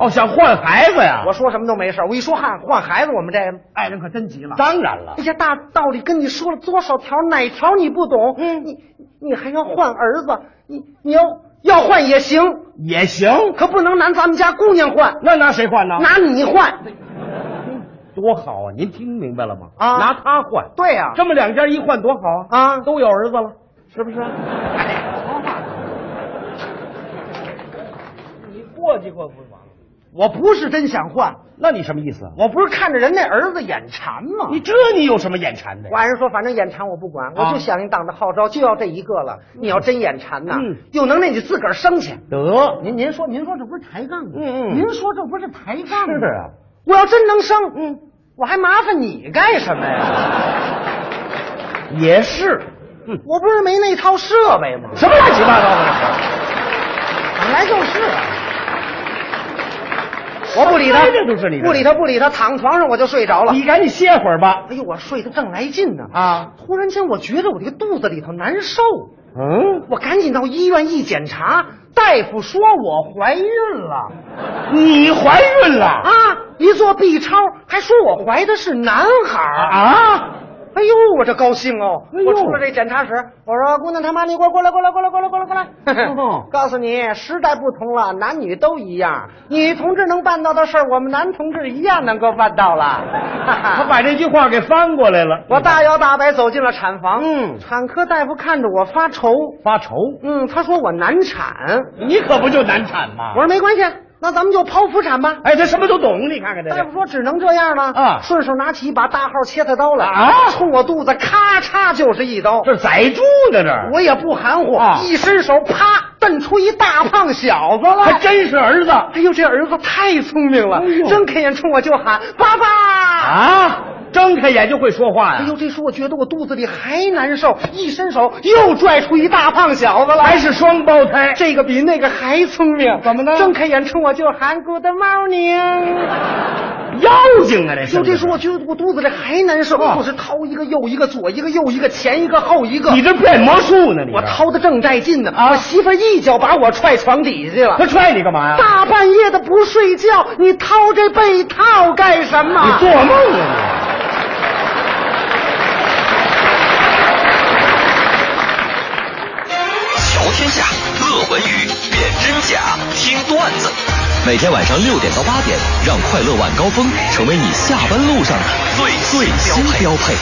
Speaker 5: 哦，想换孩子呀、
Speaker 10: 我说什么都没事儿，我一说换换孩子，我们这
Speaker 5: 爱人可真急了。当然了
Speaker 10: 哎，呀，大道理跟你说了多少条，哪条你不懂？嗯，你你还要换儿子，你你要要换也行，
Speaker 5: 也行。
Speaker 10: 可不能拿咱们家姑娘换，
Speaker 5: 那拿谁换呢？
Speaker 10: 拿你换。
Speaker 5: 多好啊！您听明白了吗？
Speaker 10: 啊
Speaker 5: 拿他换。
Speaker 10: 对呀、
Speaker 5: 这么两家一换多好啊！哎
Speaker 10: 啊
Speaker 5: 都有儿子了。
Speaker 10: 是不是？
Speaker 5: 你过去过不完了？
Speaker 10: 我不是真想换，
Speaker 5: 那你什么意思啊？
Speaker 10: 我不是看着人那儿子眼馋吗？
Speaker 5: 你这你有什么眼馋的呀？
Speaker 10: 我爱人说，反正眼馋我不管，
Speaker 5: 啊
Speaker 10: 我就响应党的号召，就要这一个了。你要真眼馋呐、
Speaker 5: 嗯
Speaker 10: 有能耐你自个儿生去。
Speaker 5: 得，
Speaker 10: 您您说您说这不是抬杠吗？
Speaker 5: 嗯嗯
Speaker 10: 您说这不是抬杠吗？
Speaker 5: 是啊，
Speaker 10: 我要真能生，嗯，我还麻烦你干什么呀？
Speaker 5: 也是。嗯，
Speaker 10: 我不是没那套设备吗？
Speaker 5: 什么乱七八糟的？
Speaker 10: 本来就是啊。我不理他，
Speaker 5: 什么呀这都是你的
Speaker 10: 不理他，不理他，躺床上我就睡着了。
Speaker 5: 你赶紧歇会儿吧。
Speaker 10: 哎呦，我睡得正来劲呢
Speaker 5: 啊！
Speaker 10: 突然间，我觉得我这个肚子里头难受，
Speaker 5: 嗯，
Speaker 10: 我赶紧到医院一检查，大夫说我怀孕了
Speaker 5: 你怀孕了
Speaker 10: 啊！一做 B 超还说我怀的是男孩儿！
Speaker 5: 啊？
Speaker 10: 哎呦，我这高兴哦！
Speaker 5: 哎呦
Speaker 10: 我出了这检查室，我说：“姑娘他妈，你给我过来，过来，过来，过来，过来，过来！”
Speaker 5: 哦
Speaker 10: 告诉你，时代不同了，男女都一样，女同志能办到的事儿，我们男同志一样能够办到了。哈哈。
Speaker 5: 他把这句话给翻过来了。
Speaker 10: 我大摇大摆走进了产房，
Speaker 5: 嗯
Speaker 10: 产科大夫看着我发愁，
Speaker 5: 发愁，
Speaker 10: 嗯，他说我难产，
Speaker 5: 你可不就难产吗
Speaker 10: 我？说没关系，那咱们就剖腹产吧。
Speaker 5: 哎，他什么都懂，你看看这
Speaker 10: 大夫
Speaker 5: 个。
Speaker 10: 说只能这样了
Speaker 5: 啊
Speaker 10: 顺手拿起一把大号切菜刀来
Speaker 5: 啊
Speaker 10: 冲我肚子咔嚓就是一刀，
Speaker 5: 这宰猪呢，这
Speaker 10: 我也不含糊，
Speaker 5: 啊
Speaker 10: 一伸手啪瞪出一大胖小子
Speaker 5: 还
Speaker 10: 来。
Speaker 5: 真是儿子
Speaker 10: 哎呦，这儿子太聪明了，
Speaker 5: 哎呦
Speaker 10: 睁开眼冲我就喊爸爸。
Speaker 5: 啊！睁开眼就会说话
Speaker 10: 哎
Speaker 5: 呀
Speaker 10: 呦，，这时我觉得我肚子里还难受，一伸手又拽出一大胖小子来，
Speaker 5: 还是双胞胎。
Speaker 10: 这个比那个还聪明，
Speaker 5: 怎么呢
Speaker 10: 睁开眼冲我就喊 Good morning。
Speaker 5: 妖精啊，这是
Speaker 10: 就
Speaker 5: 不是
Speaker 10: 这时候，我觉得我肚子里还难受，我是掏一个又一个，左一个右一个，前一个后一个。
Speaker 5: 你这变魔术呢？你这
Speaker 10: 我掏的正带劲呢，
Speaker 5: 啊
Speaker 10: 我媳妇儿一脚把我踹床底下去
Speaker 5: 他
Speaker 10: 了。
Speaker 5: 踹你干嘛呀？
Speaker 10: 大半夜的不睡觉，你掏这被套干什
Speaker 5: 你
Speaker 10: 么？
Speaker 5: 做梦啊
Speaker 8: 瞧天下，乐文娱，辨真假，听段子。每天晚上六点到八点，让快乐晚高峰成为你下班路上的最最新标配。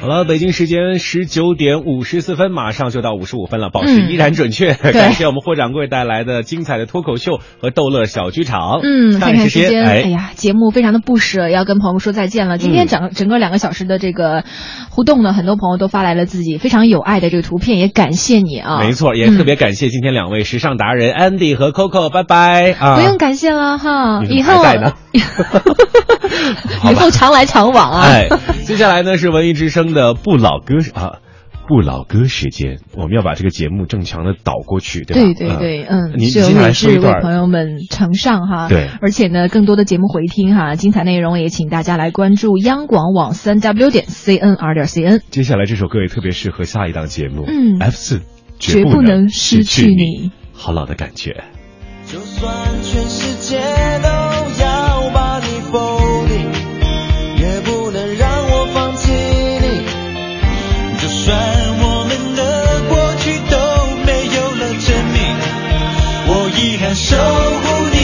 Speaker 1: 好了，北京时间十九点五十四分，马上就到五十五分了，保持
Speaker 2: 嗯
Speaker 1: 依然准 确。感谢我们霍掌柜带来的精彩的脱口秀和逗乐小剧场。
Speaker 2: 嗯，
Speaker 1: 下
Speaker 2: 看
Speaker 1: 一
Speaker 2: 看
Speaker 1: 时
Speaker 2: 时间，哎
Speaker 1: 哎，嗯
Speaker 2: 呀，节目非常的不舍，要跟朋友说再见了。今天整个整个两个小时的这个互动呢，很多朋友都发来了自己非常有爱的这个图片，也感谢你啊，
Speaker 1: 没错，也
Speaker 2: 嗯
Speaker 1: 特别感谢今天两位时尚达人 Andy 和 Coco，拜拜啊！
Speaker 2: 不用感谢了哈，
Speaker 1: 你
Speaker 2: 以
Speaker 1: 怎么
Speaker 2: 后啊
Speaker 1: 还在 呢好吧
Speaker 2: 以后常来常往啊。
Speaker 1: 哎，接下来呢是文艺之声的不老歌啊，不老歌时间，我们要把这个节目正常的导过去，对吧？啊
Speaker 2: 对对对，嗯，
Speaker 1: 您接
Speaker 2: 是由
Speaker 1: 下来
Speaker 2: 伟
Speaker 1: 说一
Speaker 2: 志为
Speaker 1: 段
Speaker 2: 朋友们呈上哈。
Speaker 1: 对
Speaker 2: 而且呢，更多的节目回听哈，精彩内容也请大家来关注央广网三 w 点 cnr 点 cn。
Speaker 1: 接下来这首歌也特别适合下一档节目，
Speaker 2: 嗯
Speaker 1: ，F 四
Speaker 2: 绝不能失去你，
Speaker 1: 好老的感觉。
Speaker 4: 就算全世界都要把你否定，也不能让我放弃你。就算我们的过去都没有了证明，我依然守护你。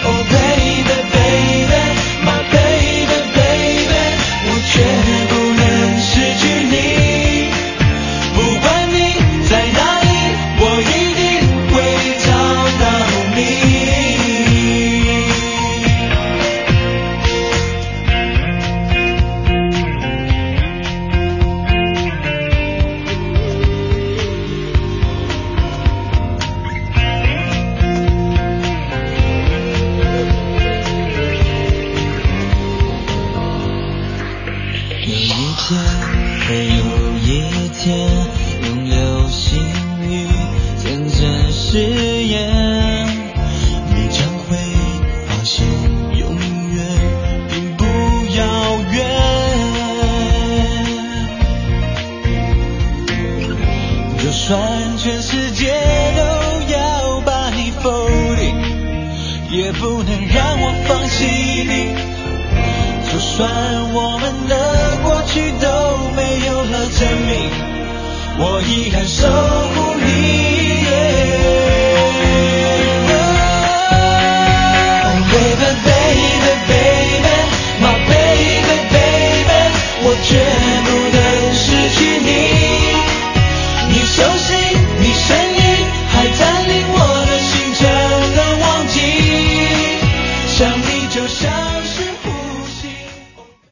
Speaker 4: Oh baby baby baby my baby baby，我绝不能失去你。也，Oh 算全世界都要把你否定，也不能让我放弃你。就算我们的过去都没有了证明，我依然守护你。Oh baby baby baby my baby baby，我绝不能失去你。